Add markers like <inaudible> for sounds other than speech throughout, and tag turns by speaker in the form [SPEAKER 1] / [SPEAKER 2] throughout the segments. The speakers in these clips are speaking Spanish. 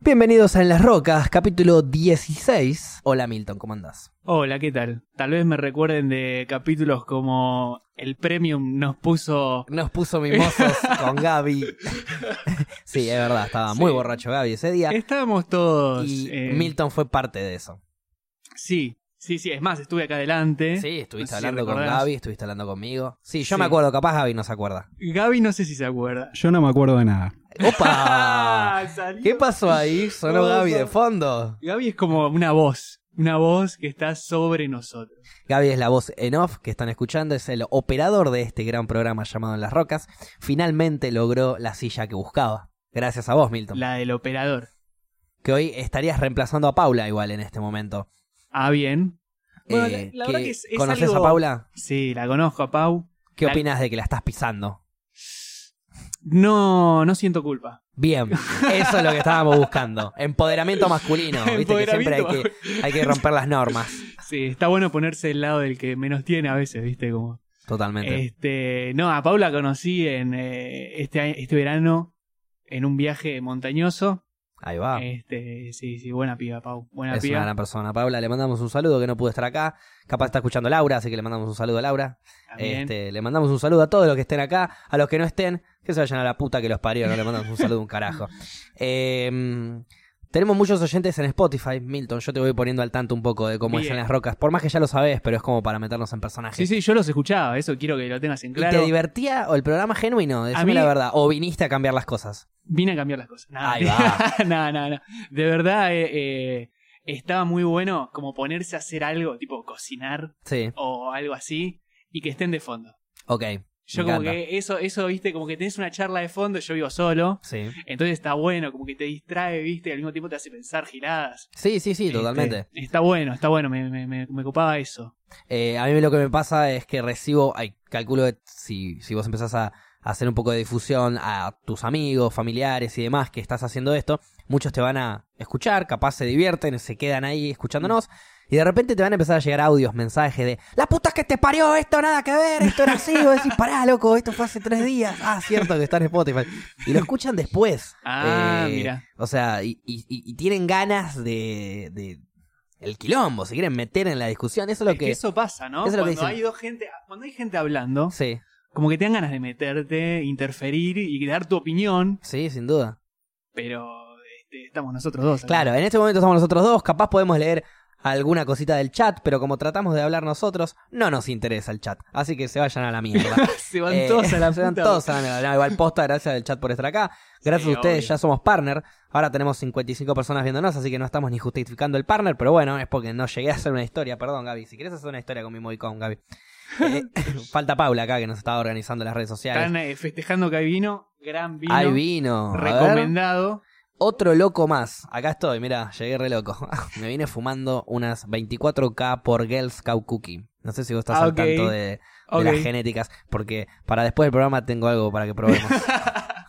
[SPEAKER 1] Bienvenidos a En las Rocas, capítulo 16. Hola Milton, ¿cómo andás?
[SPEAKER 2] Hola, ¿qué tal? Tal vez me recuerden de capítulos como el Premium nos puso...
[SPEAKER 1] Nos puso <laughs> mimosos con Gaby. sí, es verdad, estaba muy
[SPEAKER 2] Sí.
[SPEAKER 1] borracho Gaby ese día.
[SPEAKER 2] Estábamos todos...
[SPEAKER 1] Y
[SPEAKER 2] eh,
[SPEAKER 1] Milton fue parte de eso.
[SPEAKER 2] Sí, sí, sí. Es más, estuve acá adelante.
[SPEAKER 1] Sí, estuviste
[SPEAKER 2] No sé si
[SPEAKER 1] hablando con
[SPEAKER 2] ¿eh? recordás.
[SPEAKER 1] Gaby, estuviste hablando conmigo. Sí, yo
[SPEAKER 2] Sí.
[SPEAKER 1] me acuerdo, capaz Gaby no se <laughs> acuerda.
[SPEAKER 2] Gaby no sé si se acuerda.
[SPEAKER 3] Yo no me acuerdo de nada.
[SPEAKER 2] <laughs>
[SPEAKER 1] ¡Opa!
[SPEAKER 2] Ah, salió.
[SPEAKER 1] ¿Qué pasó ahí? Sonó
[SPEAKER 2] No,
[SPEAKER 1] Gaby
[SPEAKER 2] no.
[SPEAKER 1] de fondo.
[SPEAKER 2] Gaby es como una voz. Una voz que está sobre nosotros.
[SPEAKER 1] Gaby es la voz en off que están escuchando, es el operador de este gran programa llamado En las Rocas. Finalmente logró la silla que buscaba. Gracias a vos, Milton.
[SPEAKER 2] La del operador.
[SPEAKER 1] Que hoy estarías reemplazando a Paula igual en este momento.
[SPEAKER 2] Ah, bien. Bueno,
[SPEAKER 1] Eh,
[SPEAKER 2] la- la verdad que es- es
[SPEAKER 1] ¿Conoces
[SPEAKER 2] algo-
[SPEAKER 1] a Paula?
[SPEAKER 2] Sí, la conozco a Pau.
[SPEAKER 1] ¿Qué
[SPEAKER 2] La-
[SPEAKER 1] opinas de que la estás pisando?
[SPEAKER 2] No, no siento culpa.
[SPEAKER 1] Bien, eso es lo que estábamos buscando. Empoderamiento masculino. Viste que siempre hay que, hay que romper las normas.
[SPEAKER 2] Sí, está bueno ponerse del lado del que menos tiene a veces, ¿viste? Como...
[SPEAKER 1] Totalmente.
[SPEAKER 2] Este, no, a Paula conocí en eh, este, a- este verano en un viaje montañoso.
[SPEAKER 1] Ahí va.
[SPEAKER 2] Este, sí, sí, buena piba, Pau. Buena
[SPEAKER 1] Ah. es
[SPEAKER 2] piba.
[SPEAKER 1] una gran persona. Paula, le mandamos un saludo que no pudo estar acá. Capaz está escuchando Laura, así que le mandamos un saludo a Laura.
[SPEAKER 2] También.
[SPEAKER 1] Este, le mandamos un saludo a todos los que estén acá, a los que no estén, que se vayan a la puta que los parió, no le mandamos un saludo un
[SPEAKER 2] <laughs>
[SPEAKER 1] carajo. Eh, tenemos muchos oyentes en Spotify, Milton, yo te voy poniendo al tanto un poco de cómo es
[SPEAKER 2] Bien.
[SPEAKER 1] en las rocas, por más que ya lo sabes, pero es como para meternos en personajes.
[SPEAKER 2] Sí, sí, yo los escuchaba, eso quiero que lo tengas en
[SPEAKER 1] ¿Y
[SPEAKER 2] claro.
[SPEAKER 1] te divertía o el programa genuino? Decime
[SPEAKER 2] mí-
[SPEAKER 1] la verdad. ¿O viniste a cambiar las cosas?
[SPEAKER 2] Vine a cambiar las cosas. Nada,
[SPEAKER 1] Ahí va.
[SPEAKER 2] <laughs> nada, nada, nada. De verdad, eh, eh, estaba muy bueno como ponerse a hacer algo, tipo cocinar
[SPEAKER 1] Sí,
[SPEAKER 2] o algo así, y que estén de fondo.
[SPEAKER 1] ok.
[SPEAKER 2] Yo
[SPEAKER 1] Me
[SPEAKER 2] como
[SPEAKER 1] encanta.
[SPEAKER 2] que eso, eso, viste, como que tenés una charla de fondo, yo vivo solo.
[SPEAKER 1] Sí,
[SPEAKER 2] Entonces está bueno, como que te distrae, viste, y al mismo tiempo te hace pensar giladas.
[SPEAKER 1] sí, sí, sí, totalmente.
[SPEAKER 2] Este, está bueno, está bueno, me, me, me, me copaba eso.
[SPEAKER 1] Eh, a mí lo que me pasa es que recibo, ay, calculo que si, si vos empezás a, a hacer un poco de difusión a tus amigos, familiares y demás que estás haciendo esto, muchos te van a escuchar, capaz se divierten, se quedan ahí escuchándonos. Y de repente te van a empezar a llegar audios, mensajes de ¡La puta que te parió! Esto nada que ver, esto era así. Vos decís, pará, loco, esto fue hace tres días. Ah, cierto que está en Spotify. Y lo escuchan después.
[SPEAKER 2] Ah,
[SPEAKER 1] Eh,
[SPEAKER 2] mira.
[SPEAKER 1] O sea, y, y- y- y tienen ganas de, de- El quilombo, se quieren meter en la discusión. Eso es lo
[SPEAKER 2] Es que eso pasa, ¿no?
[SPEAKER 1] eso es lo que
[SPEAKER 2] cuando
[SPEAKER 1] dicen.
[SPEAKER 2] hay dos gente, cuando hay gente hablando,
[SPEAKER 1] Sí,
[SPEAKER 2] como que te dan ganas de meterte, interferir y dar tu opinión,
[SPEAKER 1] sí, sin duda.
[SPEAKER 2] pero este, estamos nosotros dos. acá.
[SPEAKER 1] Claro, en este momento somos nosotros dos, capaz podemos leer alguna cosita del chat, pero como tratamos de hablar nosotros, no nos interesa el chat. Así que se vayan a la
[SPEAKER 2] <laughs>
[SPEAKER 1] mierda.
[SPEAKER 2] <laughs> se van
[SPEAKER 1] Eh,
[SPEAKER 2] todos a la
[SPEAKER 1] se van
[SPEAKER 2] puta.
[SPEAKER 1] todos a la mierda. No, igual posta, gracias al chat por estar acá. Gracias
[SPEAKER 2] Sí,
[SPEAKER 1] a ustedes
[SPEAKER 2] obvio.
[SPEAKER 1] ya somos partner. Ahora tenemos 55 personas viéndonos, así que no estamos ni justificando el partner, pero bueno, es porque no llegué a hacer una historia. Perdón, Gaby, si querés hacer una historia con mi Moicon, Gaby.
[SPEAKER 2] <laughs>
[SPEAKER 1] Eh, falta Paula acá que nos está organizando las redes sociales.
[SPEAKER 2] Están eh, festejando que hay vino, gran vino,
[SPEAKER 1] Ahí vino. A ver.
[SPEAKER 2] recomendado.
[SPEAKER 1] Otro loco más. Acá estoy, mirá, llegué re loco. <laughs> Me vine fumando unas 24K por Girls Cow Cookie. No sé si vos estás
[SPEAKER 2] Ah,
[SPEAKER 1] al
[SPEAKER 2] ok.
[SPEAKER 1] tanto de, de
[SPEAKER 2] Ok,
[SPEAKER 1] las genéticas, porque para después del programa tengo algo para que
[SPEAKER 2] <laughs>
[SPEAKER 1] probemos.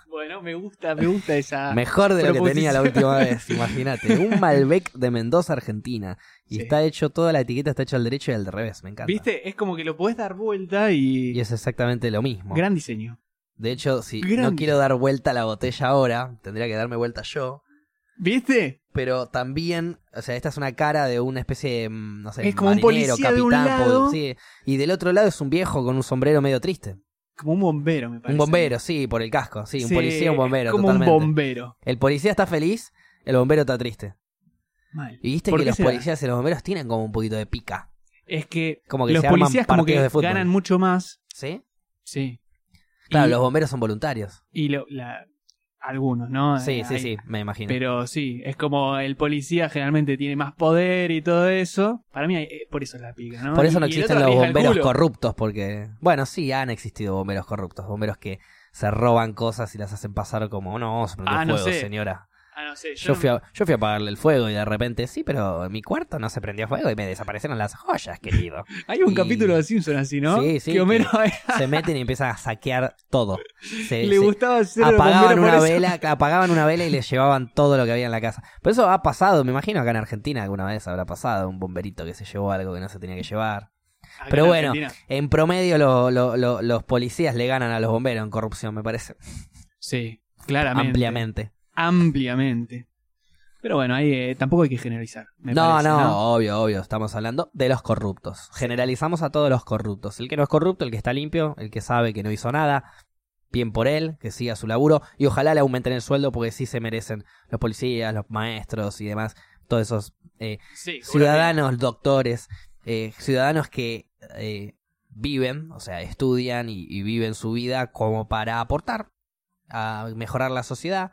[SPEAKER 2] bueno, me gusta, me
[SPEAKER 1] <laughs>
[SPEAKER 2] gusta esa...
[SPEAKER 1] Mejor de lo que
[SPEAKER 2] Proposición.
[SPEAKER 1] tenía la última vez, imagínate.
[SPEAKER 2] <laughs>
[SPEAKER 1] Un Malbec de Mendoza, Argentina. Y
[SPEAKER 2] Sí.
[SPEAKER 1] está hecho, toda la etiqueta está hecha al derecho y al revés, me encanta.
[SPEAKER 2] ¿Viste? Es como que lo podés dar vuelta y...
[SPEAKER 1] Y es exactamente lo mismo.
[SPEAKER 2] Gran diseño.
[SPEAKER 1] De hecho, si no
[SPEAKER 2] Grande.
[SPEAKER 1] quiero dar vuelta a la botella ahora, tendría que darme vuelta yo.
[SPEAKER 2] ¿Viste?
[SPEAKER 1] pero también, o sea, esta es una cara de una especie de, mm, no sé,
[SPEAKER 2] Es como un
[SPEAKER 1] marinero,
[SPEAKER 2] policía de un
[SPEAKER 1] capitán,
[SPEAKER 2] lado.
[SPEAKER 1] po- sí, y del otro lado es un viejo con un sombrero medio triste.
[SPEAKER 2] Como un bombero, me parece.
[SPEAKER 1] Un bombero, sí, por el casco, sí, un policía, un bombero,
[SPEAKER 2] es Como
[SPEAKER 1] totalmente.
[SPEAKER 2] un bombero.
[SPEAKER 1] el policía está feliz, el bombero está triste.
[SPEAKER 2] Mal.
[SPEAKER 1] Y viste
[SPEAKER 2] ¿Por
[SPEAKER 1] que
[SPEAKER 2] qué
[SPEAKER 1] los
[SPEAKER 2] será?
[SPEAKER 1] policías y los bomberos tienen como un poquito de pica,
[SPEAKER 2] Es que,
[SPEAKER 1] como que
[SPEAKER 2] los
[SPEAKER 1] se arman
[SPEAKER 2] policías como que
[SPEAKER 1] partidos de fútbol.
[SPEAKER 2] ganan mucho más.
[SPEAKER 1] ¿sí?
[SPEAKER 2] Sí.
[SPEAKER 1] Claro,
[SPEAKER 2] y,
[SPEAKER 1] los bomberos son voluntarios.
[SPEAKER 2] y lo- la- algunos, ¿no?
[SPEAKER 1] Sí,
[SPEAKER 2] Eh,
[SPEAKER 1] sí,
[SPEAKER 2] hay-
[SPEAKER 1] sí, me imagino.
[SPEAKER 2] Pero sí, es como el policía generalmente tiene más poder y todo eso. Para mí, hay- eh, por eso es la pica, ¿no?
[SPEAKER 1] Por eso no
[SPEAKER 2] Y- y el
[SPEAKER 1] existen
[SPEAKER 2] otro
[SPEAKER 1] los
[SPEAKER 2] arriesga el
[SPEAKER 1] bomberos
[SPEAKER 2] culo.
[SPEAKER 1] corruptos, porque. Bueno, sí, han existido bomberos corruptos, bomberos que se roban cosas y las hacen pasar como, no, vamos a prender
[SPEAKER 2] Ah, no
[SPEAKER 1] fuego,
[SPEAKER 2] sé.
[SPEAKER 1] señora.
[SPEAKER 2] Ah, no sé, yo,
[SPEAKER 1] Yo
[SPEAKER 2] no-
[SPEAKER 1] fui, a, yo fui a apagarle el fuego y de repente, sí, pero en mi cuarto no se prendió fuego y me desaparecieron las joyas, querido.
[SPEAKER 2] Hay un
[SPEAKER 1] y-
[SPEAKER 2] capítulo de Simpson así, ¿no?
[SPEAKER 1] Sí, sí,
[SPEAKER 2] Que Homero eh,
[SPEAKER 1] Se meten y empiezan a saquear todo. Se-
[SPEAKER 2] le
[SPEAKER 1] se-
[SPEAKER 2] gustaba ser
[SPEAKER 1] apagaban
[SPEAKER 2] bombero por
[SPEAKER 1] una
[SPEAKER 2] eso.
[SPEAKER 1] vela, apagaban una vela y les llevaban todo lo que había en la casa. Pero eso ha pasado, me imagino acá en Argentina alguna vez habrá pasado, un bomberito que se llevó algo que no se tenía que llevar.
[SPEAKER 2] <laughs> Acá
[SPEAKER 1] Pero
[SPEAKER 2] en
[SPEAKER 1] bueno,
[SPEAKER 2] Argentina.
[SPEAKER 1] En promedio lo- lo- lo- los policías le ganan a los bomberos en corrupción, me parece.
[SPEAKER 2] Sí, claramente.
[SPEAKER 1] Ampliamente.
[SPEAKER 2] Ampliamente. Pero bueno, ahí eh, tampoco hay que generalizar. me
[SPEAKER 1] no,
[SPEAKER 2] parece,
[SPEAKER 1] no, obvio, obvio. Estamos hablando de los corruptos. Generalizamos a todos los corruptos. El que no es corrupto, el que está limpio, el que sabe que no hizo nada. Bien por él, que siga su laburo. Y ojalá le aumenten el sueldo porque sí se merecen los policías, los maestros y demás. Todos esos eh,
[SPEAKER 2] Sí,
[SPEAKER 1] ciudadanos, doctores, eh, ciudadanos que eh, viven, o sea, estudian y, y viven su vida como para aportar a mejorar la sociedad,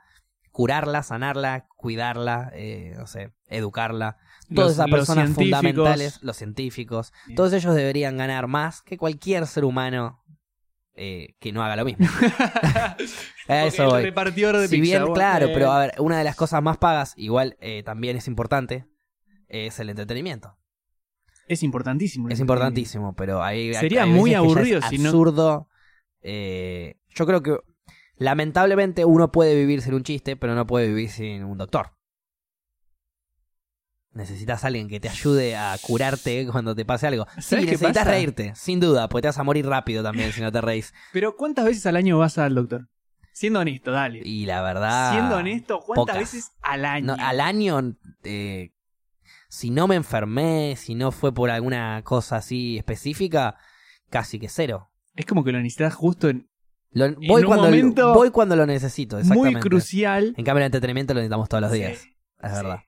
[SPEAKER 1] curarla, sanarla, cuidarla, eh, no sé, educarla. Todas
[SPEAKER 2] Los-
[SPEAKER 1] esas
[SPEAKER 2] los
[SPEAKER 1] personas
[SPEAKER 2] científicos. <laughs>
[SPEAKER 1] fundamentales, los científicos,
[SPEAKER 2] Bien.
[SPEAKER 1] todos ellos deberían ganar más que cualquier ser humano eh, que no haga lo
[SPEAKER 2] <laughs>
[SPEAKER 1] mismo. A eso
[SPEAKER 2] Ok,
[SPEAKER 1] voy.
[SPEAKER 2] el repartidor de
[SPEAKER 1] Si
[SPEAKER 2] pizza,
[SPEAKER 1] bien,
[SPEAKER 2] bueno,
[SPEAKER 1] claro,
[SPEAKER 2] eh,
[SPEAKER 1] pero a ver, una de las cosas más pagas, igual eh, también es importante, es el entretenimiento.
[SPEAKER 2] Es importantísimo.
[SPEAKER 1] Es importantísimo, pero ahí
[SPEAKER 2] Sería muy aburrido si no-
[SPEAKER 1] absurdo. Eh, yo creo que lamentablemente uno puede vivir sin un chiste, pero no puede vivir sin un doctor. Necesitas a alguien que te ayude a curarte cuando te pase algo. Sí,
[SPEAKER 2] ¿Sabes qué
[SPEAKER 1] necesitas
[SPEAKER 2] pasa?
[SPEAKER 1] reírte, sin duda, porque te vas a morir rápido también si no te reís.
[SPEAKER 2] <laughs> Pero ¿cuántas veces al año vas al doctor? Siendo honesto, dale.
[SPEAKER 1] Y la verdad.
[SPEAKER 2] Siendo honesto, ¿cuántas
[SPEAKER 1] pocas.
[SPEAKER 2] veces al año?
[SPEAKER 1] no, al año, eh, si no me enfermé, si no fue por alguna cosa así específica, casi que cero.
[SPEAKER 2] Es como que lo necesitas justo en
[SPEAKER 1] Lo- voy,
[SPEAKER 2] un
[SPEAKER 1] cuando,
[SPEAKER 2] momento
[SPEAKER 1] voy cuando lo necesito,
[SPEAKER 2] muy
[SPEAKER 1] exactamente.
[SPEAKER 2] crucial.
[SPEAKER 1] En cambio, el entretenimiento lo necesitamos todos los días.
[SPEAKER 2] Sí,
[SPEAKER 1] es
[SPEAKER 2] sí.
[SPEAKER 1] verdad.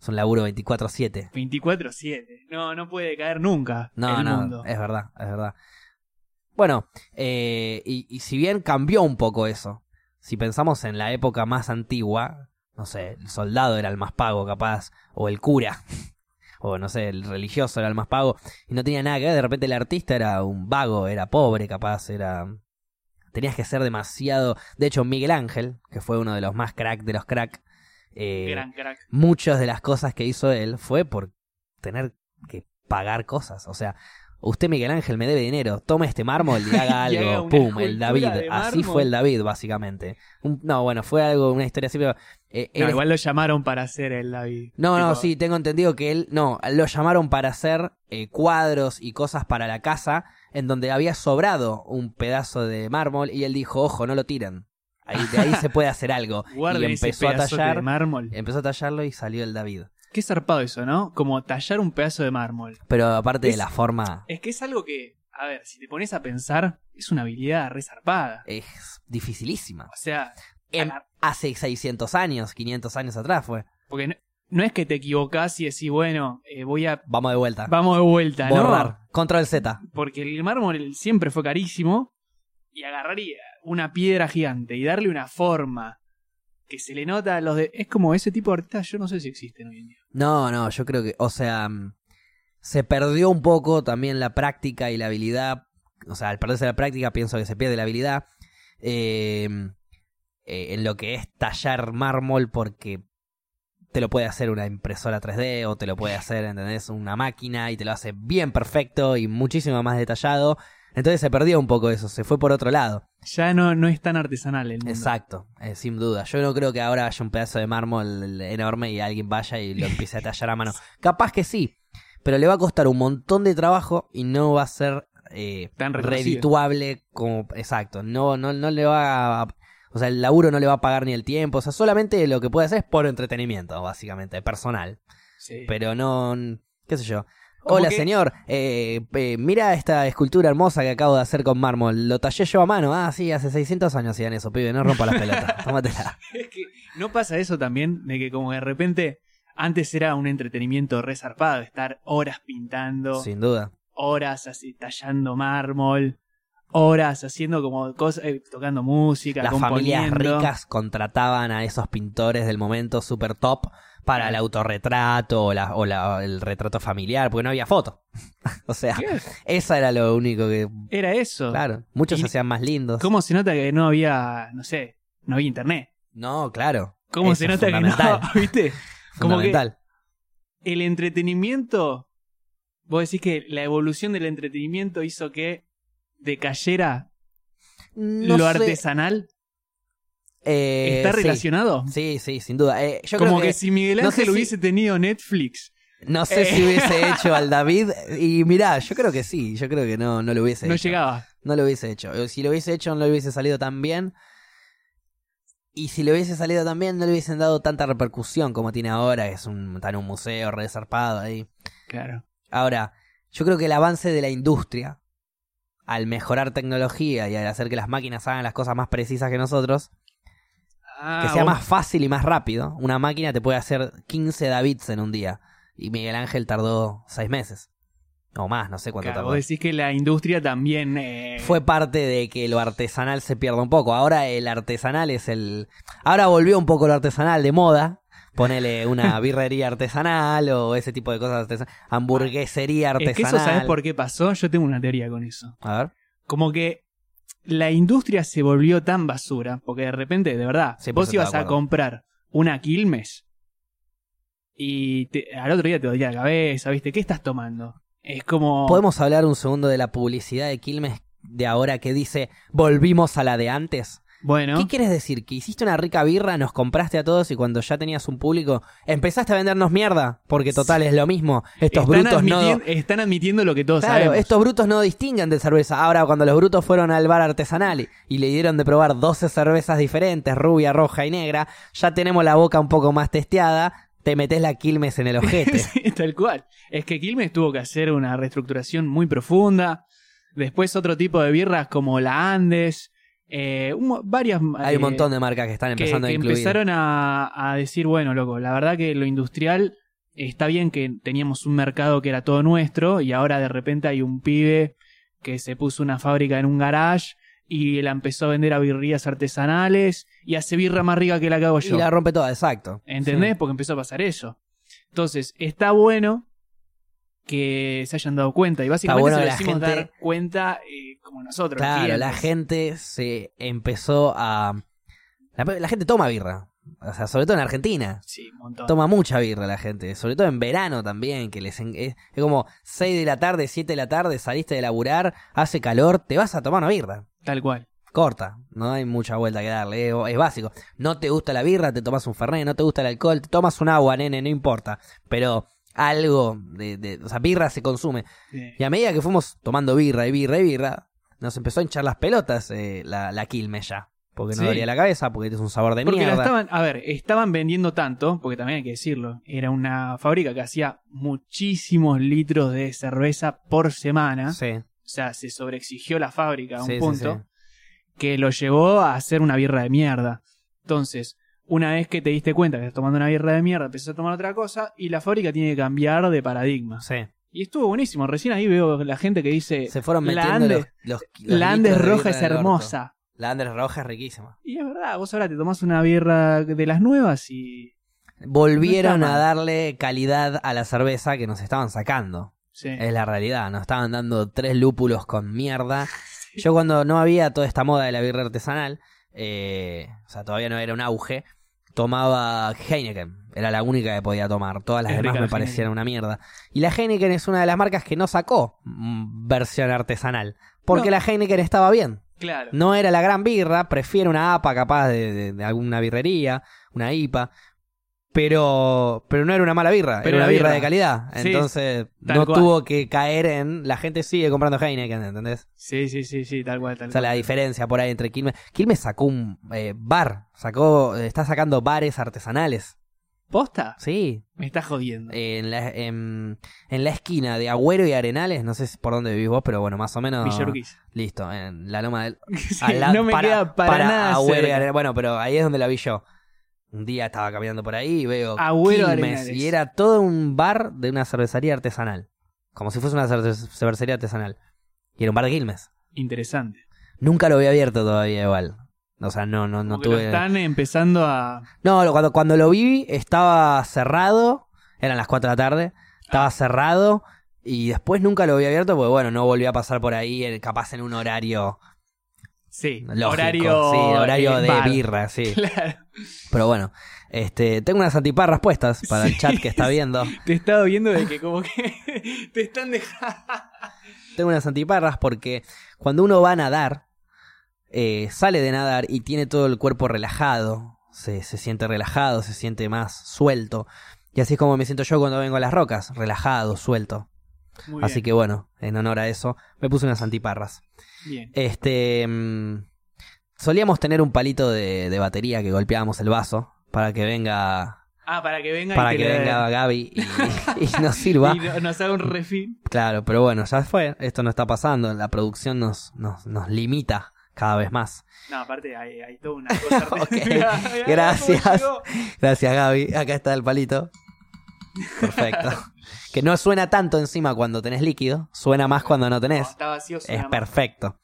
[SPEAKER 1] Es un laburo 24-7.
[SPEAKER 2] 24-7. No, no puede caer nunca
[SPEAKER 1] No,
[SPEAKER 2] el
[SPEAKER 1] no,
[SPEAKER 2] mundo.
[SPEAKER 1] es verdad, es verdad. Bueno, eh, y, y si bien cambió un poco eso, si pensamos en la época más antigua, no sé, el soldado era el más pago capaz, o el cura, <laughs> o no sé, el religioso era el más pago, y no tenía nada que ver, de repente el artista era un vago, era pobre capaz, era... Tenías que ser demasiado... De hecho, Miguel Ángel, que fue uno de los más crack de los crack, eh,
[SPEAKER 2] Gran crack.
[SPEAKER 1] muchas de las cosas que hizo él fue por tener que pagar cosas. O sea, usted Miguel Ángel me debe dinero, toma este mármol
[SPEAKER 2] <laughs>
[SPEAKER 1] y haga
[SPEAKER 2] Y
[SPEAKER 1] algo.
[SPEAKER 2] haga una
[SPEAKER 1] Pum, el
[SPEAKER 2] escultura
[SPEAKER 1] David.
[SPEAKER 2] de
[SPEAKER 1] Así
[SPEAKER 2] mármol.
[SPEAKER 1] fue el David, básicamente. Un- no, bueno, fue algo, una historia así, pero... eh,
[SPEAKER 2] No,
[SPEAKER 1] él-
[SPEAKER 2] igual lo llamaron para hacer el David.
[SPEAKER 1] no, no,
[SPEAKER 2] Tipo,
[SPEAKER 1] sí, tengo entendido que él, no, lo llamaron para hacer eh, cuadros y cosas para la casa en donde había sobrado un pedazo de mármol y él dijo, ojo, no lo tiren. Ahí, de ahí se puede hacer
[SPEAKER 2] <laughs>
[SPEAKER 1] algo. y
[SPEAKER 2] Guarden ese
[SPEAKER 1] empezó a
[SPEAKER 2] pedazo de
[SPEAKER 1] tallar,
[SPEAKER 2] mármol.
[SPEAKER 1] empezó a tallarlo y salió el David.
[SPEAKER 2] Qué zarpado eso, ¿no? Como tallar un pedazo de mármol.
[SPEAKER 1] Pero aparte
[SPEAKER 2] Es-
[SPEAKER 1] de la forma,
[SPEAKER 2] Es que es algo que, a ver, si te pones a pensar, es una habilidad resarpada.
[SPEAKER 1] es dificilísima.
[SPEAKER 2] O sea,
[SPEAKER 1] Em,
[SPEAKER 2] agar-
[SPEAKER 1] hace 600 años, 500 años atrás fue.
[SPEAKER 2] porque no, no es que te equivocás y decís, bueno, eh, voy a.
[SPEAKER 1] Vamos de vuelta.
[SPEAKER 2] Vamos de vuelta, ¿no?
[SPEAKER 1] Borrar. Control Z.
[SPEAKER 2] Porque el mármol siempre fue carísimo. Y agarrar y- una piedra gigante y darle una forma que se le nota a los de. Es como ese tipo de artistas, yo no sé si existen hoy en día.
[SPEAKER 1] No, no, yo creo que, o sea, mm, se perdió un poco también la práctica y la habilidad. O sea, al perderse la práctica pienso que se pierde la habilidad. eh, eh, en lo que es tallar mármol porque te lo puede hacer una impresora 3D o te lo puede hacer, ¿entendés? Una máquina y te lo hace bien perfecto y muchísimo más detallado. Entonces se perdió un poco eso, se fue por otro lado.
[SPEAKER 2] Ya no, no es tan artesanal el mundo.
[SPEAKER 1] Exacto, eh, sin duda. Yo no creo que ahora haya un pedazo de mármol enorme y alguien vaya y lo empiece a tallar a
[SPEAKER 2] <laughs>
[SPEAKER 1] mano. Capaz que sí, pero le va a costar un montón de trabajo y no va a ser eh,
[SPEAKER 2] Tan reconocido.
[SPEAKER 1] redituable como... Exacto, no, no, no le va a... O sea, el laburo no le va a pagar ni el tiempo. O sea, solamente lo que puede hacer es por entretenimiento, básicamente, personal.
[SPEAKER 2] Sí.
[SPEAKER 1] Pero no... qué sé yo.
[SPEAKER 2] Como
[SPEAKER 1] Hola
[SPEAKER 2] que-
[SPEAKER 1] señor, eh, eh, mira esta escultura hermosa que acabo de hacer con mármol. Lo tallé yo a mano. Ah, sí, hace 600 años hacían eso, pibe. No rompa las
[SPEAKER 2] <laughs>
[SPEAKER 1] pelotas. Tómatela.
[SPEAKER 2] Es que no pasa eso también, de que como de repente antes era un entretenimiento resarpado, estar horas pintando,
[SPEAKER 1] Sin duda.
[SPEAKER 2] horas así tallando mármol, horas haciendo como cosas, eh, tocando música,
[SPEAKER 1] Las familias
[SPEAKER 2] componiendo.
[SPEAKER 1] ricas contrataban a esos pintores del momento super top para el autorretrato o, la- o la- el retrato familiar, porque no había foto. <laughs> o sea,
[SPEAKER 2] ¿Qué?
[SPEAKER 1] esa era lo único que...
[SPEAKER 2] Era eso.
[SPEAKER 1] Claro, muchos
[SPEAKER 2] Y-
[SPEAKER 1] se hacían más lindos.
[SPEAKER 2] ¿Cómo se nota que no había, no sé, no había internet?
[SPEAKER 1] No, claro.
[SPEAKER 2] ¿Cómo
[SPEAKER 1] Eso
[SPEAKER 2] se
[SPEAKER 1] es
[SPEAKER 2] nota que no?
[SPEAKER 1] fundamental.
[SPEAKER 2] <laughs> ¿Viste? Como que-
[SPEAKER 1] Fundamental.
[SPEAKER 2] El entretenimiento, vos decís que la evolución del entretenimiento hizo que decayera
[SPEAKER 1] No
[SPEAKER 2] lo
[SPEAKER 1] sé,
[SPEAKER 2] artesanal.
[SPEAKER 1] eh,
[SPEAKER 2] ¿Está
[SPEAKER 1] sí.
[SPEAKER 2] relacionado?
[SPEAKER 1] Sí, sí, sin duda. Eh, yo
[SPEAKER 2] Como
[SPEAKER 1] creo
[SPEAKER 2] que,
[SPEAKER 1] que,
[SPEAKER 2] si Miguel
[SPEAKER 1] no
[SPEAKER 2] Ángel
[SPEAKER 1] sé si-
[SPEAKER 2] hubiese tenido Netflix,
[SPEAKER 1] No sé si
[SPEAKER 2] Eh.
[SPEAKER 1] hubiese
[SPEAKER 2] <laughs>
[SPEAKER 1] hecho al David. Y mirá, yo creo que sí. Yo creo que no, no lo hubiese
[SPEAKER 2] no
[SPEAKER 1] hecho.
[SPEAKER 2] llegaba.
[SPEAKER 1] No lo hubiese hecho. Eh, Si lo hubiese hecho, no lo hubiese salido tan bien. Y si le hubiese salido también, no le hubiesen dado tanta repercusión como tiene ahora, que es un, está en un museo re zarpado ahí.
[SPEAKER 2] Claro.
[SPEAKER 1] Ahora, yo creo que el avance de la industria, al mejorar tecnología y al hacer que las máquinas hagan las cosas más precisas que nosotros,
[SPEAKER 2] Ah,
[SPEAKER 1] que sea
[SPEAKER 2] vos-
[SPEAKER 1] más fácil y más rápido, una máquina te puede hacer 15 Davids en un día. Y Miguel Ángel tardó 6 meses. O más, no sé cuánto
[SPEAKER 2] claro,
[SPEAKER 1] tardó.
[SPEAKER 2] vos decís que la industria también. eh,
[SPEAKER 1] Fue parte de que lo artesanal se pierda un poco. Ahora el artesanal es el... Ahora volvió un poco lo artesanal de moda. Ponele
[SPEAKER 2] <laughs>
[SPEAKER 1] una birrería artesanal o ese tipo de cosas artesanales. Hamburguesería artesanal.
[SPEAKER 2] Es que eso, ¿sabes por qué pasó? Yo tengo una teoría con eso.
[SPEAKER 1] A ver.
[SPEAKER 2] Como que la industria se volvió tan basura, porque de repente, de verdad,
[SPEAKER 1] 100%
[SPEAKER 2] vos ibas
[SPEAKER 1] de
[SPEAKER 2] a
[SPEAKER 1] acuerdo.
[SPEAKER 2] comprar una Quilmes y te- al otro día te dolía la cabeza, ¿viste? ¿Qué estás tomando? Es como.
[SPEAKER 1] ¿Podemos hablar un segundo de la publicidad de Quilmes de ahora que dice volvimos a la de antes?
[SPEAKER 2] Bueno.
[SPEAKER 1] ¿Qué quieres decir? ¿Que hiciste una rica birra, nos compraste a todos y cuando ya tenías un público empezaste a vendernos mierda? Porque total es lo mismo. Estos brutos no.
[SPEAKER 2] admitien- están admitiendo lo que todos
[SPEAKER 1] Claro,
[SPEAKER 2] sabemos.
[SPEAKER 1] estos brutos no distinguen de cerveza. Ahora, cuando los brutos fueron al bar artesanal y- y le dieron de probar 12 cervezas diferentes, rubia, roja y negra, ya tenemos la boca un poco más testeada, te metes la Quilmes en el ojete.
[SPEAKER 2] <laughs> Sí, Tal cual. Es que Quilmes tuvo que hacer una reestructuración muy profunda. Después otro tipo de birras como la Andes. eh, un mo- varias.
[SPEAKER 1] Hay un montón de marcas que están
[SPEAKER 2] Eh, que,
[SPEAKER 1] empezando
[SPEAKER 2] que
[SPEAKER 1] a incluir.
[SPEAKER 2] empezaron a, a decir, bueno, loco, la verdad que lo industrial está bien que teníamos un mercado que era todo nuestro y ahora de repente hay un pibe que se puso una fábrica en un garage y la empezó a vender a birrías artesanales y hace birra más rica que la que hago
[SPEAKER 1] Y
[SPEAKER 2] yo.
[SPEAKER 1] la rompe toda, exacto.
[SPEAKER 2] ¿Entendés? Porque empezó a pasar eso. Entonces, está bueno que se hayan dado cuenta. Y básicamente
[SPEAKER 1] bueno
[SPEAKER 2] se
[SPEAKER 1] que
[SPEAKER 2] lo
[SPEAKER 1] la
[SPEAKER 2] hicimos
[SPEAKER 1] gente-
[SPEAKER 2] dar cuenta eh, como nosotros.
[SPEAKER 1] Claro,
[SPEAKER 2] clientes.
[SPEAKER 1] la gente se empezó a. La, la gente toma birra. O sea, sobre todo en Argentina.
[SPEAKER 2] Sí, un montón.
[SPEAKER 1] Toma mucha birra la gente. Sobre todo en verano también, que les en- es, es como 6 de la tarde, 7 de la tarde, saliste de laburar, hace calor, te vas a tomar una birra.
[SPEAKER 2] Tal cual.
[SPEAKER 1] Corta, no hay mucha vuelta que darle, es, es básico. No te gusta la birra, te tomas un fernet, no te gusta el alcohol, te tomas un agua, nene, no importa. Pero algo de, de- o sea, birra se consume.
[SPEAKER 2] Sí.
[SPEAKER 1] Y a medida que fuimos tomando birra y birra y birra, nos empezó a hinchar las pelotas eh, la, la quilme ya. Porque no
[SPEAKER 2] Sí.
[SPEAKER 1] dolía la cabeza, porque es un sabor de
[SPEAKER 2] Porque la
[SPEAKER 1] mierda.
[SPEAKER 2] estaban, a ver, estaban vendiendo tanto, porque también hay que decirlo, era una fábrica que hacía muchísimos litros de cerveza por semana.
[SPEAKER 1] Sí,
[SPEAKER 2] O sea, se sobreexigió la fábrica a un
[SPEAKER 1] sí, sí,
[SPEAKER 2] punto.
[SPEAKER 1] sí.
[SPEAKER 2] que lo llevó a hacer una birra de mierda. Entonces, una vez que te diste cuenta que estás tomando una birra de mierda, empezás a tomar otra cosa y la fábrica tiene que cambiar de paradigma.
[SPEAKER 1] Sí.
[SPEAKER 2] Y estuvo buenísimo. Recién ahí veo la gente que dice,
[SPEAKER 1] Se fueron
[SPEAKER 2] Eh, La
[SPEAKER 1] metiendo
[SPEAKER 2] Andes-
[SPEAKER 1] los, los- los
[SPEAKER 2] la Andes
[SPEAKER 1] litros de
[SPEAKER 2] roja
[SPEAKER 1] birra
[SPEAKER 2] es
[SPEAKER 1] en el orto.
[SPEAKER 2] hermosa.
[SPEAKER 1] La Andes roja es riquísima.
[SPEAKER 2] Y es verdad, vos ahora te tomás una birra de las nuevas y...
[SPEAKER 1] Volvieron
[SPEAKER 2] No está
[SPEAKER 1] a
[SPEAKER 2] mal.
[SPEAKER 1] darle calidad a la cerveza que nos estaban sacando.
[SPEAKER 2] Sí.
[SPEAKER 1] Es la realidad. Nos estaban dando tres lúpulos con mierda. Yo cuando no había toda esta moda de la birra artesanal, eh, o sea, todavía no era un auge, tomaba Heineken. Era la única que podía tomar. Todas las
[SPEAKER 2] Es
[SPEAKER 1] demás
[SPEAKER 2] rica
[SPEAKER 1] me
[SPEAKER 2] la Heineken.
[SPEAKER 1] parecían una mierda. Y la Heineken es una de las marcas que no sacó mm, versión artesanal. Porque
[SPEAKER 2] No.
[SPEAKER 1] la Heineken estaba bien.
[SPEAKER 2] Claro.
[SPEAKER 1] No era la gran birra, prefiero una APA capaz de, de- de alguna birrería, una IPA. Pero, pero no era una mala birra,
[SPEAKER 2] Pero
[SPEAKER 1] era una
[SPEAKER 2] la
[SPEAKER 1] birra,
[SPEAKER 2] birra.
[SPEAKER 1] de calidad.
[SPEAKER 2] Sí,
[SPEAKER 1] Entonces
[SPEAKER 2] tal
[SPEAKER 1] no
[SPEAKER 2] cual.
[SPEAKER 1] tuvo que caer en. La gente sigue comprando Heineken, ¿entendés?
[SPEAKER 2] Sí, sí, sí, sí, tal cual, tal
[SPEAKER 1] O sea,
[SPEAKER 2] cual.
[SPEAKER 1] la diferencia por ahí entre Quilmes. Quilmes sacó un eh, bar, sacó, está sacando bares artesanales.
[SPEAKER 2] ¿Posta?
[SPEAKER 1] Sí, Eh,
[SPEAKER 2] Me estás jodiendo.
[SPEAKER 1] en la, en, en la esquina de Agüero y Arenales, no sé si por dónde vivís vos, pero bueno, más o menos.
[SPEAKER 2] Villa Urquiza.
[SPEAKER 1] Listo, en la loma del,
[SPEAKER 2] <laughs> Sí,
[SPEAKER 1] al lado-
[SPEAKER 2] no me queda para, nada
[SPEAKER 1] Agüero y
[SPEAKER 2] cerca.
[SPEAKER 1] Arenales. Bueno, pero ahí es donde la vi yo. Un día estaba caminando por ahí y veo
[SPEAKER 2] Agüero
[SPEAKER 1] Quilmes
[SPEAKER 2] Arenales.
[SPEAKER 1] y era todo un bar de una cervecería artesanal. Como si fuese una cerve- cervecería artesanal. Y era un bar de Quilmes.
[SPEAKER 2] Interesante.
[SPEAKER 1] Nunca lo había abierto todavía igual. O sea, no, no, no
[SPEAKER 2] Como que lo
[SPEAKER 1] tuve...
[SPEAKER 2] están empezando a...
[SPEAKER 1] No, lo- cuando, cuando lo vi estaba cerrado, eran las 4 de la tarde,
[SPEAKER 2] Ah.
[SPEAKER 1] estaba cerrado y después nunca lo había abierto porque bueno, no volví a pasar por ahí eh, capaz en un horario
[SPEAKER 2] Sí,
[SPEAKER 1] lógico,
[SPEAKER 2] horario...
[SPEAKER 1] sí, horario
[SPEAKER 2] eh,
[SPEAKER 1] de
[SPEAKER 2] bar.
[SPEAKER 1] birra, sí.
[SPEAKER 2] <laughs> Claro.
[SPEAKER 1] Pero bueno, este, tengo unas antiparras puestas para el
[SPEAKER 2] Sí.
[SPEAKER 1] chat que
[SPEAKER 2] <laughs>
[SPEAKER 1] está viendo.
[SPEAKER 2] Te he estado viendo de que como que <laughs> te están dejando.
[SPEAKER 1] Tengo unas antiparras porque cuando uno va a nadar, eh, sale de nadar y tiene todo el cuerpo relajado, se, se siente relajado, se siente más suelto. Y así es como me siento yo cuando vengo a las rocas, relajado, suelto.
[SPEAKER 2] Muy
[SPEAKER 1] Así que bueno, en honor a eso, me puse unas antiparras.
[SPEAKER 2] bien.
[SPEAKER 1] Este. mm, Solíamos tener un palito de, de batería que golpeábamos el vaso para que venga,
[SPEAKER 2] Ah, para que venga
[SPEAKER 1] para
[SPEAKER 2] y
[SPEAKER 1] que
[SPEAKER 2] te le-
[SPEAKER 1] venga Gaby y,
[SPEAKER 2] <laughs>
[SPEAKER 1] y nos sirva.
[SPEAKER 2] y no- nos haga un refil.
[SPEAKER 1] Claro, pero bueno, ya fue. Esto no está pasando. La producción nos, nos, nos limita cada vez más.
[SPEAKER 2] No, aparte hay, hay toda una
[SPEAKER 1] <laughs>
[SPEAKER 2] cosa
[SPEAKER 1] Ok,
[SPEAKER 2] artística. <laughs> Mirá, mirá
[SPEAKER 1] gracias.
[SPEAKER 2] cómo llegó.
[SPEAKER 1] Gracias, Gaby. Acá está el palito.
[SPEAKER 2] <laughs>
[SPEAKER 1] Perfecto. que no suena tanto encima cuando tenés líquido. Suena más cuando no
[SPEAKER 2] No,
[SPEAKER 1] tenés.
[SPEAKER 2] está vacío, suena
[SPEAKER 1] Es
[SPEAKER 2] mal.
[SPEAKER 1] perfecto.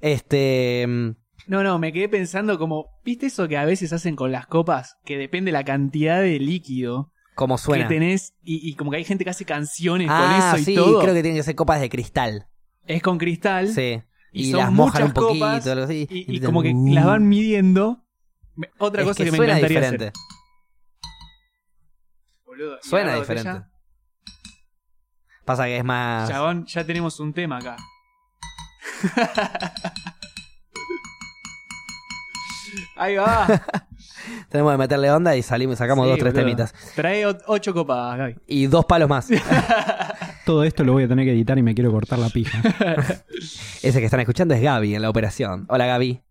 [SPEAKER 1] Este. mm,
[SPEAKER 2] No, no, me quedé pensando como, ¿viste eso que a veces hacen con las copas? Que depende la cantidad de líquido
[SPEAKER 1] ¿Cómo suena?
[SPEAKER 2] que tenés y, y como que hay gente que hace canciones
[SPEAKER 1] Ah,
[SPEAKER 2] con eso
[SPEAKER 1] sí,
[SPEAKER 2] y todo.
[SPEAKER 1] creo que tienen que ser copas de cristal.
[SPEAKER 2] Es con cristal
[SPEAKER 1] Sí.
[SPEAKER 2] Y
[SPEAKER 1] Y,
[SPEAKER 2] son
[SPEAKER 1] las mojan un
[SPEAKER 2] muchas
[SPEAKER 1] poquito,
[SPEAKER 2] copas
[SPEAKER 1] algo así.
[SPEAKER 2] y, y
[SPEAKER 1] dicen,
[SPEAKER 2] como que
[SPEAKER 1] "Uh".
[SPEAKER 2] las van midiendo. Me- Otra
[SPEAKER 1] Es
[SPEAKER 2] cosa que, me
[SPEAKER 1] suena
[SPEAKER 2] encantaría
[SPEAKER 1] diferente.
[SPEAKER 2] hacer. Boludo, y
[SPEAKER 1] Suena
[SPEAKER 2] agarra la
[SPEAKER 1] diferente. Ah.
[SPEAKER 2] botella.
[SPEAKER 1] Pasa que es más.
[SPEAKER 2] Chabón, ya tenemos un tema acá. <laughs>
[SPEAKER 1] <laughs>
[SPEAKER 2] Ahí va.
[SPEAKER 1] Tenemos que meterle onda y salimos, sacamos
[SPEAKER 2] Sí,
[SPEAKER 1] dos, tres
[SPEAKER 2] boludo.
[SPEAKER 1] temitas.
[SPEAKER 2] Trae o- ocho copas, Gaby.
[SPEAKER 1] Y dos palos
[SPEAKER 2] <laughs>
[SPEAKER 1] más.
[SPEAKER 3] Todo esto lo voy a tener que editar y me quiero cortar la pija.
[SPEAKER 1] Ese que están escuchando es Gaby en la operación. Hola Gaby.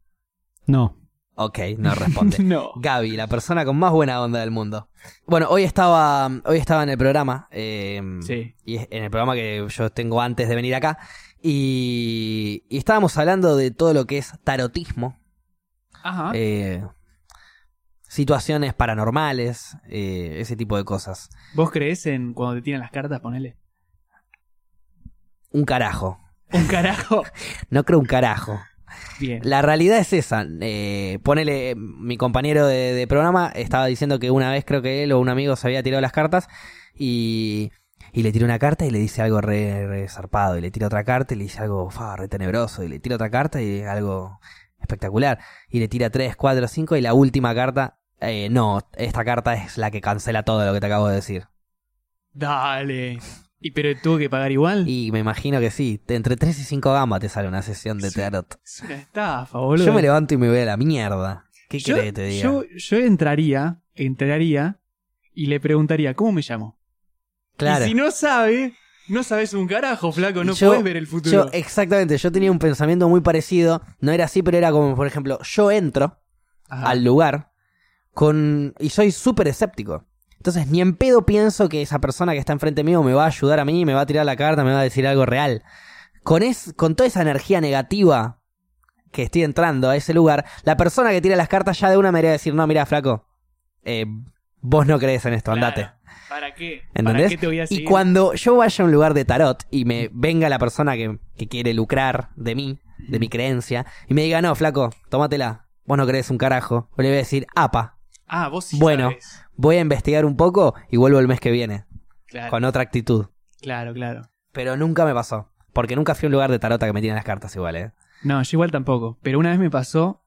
[SPEAKER 3] No.
[SPEAKER 1] Ok, no responde.
[SPEAKER 2] <laughs> No.
[SPEAKER 1] Gaby, la persona con más buena onda del mundo. Bueno, hoy estaba, hoy estaba en el programa. eh,
[SPEAKER 2] Sí.
[SPEAKER 1] Y es- en el programa que yo tengo antes de venir acá. Y, y estábamos hablando de todo lo que es tarotismo.
[SPEAKER 2] Ajá.
[SPEAKER 1] eh, situaciones paranormales. eh, ese tipo de cosas.
[SPEAKER 2] ¿Vos creés en cuando te tiran las cartas? Ponele.
[SPEAKER 1] Un carajo.
[SPEAKER 2] Un
[SPEAKER 1] <laughs>
[SPEAKER 2] carajo.
[SPEAKER 1] No creo un carajo.
[SPEAKER 2] Bien.
[SPEAKER 1] La realidad es esa. Eh, ponele, eh, mi compañero de, de programa estaba diciendo que una vez creo que él o un amigo se había tirado las cartas y, y le tira una carta y le dice algo re, re zarpado. Y le tira otra carta y le dice algo fa, re tenebroso. Y le tira otra carta y algo espectacular. Y le tira tres, cuatro, cinco y la última carta. eh, no, esta carta es la que cancela todo lo que te acabo de decir.
[SPEAKER 2] Dale. ¿Y pero tuvo que pagar igual?
[SPEAKER 1] Y me imagino que sí, te- entre tres y cinco gambas te sale una sesión de
[SPEAKER 2] Sí,
[SPEAKER 1] tarot.
[SPEAKER 2] Es una estafa, boludo.
[SPEAKER 1] Yo me levanto y me voy a la mierda. ¿Qué
[SPEAKER 2] Yo-
[SPEAKER 1] querés que te diga?
[SPEAKER 2] Yo, yo entraría, entraría y le preguntaría, ¿cómo me llamo?
[SPEAKER 1] claro.
[SPEAKER 2] Y si no sabe, no sabes un carajo, flaco, no
[SPEAKER 1] Yo-
[SPEAKER 2] puedes ver
[SPEAKER 1] Yo,
[SPEAKER 2] el
[SPEAKER 1] eh,
[SPEAKER 2] futuro.
[SPEAKER 1] exactamente, yo tenía un pensamiento muy parecido, no era así, pero era como, por ejemplo, yo entro
[SPEAKER 2] Ajá.
[SPEAKER 1] al lugar con y soy súper escéptico. Entonces, ni en pedo pienso que esa persona que está enfrente mío me va a ayudar a mí, me va a tirar la carta, me va a decir algo real. Con, es, con toda esa energía negativa que estoy entrando a ese lugar, la persona que tira las cartas ya de una me debería decir, no, mira, flaco, eh, vos no crees en esto,
[SPEAKER 2] Claro.
[SPEAKER 1] andate.
[SPEAKER 2] ¿Para qué? ¿Para
[SPEAKER 1] ¿Entendés?
[SPEAKER 2] qué te voy a
[SPEAKER 1] Y
[SPEAKER 2] seguir?
[SPEAKER 1] cuando yo vaya a un lugar de tarot y me venga la persona que, que quiere lucrar de mí, de mi creencia, y me diga, no, flaco, tómatela, vos no crees un carajo, yo le voy a decir, apa,
[SPEAKER 2] Ah, vos sí
[SPEAKER 1] Bueno.
[SPEAKER 2] sabés.
[SPEAKER 1] voy a investigar un poco y vuelvo el mes que viene,
[SPEAKER 2] Claro,
[SPEAKER 1] con otra actitud.
[SPEAKER 2] claro, claro.
[SPEAKER 1] Pero nunca me pasó, porque nunca fui a un lugar de tarot a que me tienen las cartas igual, ¿eh?
[SPEAKER 2] No, yo igual tampoco. Pero una vez me pasó,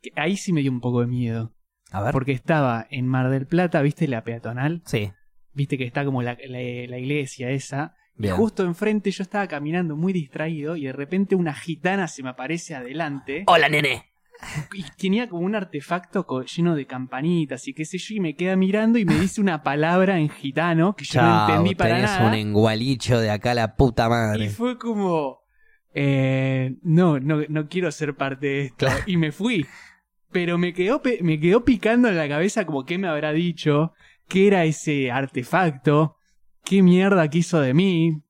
[SPEAKER 2] que ahí sí me dio un poco de miedo.
[SPEAKER 1] A ver.
[SPEAKER 2] Porque estaba en Mar del Plata, ¿viste la peatonal?
[SPEAKER 1] Sí,
[SPEAKER 2] ¿Viste que está como la, la- la iglesia esa?
[SPEAKER 1] bien.
[SPEAKER 2] Justo enfrente yo estaba caminando muy distraído y de repente una gitana se me aparece adelante.
[SPEAKER 1] Hola, nene.
[SPEAKER 2] y tenía como un artefacto co- lleno de campanitas y qué sé yo, y me queda mirando y me dice una palabra en gitano que yo no
[SPEAKER 1] Chao,
[SPEAKER 2] entendí para
[SPEAKER 1] tenés
[SPEAKER 2] nada.
[SPEAKER 1] un engualicho de acá la puta
[SPEAKER 2] Y
[SPEAKER 1] madre.
[SPEAKER 2] fue como, eh, no, no, no quiero ser parte de esto.
[SPEAKER 1] Claro.
[SPEAKER 2] Y me fui. Pero me quedó, pe- me quedó picando en la cabeza como qué me habrá dicho, qué era ese artefacto, qué mierda quiso de mí.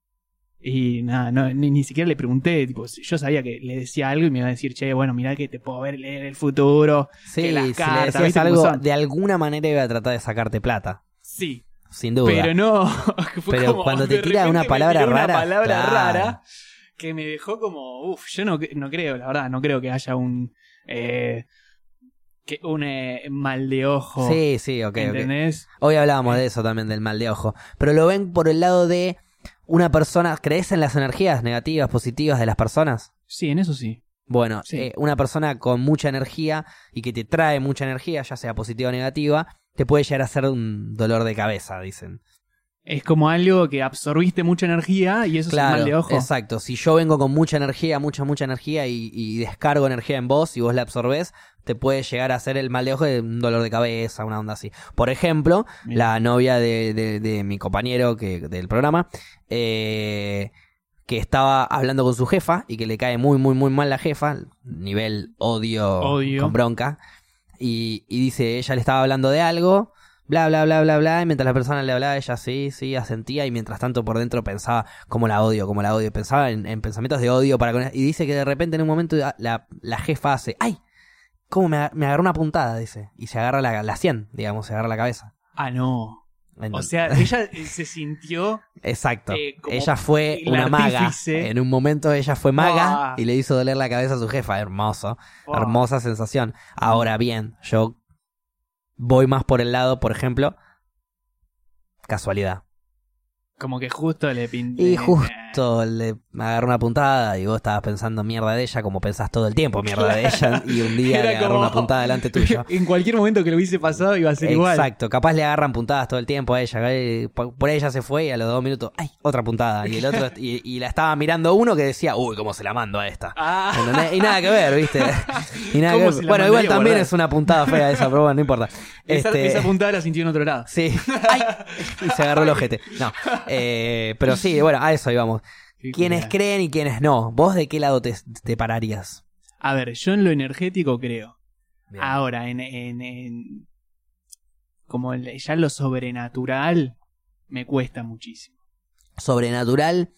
[SPEAKER 2] Y nada, no, ni, ni siquiera le pregunté, tipo, yo sabía que le decía algo y me iba a decir, che, bueno, mirá que te puedo ver leer el futuro.
[SPEAKER 1] Sí,
[SPEAKER 2] que las
[SPEAKER 1] si
[SPEAKER 2] cartas,
[SPEAKER 1] le decías
[SPEAKER 2] ¿viste cómo
[SPEAKER 1] algo,
[SPEAKER 2] son?
[SPEAKER 1] de alguna manera iba a tratar de sacarte plata,
[SPEAKER 2] Sí,
[SPEAKER 1] sin duda.
[SPEAKER 2] Pero no. <laughs> fue
[SPEAKER 1] Pero
[SPEAKER 2] como,
[SPEAKER 1] cuando te
[SPEAKER 2] de
[SPEAKER 1] tira
[SPEAKER 2] repente
[SPEAKER 1] una
[SPEAKER 2] me
[SPEAKER 1] palabra
[SPEAKER 2] tiró
[SPEAKER 1] rara,
[SPEAKER 2] Una palabra
[SPEAKER 1] claro.
[SPEAKER 2] rara que me dejó como. Uf, yo no, no creo, la verdad, no creo que haya un. eh, que un eh, mal de ojo.
[SPEAKER 1] Sí, sí, ok, ok.
[SPEAKER 2] ¿Entendés? Eh.
[SPEAKER 1] Hoy hablábamos de eso también, del mal de ojo. Pero lo ven por el lado de una persona. ¿Crees en las energías negativas, positivas de las personas?
[SPEAKER 2] Sí, en eso sí.
[SPEAKER 1] Bueno,
[SPEAKER 2] Sí.
[SPEAKER 1] eh, una persona con mucha energía y que te trae mucha energía, ya sea positiva o negativa, te puede llegar a hacer un dolor de cabeza, dicen.
[SPEAKER 2] Es como algo que absorbiste mucha energía y eso es un mal de ojo.
[SPEAKER 1] exacto. Si yo vengo con mucha energía, mucha, mucha energía y, y descargo energía en vos y vos la absorbés, te puede llegar a hacer el mal de ojo de un dolor de cabeza, una onda así. Por ejemplo,
[SPEAKER 2] Mira.
[SPEAKER 1] la novia de, de- de mi compañero que, del programa, eh, que estaba hablando con su jefa y que le cae muy, muy, muy mal la jefa, nivel odio,
[SPEAKER 2] Odio.
[SPEAKER 1] con bronca. Y, y dice, ella le estaba hablando de algo, bla, bla, bla, bla, bla, y mientras la persona le hablaba, ella sí, sí, asentía y mientras tanto por dentro pensaba, cómo la odio, cómo la odio, pensaba en, en pensamientos de odio para con ella. Y dice que de repente en un momento la, la jefa hace, ¡ay! ¿Cómo me, aga- me agarró una puntada? Dice. Y se agarra la, la 100, digamos, se agarra la cabeza.
[SPEAKER 2] Ah, no. O
[SPEAKER 1] Entonces-
[SPEAKER 2] sea, ella eh,
[SPEAKER 1] <laughs>
[SPEAKER 2] se sintió.
[SPEAKER 1] Exacto.
[SPEAKER 2] Eh, como
[SPEAKER 1] ella fue
[SPEAKER 2] el
[SPEAKER 1] una maga.
[SPEAKER 2] artífice.
[SPEAKER 1] En un momento ella fue maga
[SPEAKER 2] Ah.
[SPEAKER 1] y le hizo doler la cabeza a su jefa. Hermoso.
[SPEAKER 2] wow.
[SPEAKER 1] Hermosa sensación. Ahora bien, yo voy más por el lado, por ejemplo, casualidad.
[SPEAKER 2] Como que justo le pinté.
[SPEAKER 1] Y
[SPEAKER 2] <laughs>
[SPEAKER 1] justo le agarró una puntada y vos estabas pensando mierda de ella como pensás todo el tiempo mierda de
[SPEAKER 2] <laughs>
[SPEAKER 1] ella y un día
[SPEAKER 2] Era
[SPEAKER 1] le agarró
[SPEAKER 2] como-
[SPEAKER 1] una puntada delante tuyo.
[SPEAKER 2] en cualquier momento que lo hubiese pasado iba a ser igual.
[SPEAKER 1] Exacto, capaz le agarran puntadas todo el tiempo a ella. eh, Por por ella se fue y a los dos minutos, ¡ay! Otra puntada. Y el otro, y, y la estaba mirando uno que decía, ¡uy, cómo se la mando a esta!
[SPEAKER 2] Ah,
[SPEAKER 1] ¿Entendés? Y nada que ver,
[SPEAKER 2] <laughs>
[SPEAKER 1] ¿viste? Y nada que
[SPEAKER 2] ¿Cómo
[SPEAKER 1] ver.
[SPEAKER 2] se la
[SPEAKER 1] Bueno, igual
[SPEAKER 2] mandaría a
[SPEAKER 1] también
[SPEAKER 2] guardar?
[SPEAKER 1] es una puntada fea esa, pero bueno, no importa.
[SPEAKER 2] <laughs> esa,
[SPEAKER 1] Este,
[SPEAKER 2] esa puntada la sintió en otro lado. <laughs>
[SPEAKER 1] Sí. ¡Ay! Y se agarró el ojete. No. Eh, pero sí, bueno, a eso íbamos.
[SPEAKER 2] Sí,
[SPEAKER 1] Quienes
[SPEAKER 2] mira.
[SPEAKER 1] creen y quienes no. ¿Vos de qué lado te, te pararías?
[SPEAKER 2] A ver, yo en lo energético creo.
[SPEAKER 1] Bien.
[SPEAKER 2] Ahora, en, en, en- como el- ya lo sobrenatural me cuesta muchísimo.
[SPEAKER 1] sobrenatural.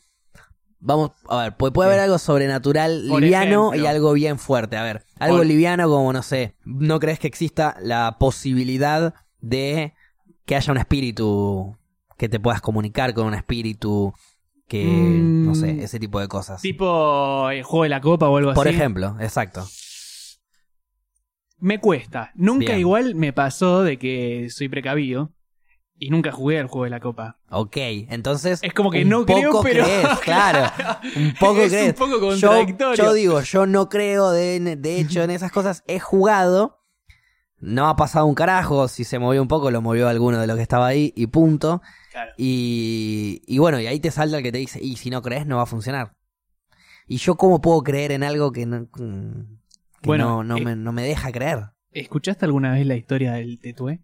[SPEAKER 1] Vamos, a ver, puede, puede
[SPEAKER 2] Sí.
[SPEAKER 1] haber algo sobrenatural
[SPEAKER 2] Por
[SPEAKER 1] liviano
[SPEAKER 2] ejemplo.
[SPEAKER 1] y algo bien fuerte. A ver, algo
[SPEAKER 2] Por-
[SPEAKER 1] liviano como, no sé, ¿no crees que exista la posibilidad de que haya un espíritu, que te puedas comunicar con un espíritu, que,
[SPEAKER 2] Mm.
[SPEAKER 1] no sé, ese tipo de cosas?
[SPEAKER 2] Tipo el juego de la copa o algo
[SPEAKER 1] Por
[SPEAKER 2] así.
[SPEAKER 1] ejemplo, exacto.
[SPEAKER 2] Me cuesta. Nunca
[SPEAKER 1] Bien.
[SPEAKER 2] igual me pasó de que soy precavido y nunca jugué al juego de la copa.
[SPEAKER 1] Ok, entonces...
[SPEAKER 2] Es como que
[SPEAKER 1] un
[SPEAKER 2] no creo,
[SPEAKER 1] poco
[SPEAKER 2] pero.
[SPEAKER 1] crees,
[SPEAKER 2] <laughs>
[SPEAKER 1] claro. Un poco
[SPEAKER 2] es
[SPEAKER 1] crees.
[SPEAKER 2] un poco
[SPEAKER 1] yo,
[SPEAKER 2] contradictorio.
[SPEAKER 1] yo digo, yo no creo, de, de hecho, en esas cosas. He jugado, no ha pasado un carajo. Si se movió un poco, lo movió alguno de los que estaba ahí y punto.
[SPEAKER 2] Claro.
[SPEAKER 1] Y, y bueno, y ahí te salta el que te dice, y si no crees, no va a funcionar. Y yo, ¿cómo puedo creer en algo que no, que
[SPEAKER 2] Bueno,
[SPEAKER 1] no, no
[SPEAKER 2] eh.
[SPEAKER 1] me, no me deja creer?
[SPEAKER 2] ¿Escuchaste alguna vez la historia del tetué?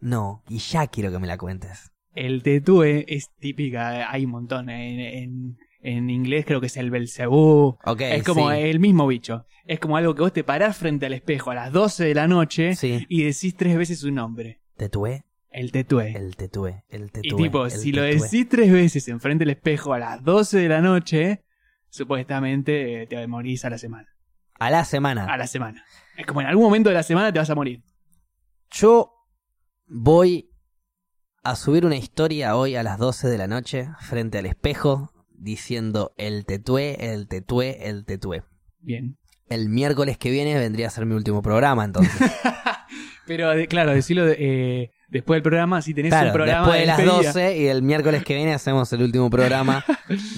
[SPEAKER 1] No, y ya quiero que me la cuentes.
[SPEAKER 2] El tetué es típica, hay un montón. En, en- en inglés creo que es el Belcebú.
[SPEAKER 1] Ok,
[SPEAKER 2] es como
[SPEAKER 1] Eh, sí,
[SPEAKER 2] el mismo bicho. Es como algo que vos te parás frente al espejo a las 12 de la noche
[SPEAKER 1] sí.
[SPEAKER 2] y decís tres veces su nombre.
[SPEAKER 1] Tetué,
[SPEAKER 2] El tetué.
[SPEAKER 1] el tetué, el tetué.
[SPEAKER 2] y tipo,
[SPEAKER 1] el
[SPEAKER 2] si lo
[SPEAKER 1] tetué.
[SPEAKER 2] decís tres veces enfrente del espejo a las 12 de la noche, supuestamente eh, te morís a la semana.
[SPEAKER 1] A la semana.
[SPEAKER 2] A la semana. Es como en algún momento de la semana te vas a morir.
[SPEAKER 1] Yo voy a subir una historia hoy a las 12 de la noche frente al espejo diciendo el tetué, el tetué, el tetué.
[SPEAKER 2] Bien.
[SPEAKER 1] El miércoles que viene vendría a ser mi último programa, entonces.
[SPEAKER 2] Pero de- claro, decirlo después del programa, si tenés
[SPEAKER 1] claro,
[SPEAKER 2] un programa
[SPEAKER 1] después de las
[SPEAKER 2] despedida.
[SPEAKER 1] 12 y el miércoles que viene hacemos el último
[SPEAKER 2] <laughs>
[SPEAKER 1] programa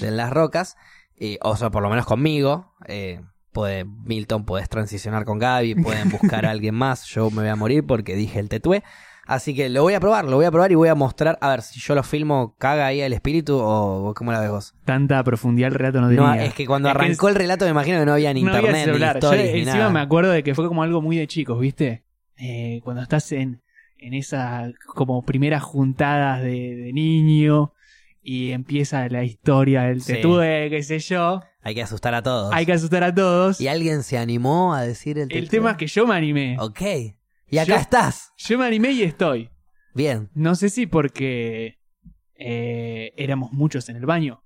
[SPEAKER 1] de Las Rocas. Y, o sea, por lo menos conmigo. eh, puede, Milton, podés transicionar con Gaby, pueden buscar a alguien más. Yo me voy a morir porque dije el tetué. Así que lo voy a probar, lo voy a probar y voy a mostrar. A ver, si yo lo filmo, ¿caga ahí el espíritu o o cómo la ves vos?
[SPEAKER 2] Tanta profundidad el relato no tenía.
[SPEAKER 1] No, es que cuando
[SPEAKER 2] Es que
[SPEAKER 1] arrancó el relato me imagino que no había ni
[SPEAKER 2] no había
[SPEAKER 1] internet,
[SPEAKER 2] celular.
[SPEAKER 1] ni
[SPEAKER 2] Yo
[SPEAKER 1] stories, ni
[SPEAKER 2] encima
[SPEAKER 1] nada.
[SPEAKER 2] me acuerdo de que fue como algo muy de chicos, ¿viste? Eh, cuando estás en, en esas como primeras juntadas de, de niño y empieza la historia del
[SPEAKER 1] Sí.
[SPEAKER 2] tetué, qué sé yo,
[SPEAKER 1] Hay que asustar a todos.
[SPEAKER 2] hay que asustar a todos.
[SPEAKER 1] Y alguien se animó a decir el tetué.
[SPEAKER 2] El tema es que yo me animé.
[SPEAKER 1] Ok. Y acá
[SPEAKER 2] Yo-
[SPEAKER 1] estás.
[SPEAKER 2] Yo me animé y estoy.
[SPEAKER 1] Bien.
[SPEAKER 2] No sé si porque eh, éramos muchos en el baño.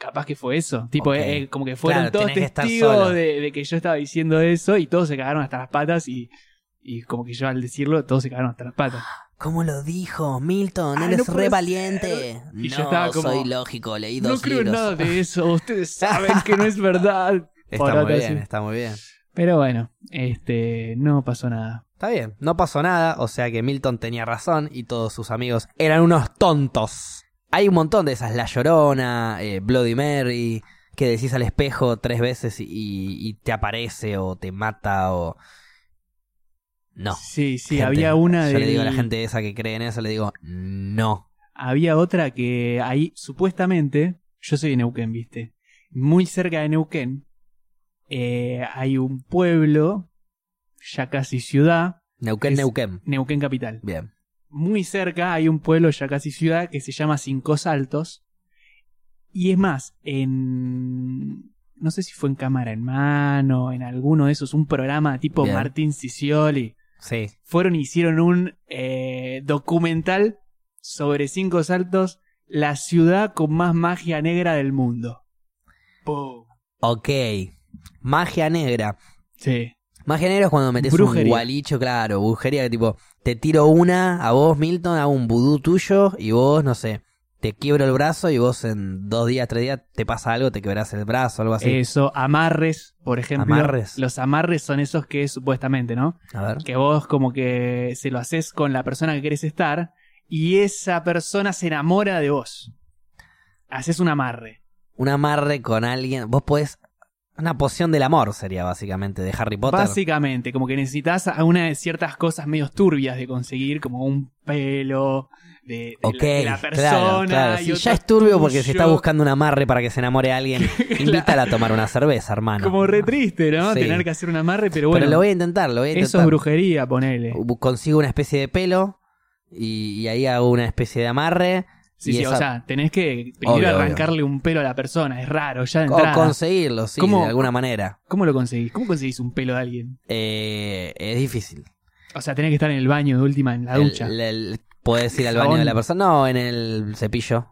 [SPEAKER 2] Capaz que fue eso. Tipo,
[SPEAKER 1] Ok.
[SPEAKER 2] eh, eh, como que fueron
[SPEAKER 1] Claro,
[SPEAKER 2] todos
[SPEAKER 1] tenés que estar
[SPEAKER 2] testigos
[SPEAKER 1] solo.
[SPEAKER 2] de, de que yo estaba diciendo eso y todos se cagaron hasta las patas y, y como que yo al decirlo todos se cagaron hasta las patas.
[SPEAKER 1] ¿Cómo lo dijo Milton?
[SPEAKER 2] Ah,
[SPEAKER 1] Eres
[SPEAKER 2] no puede
[SPEAKER 1] re
[SPEAKER 2] ser.
[SPEAKER 1] valiente.
[SPEAKER 2] Y yo
[SPEAKER 1] no,
[SPEAKER 2] estaba como,
[SPEAKER 1] soy lógico, leí
[SPEAKER 2] No
[SPEAKER 1] dos
[SPEAKER 2] creo en
[SPEAKER 1] libros.
[SPEAKER 2] nada de eso.
[SPEAKER 1] <laughs>
[SPEAKER 2] Ustedes saben que no es verdad.
[SPEAKER 1] Está
[SPEAKER 2] Por
[SPEAKER 1] muy
[SPEAKER 2] otro
[SPEAKER 1] bien,
[SPEAKER 2] sí.
[SPEAKER 1] está muy bien.
[SPEAKER 2] Pero bueno, este no pasó nada.
[SPEAKER 1] Está bien, no pasó nada, o sea que Milton tenía razón y todos sus amigos eran unos tontos. Hay un montón de esas, La Llorona, eh, Bloody Mary, que decís al espejo tres veces y, y te aparece o te mata o... No.
[SPEAKER 2] Sí, sí,
[SPEAKER 1] gente.
[SPEAKER 2] había una de.
[SPEAKER 1] Yo le digo a la gente esa que cree en eso, le digo, no.
[SPEAKER 2] Había otra que ahí, supuestamente, yo soy de Neuquén, viste. Muy cerca de Neuquén eh, hay un pueblo, ya casi ciudad,
[SPEAKER 1] Neuquén,
[SPEAKER 2] Es-
[SPEAKER 1] Neuquén.
[SPEAKER 2] Neuquén capital.
[SPEAKER 1] Bien.
[SPEAKER 2] Muy cerca hay un pueblo, ya casi ciudad, que se llama Cinco Saltos. Y es más, en. No sé si fue en cámara en mano, en alguno de esos, un programa tipo
[SPEAKER 1] Bien.
[SPEAKER 2] Martín Sicioli.
[SPEAKER 1] Sí.
[SPEAKER 2] Fueron y hicieron un eh, documental sobre cinco saltos, la ciudad con más magia negra del mundo. ¡Pum!
[SPEAKER 1] Ok. Magia negra.
[SPEAKER 2] Sí.
[SPEAKER 1] Magia negra es cuando metes un
[SPEAKER 2] Brujería.
[SPEAKER 1] gualicho, claro, brujería, que tipo, te tiro una a vos, Milton, hago un vudú tuyo y vos, no sé, te quiebro el brazo y vos en dos días, tres días te pasa algo, te quebrás el brazo, algo así.
[SPEAKER 2] Eso, amarres, por ejemplo.
[SPEAKER 1] Ah, Amarres.
[SPEAKER 2] Los amarres son esos que supuestamente, ¿no?
[SPEAKER 1] A ver.
[SPEAKER 2] que vos como que se lo haces con la persona que querés estar y esa persona se enamora de vos. Haces un amarre.
[SPEAKER 1] Un amarre con alguien. Vos podés. Una poción del amor sería básicamente de Harry Potter.
[SPEAKER 2] Básicamente, como que necesitas algunas de ciertas cosas medio turbias de conseguir, como un pelo de, de la-
[SPEAKER 1] Ok,
[SPEAKER 2] de la,
[SPEAKER 1] claro,
[SPEAKER 2] persona.
[SPEAKER 1] claro.
[SPEAKER 2] y
[SPEAKER 1] Sí,
[SPEAKER 2] otro
[SPEAKER 1] ya es turbio porque se
[SPEAKER 2] tuyo.
[SPEAKER 1] está buscando un amarre para que se enamore a
[SPEAKER 2] <laughs>
[SPEAKER 1] alguien. Invítala a tomar una cerveza, hermano.
[SPEAKER 2] Como re triste, ¿no?
[SPEAKER 1] Sí.
[SPEAKER 2] Tener que hacer un amarre, pero bueno,
[SPEAKER 1] Pero lo voy a intentar, lo voy a
[SPEAKER 2] eso
[SPEAKER 1] intentar. Uh,
[SPEAKER 2] es brujería, ponele.
[SPEAKER 1] Bu- Consigo una especie de pelo y, y ahí hago una especie de amarre.
[SPEAKER 2] Sí,
[SPEAKER 1] y
[SPEAKER 2] sí,
[SPEAKER 1] esa-
[SPEAKER 2] o sea, tenés que primero
[SPEAKER 1] Obvio, obvio.
[SPEAKER 2] arrancarle un pelo a la persona, es raro, ya de
[SPEAKER 1] o
[SPEAKER 2] entrada.
[SPEAKER 1] conseguirlo, sí,
[SPEAKER 2] ¿Cómo?
[SPEAKER 1] de alguna manera.
[SPEAKER 2] ¿Cómo lo conseguís? ¿Cómo conseguís un pelo de alguien?
[SPEAKER 1] Eh, es difícil.
[SPEAKER 2] O sea, tenés que estar en el baño de última, en la
[SPEAKER 1] El-
[SPEAKER 2] ducha.
[SPEAKER 1] el- el- ¿Podés ir al baño
[SPEAKER 2] Jabón.
[SPEAKER 1] de la persona? No, en el cepillo.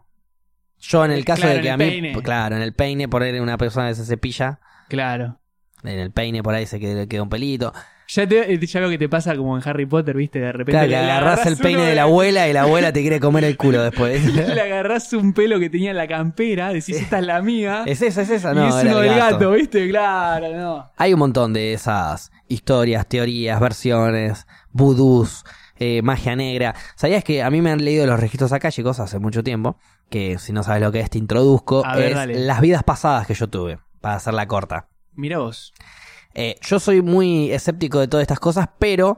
[SPEAKER 1] Yo en el caso
[SPEAKER 2] Claro,
[SPEAKER 1] de que
[SPEAKER 2] en
[SPEAKER 1] a
[SPEAKER 2] el
[SPEAKER 1] mí,
[SPEAKER 2] peine.
[SPEAKER 1] claro, en el peine, por ahí una persona que se cepilla,
[SPEAKER 2] Claro.
[SPEAKER 1] en el peine por ahí se queda, queda un pelito.
[SPEAKER 2] Ya, te, ya veo que te pasa como en Harry Potter, viste, de repente.
[SPEAKER 1] Claro, le agarrás el
[SPEAKER 2] uno
[SPEAKER 1] peine de la abuela y la abuela te quiere comer el culo después. <laughs>
[SPEAKER 2] Le agarrás un pelo que tenía en la campera, decís, esta es la mía.
[SPEAKER 1] es esa, es esa,
[SPEAKER 2] y
[SPEAKER 1] no.
[SPEAKER 2] es
[SPEAKER 1] era
[SPEAKER 2] uno
[SPEAKER 1] el
[SPEAKER 2] del gato.
[SPEAKER 1] gato.
[SPEAKER 2] viste, claro, no.
[SPEAKER 1] Hay un montón de esas historias, teorías, versiones, vudús, eh, magia negra. ¿Sabías que a mí me han leído los registros acálicos hace mucho tiempo? Que si no sabes lo que es, te introduzco.
[SPEAKER 2] A ver,
[SPEAKER 1] es
[SPEAKER 2] dale.
[SPEAKER 1] las vidas pasadas que yo tuve, para hacerla corta.
[SPEAKER 2] Mira vos.
[SPEAKER 1] Eh, yo soy muy escéptico de todas estas cosas, pero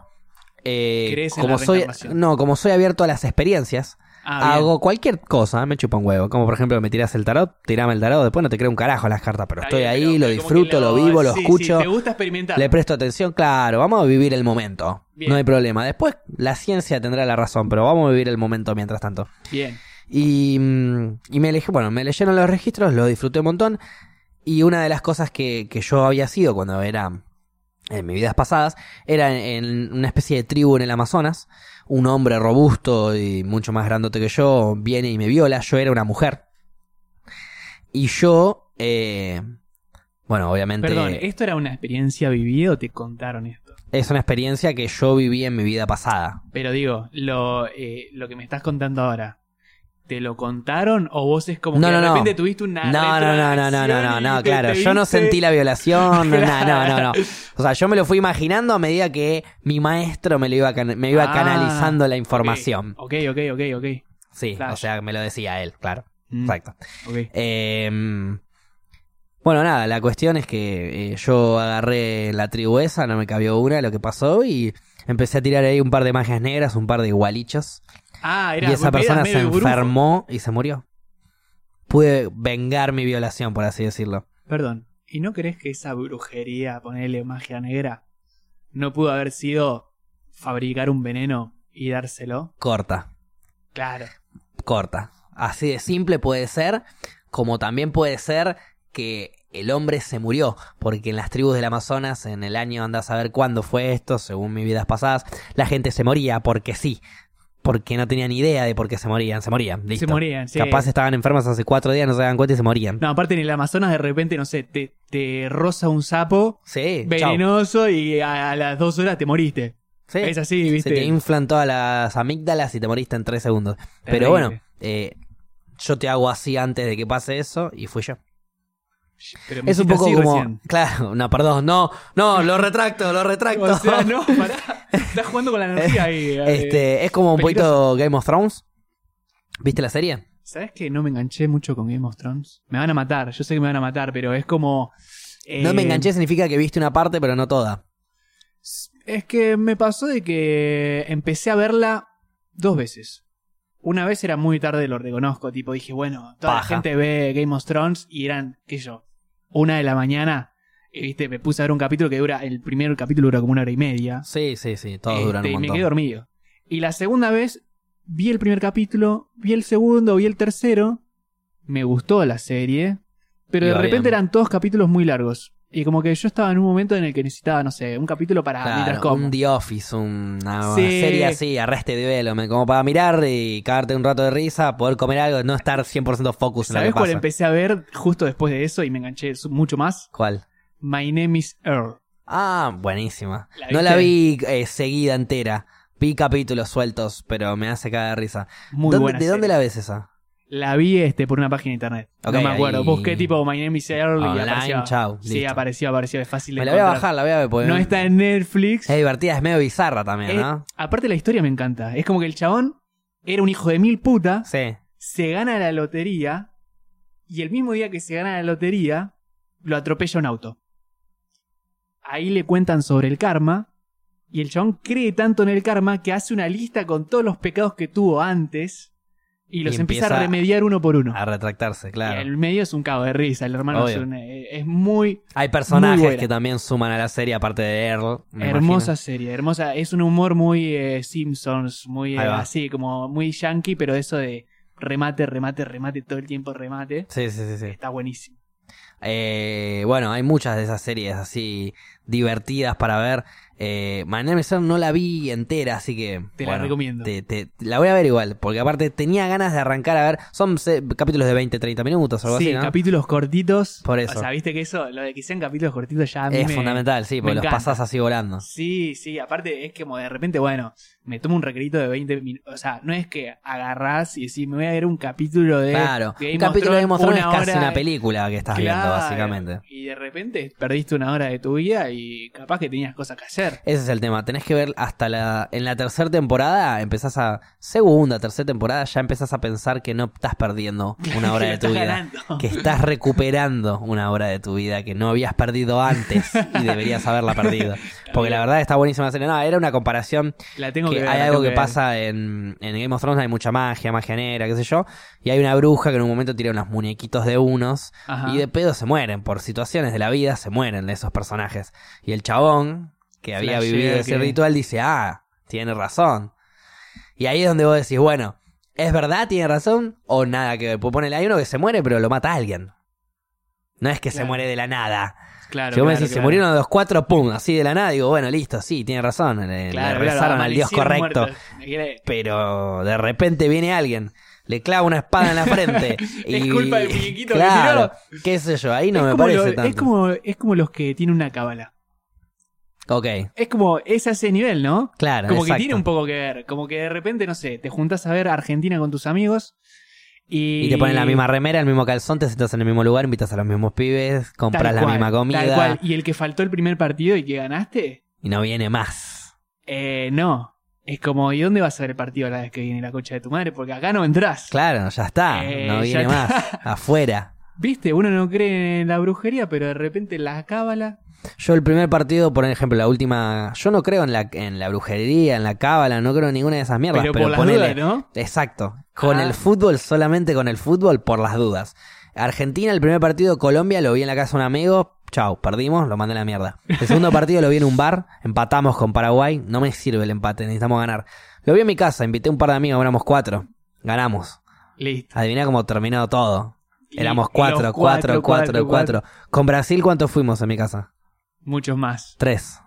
[SPEAKER 1] eh,
[SPEAKER 2] ¿Crees en
[SPEAKER 1] como
[SPEAKER 2] la
[SPEAKER 1] soy
[SPEAKER 2] reencarnación?
[SPEAKER 1] no, como soy abierto a las experiencias,
[SPEAKER 2] Ah, bien.
[SPEAKER 1] hago cualquier cosa, me chupa un huevo. Como por ejemplo, me tiras el tarot, tirame el tarot, después no te creo un carajo las cartas, pero
[SPEAKER 2] Está
[SPEAKER 1] estoy
[SPEAKER 2] bien,
[SPEAKER 1] ahí, lo
[SPEAKER 2] pero- pero como que
[SPEAKER 1] disfruto, lo vivo, lo
[SPEAKER 2] sí, sí,
[SPEAKER 1] escucho.
[SPEAKER 2] te gusta experimentar.
[SPEAKER 1] Le presto atención, claro, vamos a vivir el momento.
[SPEAKER 2] Bien.
[SPEAKER 1] No hay problema. Después la ciencia tendrá la razón, pero vamos a vivir el momento mientras tanto.
[SPEAKER 2] Bien.
[SPEAKER 1] Y, mm, y me elegí, bueno, me leyeron los registros, lo disfruté un montón. Y una de las cosas que, que yo había sido cuando era en mis vidas pasadas, era en, en una especie de tribu en el Amazonas. Un hombre robusto y mucho más grandote que yo viene y me viola. Yo era una mujer. Y yo, eh, bueno, obviamente.
[SPEAKER 2] Perdón, ¿esto era una experiencia vivida o te contaron esto?
[SPEAKER 1] Es una experiencia que yo viví en mi vida pasada.
[SPEAKER 2] Pero digo, lo, eh, lo que me estás contando ahora. ¿Te lo contaron o vos es como
[SPEAKER 1] No,
[SPEAKER 2] que
[SPEAKER 1] no,
[SPEAKER 2] de
[SPEAKER 1] no.
[SPEAKER 2] repente tuviste una
[SPEAKER 1] No, no, no, no, no, no, no, no,
[SPEAKER 2] Ah, retroacción y te-
[SPEAKER 1] claro.
[SPEAKER 2] te
[SPEAKER 1] Yo no
[SPEAKER 2] viste-
[SPEAKER 1] sentí la violación, no, no, no,
[SPEAKER 2] <laughs>
[SPEAKER 1] no, no. O sea, yo me lo fui imaginando a medida que mi maestro me, lo iba, cana- me iba
[SPEAKER 2] Ah,
[SPEAKER 1] canalizando la información.
[SPEAKER 2] Ok, ok, ok, ok.
[SPEAKER 1] Sí,
[SPEAKER 2] Flash.
[SPEAKER 1] o sea, me lo decía él, claro.
[SPEAKER 2] Mm,
[SPEAKER 1] Exacto.
[SPEAKER 2] ok.
[SPEAKER 1] Eh, bueno, nada, la cuestión es que eh, yo agarré la tribu esa, no me cabió una, lo que pasó, y empecé a tirar ahí un par de magias negras, un par de gualichos.
[SPEAKER 2] Ah, era
[SPEAKER 1] y esa
[SPEAKER 2] era
[SPEAKER 1] persona se
[SPEAKER 2] medio brujo.
[SPEAKER 1] enfermó y se murió. Pude vengar mi violación, por así decirlo.
[SPEAKER 2] Perdón. ¿Y no crees que esa brujería, ponerle magia negra, no pudo haber sido fabricar un veneno y dárselo?
[SPEAKER 1] Corta,
[SPEAKER 2] Claro.
[SPEAKER 1] corta. Así de simple puede ser, como también puede ser que el hombre se murió, porque en las tribus del Amazonas, en el año andás a ver cuándo fue esto, según mis vidas pasadas, la gente se moría porque sí, porque no tenían idea de por qué se morían, se morían, listo.
[SPEAKER 2] Se morían, sí.
[SPEAKER 1] Capaz estaban enfermas hace cuatro días, no se daban cuenta y se morían.
[SPEAKER 2] No, aparte en el Amazonas de repente, no sé, te, te roza un sapo
[SPEAKER 1] Sí, chau.
[SPEAKER 2] venenoso y a, a las dos horas te moriste.
[SPEAKER 1] Sí.
[SPEAKER 2] Es así, viste.
[SPEAKER 1] Se te inflan todas las amígdalas y te moriste en tres segundos.
[SPEAKER 2] Terrible.
[SPEAKER 1] Pero bueno, eh, yo te hago así antes de que pase eso y fui yo.
[SPEAKER 2] Pero me
[SPEAKER 1] Es un
[SPEAKER 2] hiciste
[SPEAKER 1] poco
[SPEAKER 2] así
[SPEAKER 1] como...
[SPEAKER 2] recién.
[SPEAKER 1] <laughs> Claro, no, perdón, no, no, lo retracto, lo retracto.
[SPEAKER 2] O sea,
[SPEAKER 1] <laughs>
[SPEAKER 2] no, pará. Estás jugando con la energía ahí. eh.
[SPEAKER 1] este, es como un poquito Game of Thrones. ¿Viste la serie?
[SPEAKER 2] ¿Sabes que no me enganché mucho con Game of Thrones? Me van a matar, yo sé que me van a matar, pero es como. eh,
[SPEAKER 1] No me enganché significa que viste una parte, pero no toda.
[SPEAKER 2] Es que me pasó de que empecé a verla dos veces. Una vez era muy tarde, lo reconozco, tipo dije, bueno, toda
[SPEAKER 1] Paja.
[SPEAKER 2] la gente ve Game of Thrones y eran, qué sé yo, una de la mañana, y, viste, me puse a ver un capítulo que dura, el primer capítulo dura como una hora y media.
[SPEAKER 1] Sí, sí, sí, todos
[SPEAKER 2] Este,
[SPEAKER 1] duran un
[SPEAKER 2] y me
[SPEAKER 1] montón.
[SPEAKER 2] quedé dormido. Y la segunda vez vi el primer capítulo, vi el segundo, vi el tercero. me gustó la serie, pero de
[SPEAKER 1] Iba
[SPEAKER 2] repente
[SPEAKER 1] bien.
[SPEAKER 2] eran todos capítulos muy largos. Y como que yo estaba en un momento en el que necesitaba, no sé, un capítulo para
[SPEAKER 1] Claro,
[SPEAKER 2] mientras como.
[SPEAKER 1] un The Office, una
[SPEAKER 2] Sí.
[SPEAKER 1] serie así, arreste de velo, como para mirar y cagarte un rato de risa, poder comer algo, no estar 100% focus en lo
[SPEAKER 2] ¿Sabes
[SPEAKER 1] que
[SPEAKER 2] cuál
[SPEAKER 1] pasa.
[SPEAKER 2] empecé a ver justo después de eso y me enganché su- mucho más?
[SPEAKER 1] ¿Cuál?
[SPEAKER 2] My Name is Earl.
[SPEAKER 1] Ah, buenísima.
[SPEAKER 2] ¿La
[SPEAKER 1] no
[SPEAKER 2] viste?
[SPEAKER 1] la vi eh, seguida entera, vi capítulos sueltos, pero me hace cagar de risa.
[SPEAKER 2] Muy
[SPEAKER 1] ¿Dónde-
[SPEAKER 2] buena.
[SPEAKER 1] ¿De dónde
[SPEAKER 2] serie.
[SPEAKER 1] la ves esa?
[SPEAKER 2] La vi este por una página de internet.
[SPEAKER 1] Ok,
[SPEAKER 2] no me acuerdo.
[SPEAKER 1] ahí-
[SPEAKER 2] Busqué tipo My Name is Earl y
[SPEAKER 1] Online,
[SPEAKER 2] aparecía.
[SPEAKER 1] chau,
[SPEAKER 2] sí,
[SPEAKER 1] listo.
[SPEAKER 2] aparecía, aparecía. Es fácil de
[SPEAKER 1] Me la voy a
[SPEAKER 2] encontrar.
[SPEAKER 1] bajar, la voy a ver. porque
[SPEAKER 2] No está en Netflix.
[SPEAKER 1] Es divertida, es medio bizarra también,
[SPEAKER 2] Eh,
[SPEAKER 1] ¿no?
[SPEAKER 2] aparte la historia me encanta. Es como que el chabón era un hijo de mil putas,
[SPEAKER 1] Sí.
[SPEAKER 2] se gana la lotería y el mismo día que se gana la lotería lo atropella un auto. Ahí le cuentan sobre el karma y el chabón cree tanto en el karma que hace una lista con todos los pecados que tuvo antes y los
[SPEAKER 1] Y
[SPEAKER 2] empieza, a
[SPEAKER 1] empieza
[SPEAKER 2] remediar uno por uno.
[SPEAKER 1] A retractarse, claro.
[SPEAKER 2] Y el medio es un cabo de risa, el hermano es,
[SPEAKER 1] Obvio.
[SPEAKER 2] un- eh, es muy
[SPEAKER 1] Hay
[SPEAKER 2] Muy
[SPEAKER 1] personajes
[SPEAKER 2] buena.
[SPEAKER 1] que también suman a la serie, aparte de Earl. me
[SPEAKER 2] Hermosa
[SPEAKER 1] imagino.
[SPEAKER 2] serie, hermosa. Es un humor muy eh, Simpsons, muy eh,
[SPEAKER 1] Ahí va.
[SPEAKER 2] así, como muy yankee, pero eso de remate, remate, remate, todo el tiempo remate.
[SPEAKER 1] Sí, sí, sí. sí.
[SPEAKER 2] Está buenísimo.
[SPEAKER 1] Eh, bueno, hay muchas de esas series así divertidas para ver. Eh, My Name is Earl no la vi entera, así que.
[SPEAKER 2] Te la
[SPEAKER 1] bueno,
[SPEAKER 2] recomiendo.
[SPEAKER 1] te- te- la voy a ver igual, porque aparte tenía ganas de arrancar a ver. Son se- capítulos de 20, 30 minutos o algo
[SPEAKER 2] Sí,
[SPEAKER 1] así, ¿no?
[SPEAKER 2] capítulos cortitos.
[SPEAKER 1] Por eso.
[SPEAKER 2] O sea, viste que eso, lo de que sean capítulos cortitos ya a mí
[SPEAKER 1] Es
[SPEAKER 2] me-
[SPEAKER 1] fundamental, sí, porque los
[SPEAKER 2] encanta.
[SPEAKER 1] pasás así volando.
[SPEAKER 2] Sí, sí, aparte es que como de repente, bueno, me tomo un recreito de 20 minutos. O sea, no es que agarrás y decís, me voy a ver un capítulo de.
[SPEAKER 1] Claro,
[SPEAKER 2] Game
[SPEAKER 1] un
[SPEAKER 2] of
[SPEAKER 1] capítulo de Game of Thrones es
[SPEAKER 2] una
[SPEAKER 1] casi
[SPEAKER 2] hora,
[SPEAKER 1] una película que estás viendo,
[SPEAKER 2] Claro,
[SPEAKER 1] básicamente.
[SPEAKER 2] Y de repente perdiste una hora de tu vida y capaz que tenías cosas que hacer.
[SPEAKER 1] Ese es el tema. Tenés que ver hasta la. En la tercera temporada empezás a. Segunda, tercera temporada, ya empezás a pensar que no estás perdiendo una hora
[SPEAKER 2] <laughs> que
[SPEAKER 1] de
[SPEAKER 2] lo
[SPEAKER 1] tu
[SPEAKER 2] estás
[SPEAKER 1] vida.
[SPEAKER 2] ganando.
[SPEAKER 1] Que estás recuperando una hora de tu vida que no habías perdido antes y deberías haberla
[SPEAKER 2] <laughs>
[SPEAKER 1] perdido. Porque la verdad está buenísima la serie. No, era una comparación
[SPEAKER 2] La tengo
[SPEAKER 1] que
[SPEAKER 2] que ver,
[SPEAKER 1] hay
[SPEAKER 2] la
[SPEAKER 1] algo
[SPEAKER 2] tengo
[SPEAKER 1] que,
[SPEAKER 2] ver.
[SPEAKER 1] pasa en, en Game of Thrones, hay mucha magia, magia negra, qué sé yo. Y hay una bruja que en un momento tira unos muñequitos de unos
[SPEAKER 2] Ajá.
[SPEAKER 1] y de pedo se mueren, por situaciones de la vida se mueren esos personajes. Y el chabón, que había
[SPEAKER 2] Flashea
[SPEAKER 1] vivido ese
[SPEAKER 2] que-
[SPEAKER 1] ritual, dice, ah, tiene razón. Y ahí es donde vos decís, bueno, ¿es verdad, tiene razón? O nada que ver. Pues ponele, hay uno que se muere, pero lo mata a alguien. No es que se
[SPEAKER 2] Claro.
[SPEAKER 1] muere de la nada.
[SPEAKER 2] Claro,
[SPEAKER 1] si vos me
[SPEAKER 2] claro,
[SPEAKER 1] decís, se
[SPEAKER 2] claro.
[SPEAKER 1] murieron los cuatro, pum, así de la nada, digo, bueno, listo, sí, tiene razón. eh, Le, le
[SPEAKER 2] Claro, claro,
[SPEAKER 1] rezaron al Dios
[SPEAKER 2] amanecieron
[SPEAKER 1] correcto.
[SPEAKER 2] muertos. Me quiere-
[SPEAKER 1] Pero de repente viene alguien, le clava una espada en la frente. y,
[SPEAKER 2] <laughs> Es culpa del muñequito que
[SPEAKER 1] claro, qué sé yo, ahí no
[SPEAKER 2] es,
[SPEAKER 1] me
[SPEAKER 2] como
[SPEAKER 1] parece
[SPEAKER 2] lo-
[SPEAKER 1] tanto.
[SPEAKER 2] es, como, es como los que tienen una cábala.
[SPEAKER 1] Ok,
[SPEAKER 2] Es como, es a ese nivel, ¿no?
[SPEAKER 1] claro.
[SPEAKER 2] Como
[SPEAKER 1] exacto.
[SPEAKER 2] que tiene un poco que ver. Como que de repente, no sé, te juntás a ver Argentina con tus amigos y.
[SPEAKER 1] Y te ponen la misma remera, el mismo calzón, te sientas en el mismo lugar, invitas a los mismos pibes,
[SPEAKER 2] Tal
[SPEAKER 1] compras la
[SPEAKER 2] cual,
[SPEAKER 1] misma
[SPEAKER 2] tal cual.
[SPEAKER 1] comida
[SPEAKER 2] Y el que faltó el primer partido y que ganaste,
[SPEAKER 1] y no viene más.
[SPEAKER 2] eh, no. Es como, ¿y dónde vas a ver el partido la vez que viene la cocha de tu madre? Porque acá no entrás.
[SPEAKER 1] Claro, ya está,
[SPEAKER 2] Eh,
[SPEAKER 1] no
[SPEAKER 2] ya
[SPEAKER 1] viene
[SPEAKER 2] está.
[SPEAKER 1] más, afuera.
[SPEAKER 2] Viste, uno no cree en la brujería, pero de repente la cábala.
[SPEAKER 1] Yo el primer partido, por ejemplo, la última, yo no creo en la en la brujería, en la cábala, no creo en ninguna de esas mierdas,
[SPEAKER 2] Pero,
[SPEAKER 1] pero,
[SPEAKER 2] por las
[SPEAKER 1] ponele,
[SPEAKER 2] dudas, ¿no?
[SPEAKER 1] Exacto. Con
[SPEAKER 2] Ah.
[SPEAKER 1] el fútbol, solamente con el fútbol, por las dudas. Argentina, el primer partido, Colombia, lo vi en la casa de un amigo. Chau, perdimos, lo mandé a la mierda. El
[SPEAKER 2] <laughs>
[SPEAKER 1] segundo partido lo vi en un bar, empatamos con Paraguay. No me sirve el empate, necesitamos ganar. Lo vi en mi casa, invité un par de amigos, éramos cuatro. Ganamos.
[SPEAKER 2] Listo.
[SPEAKER 1] Adivina cómo terminó todo. Éramos
[SPEAKER 2] Y- y
[SPEAKER 1] cuatro,
[SPEAKER 2] los
[SPEAKER 1] cuatro, cuatro, cuatro. Con Brasil, ¿cuántos fuimos en mi casa?
[SPEAKER 2] Muchos más.
[SPEAKER 1] Tres.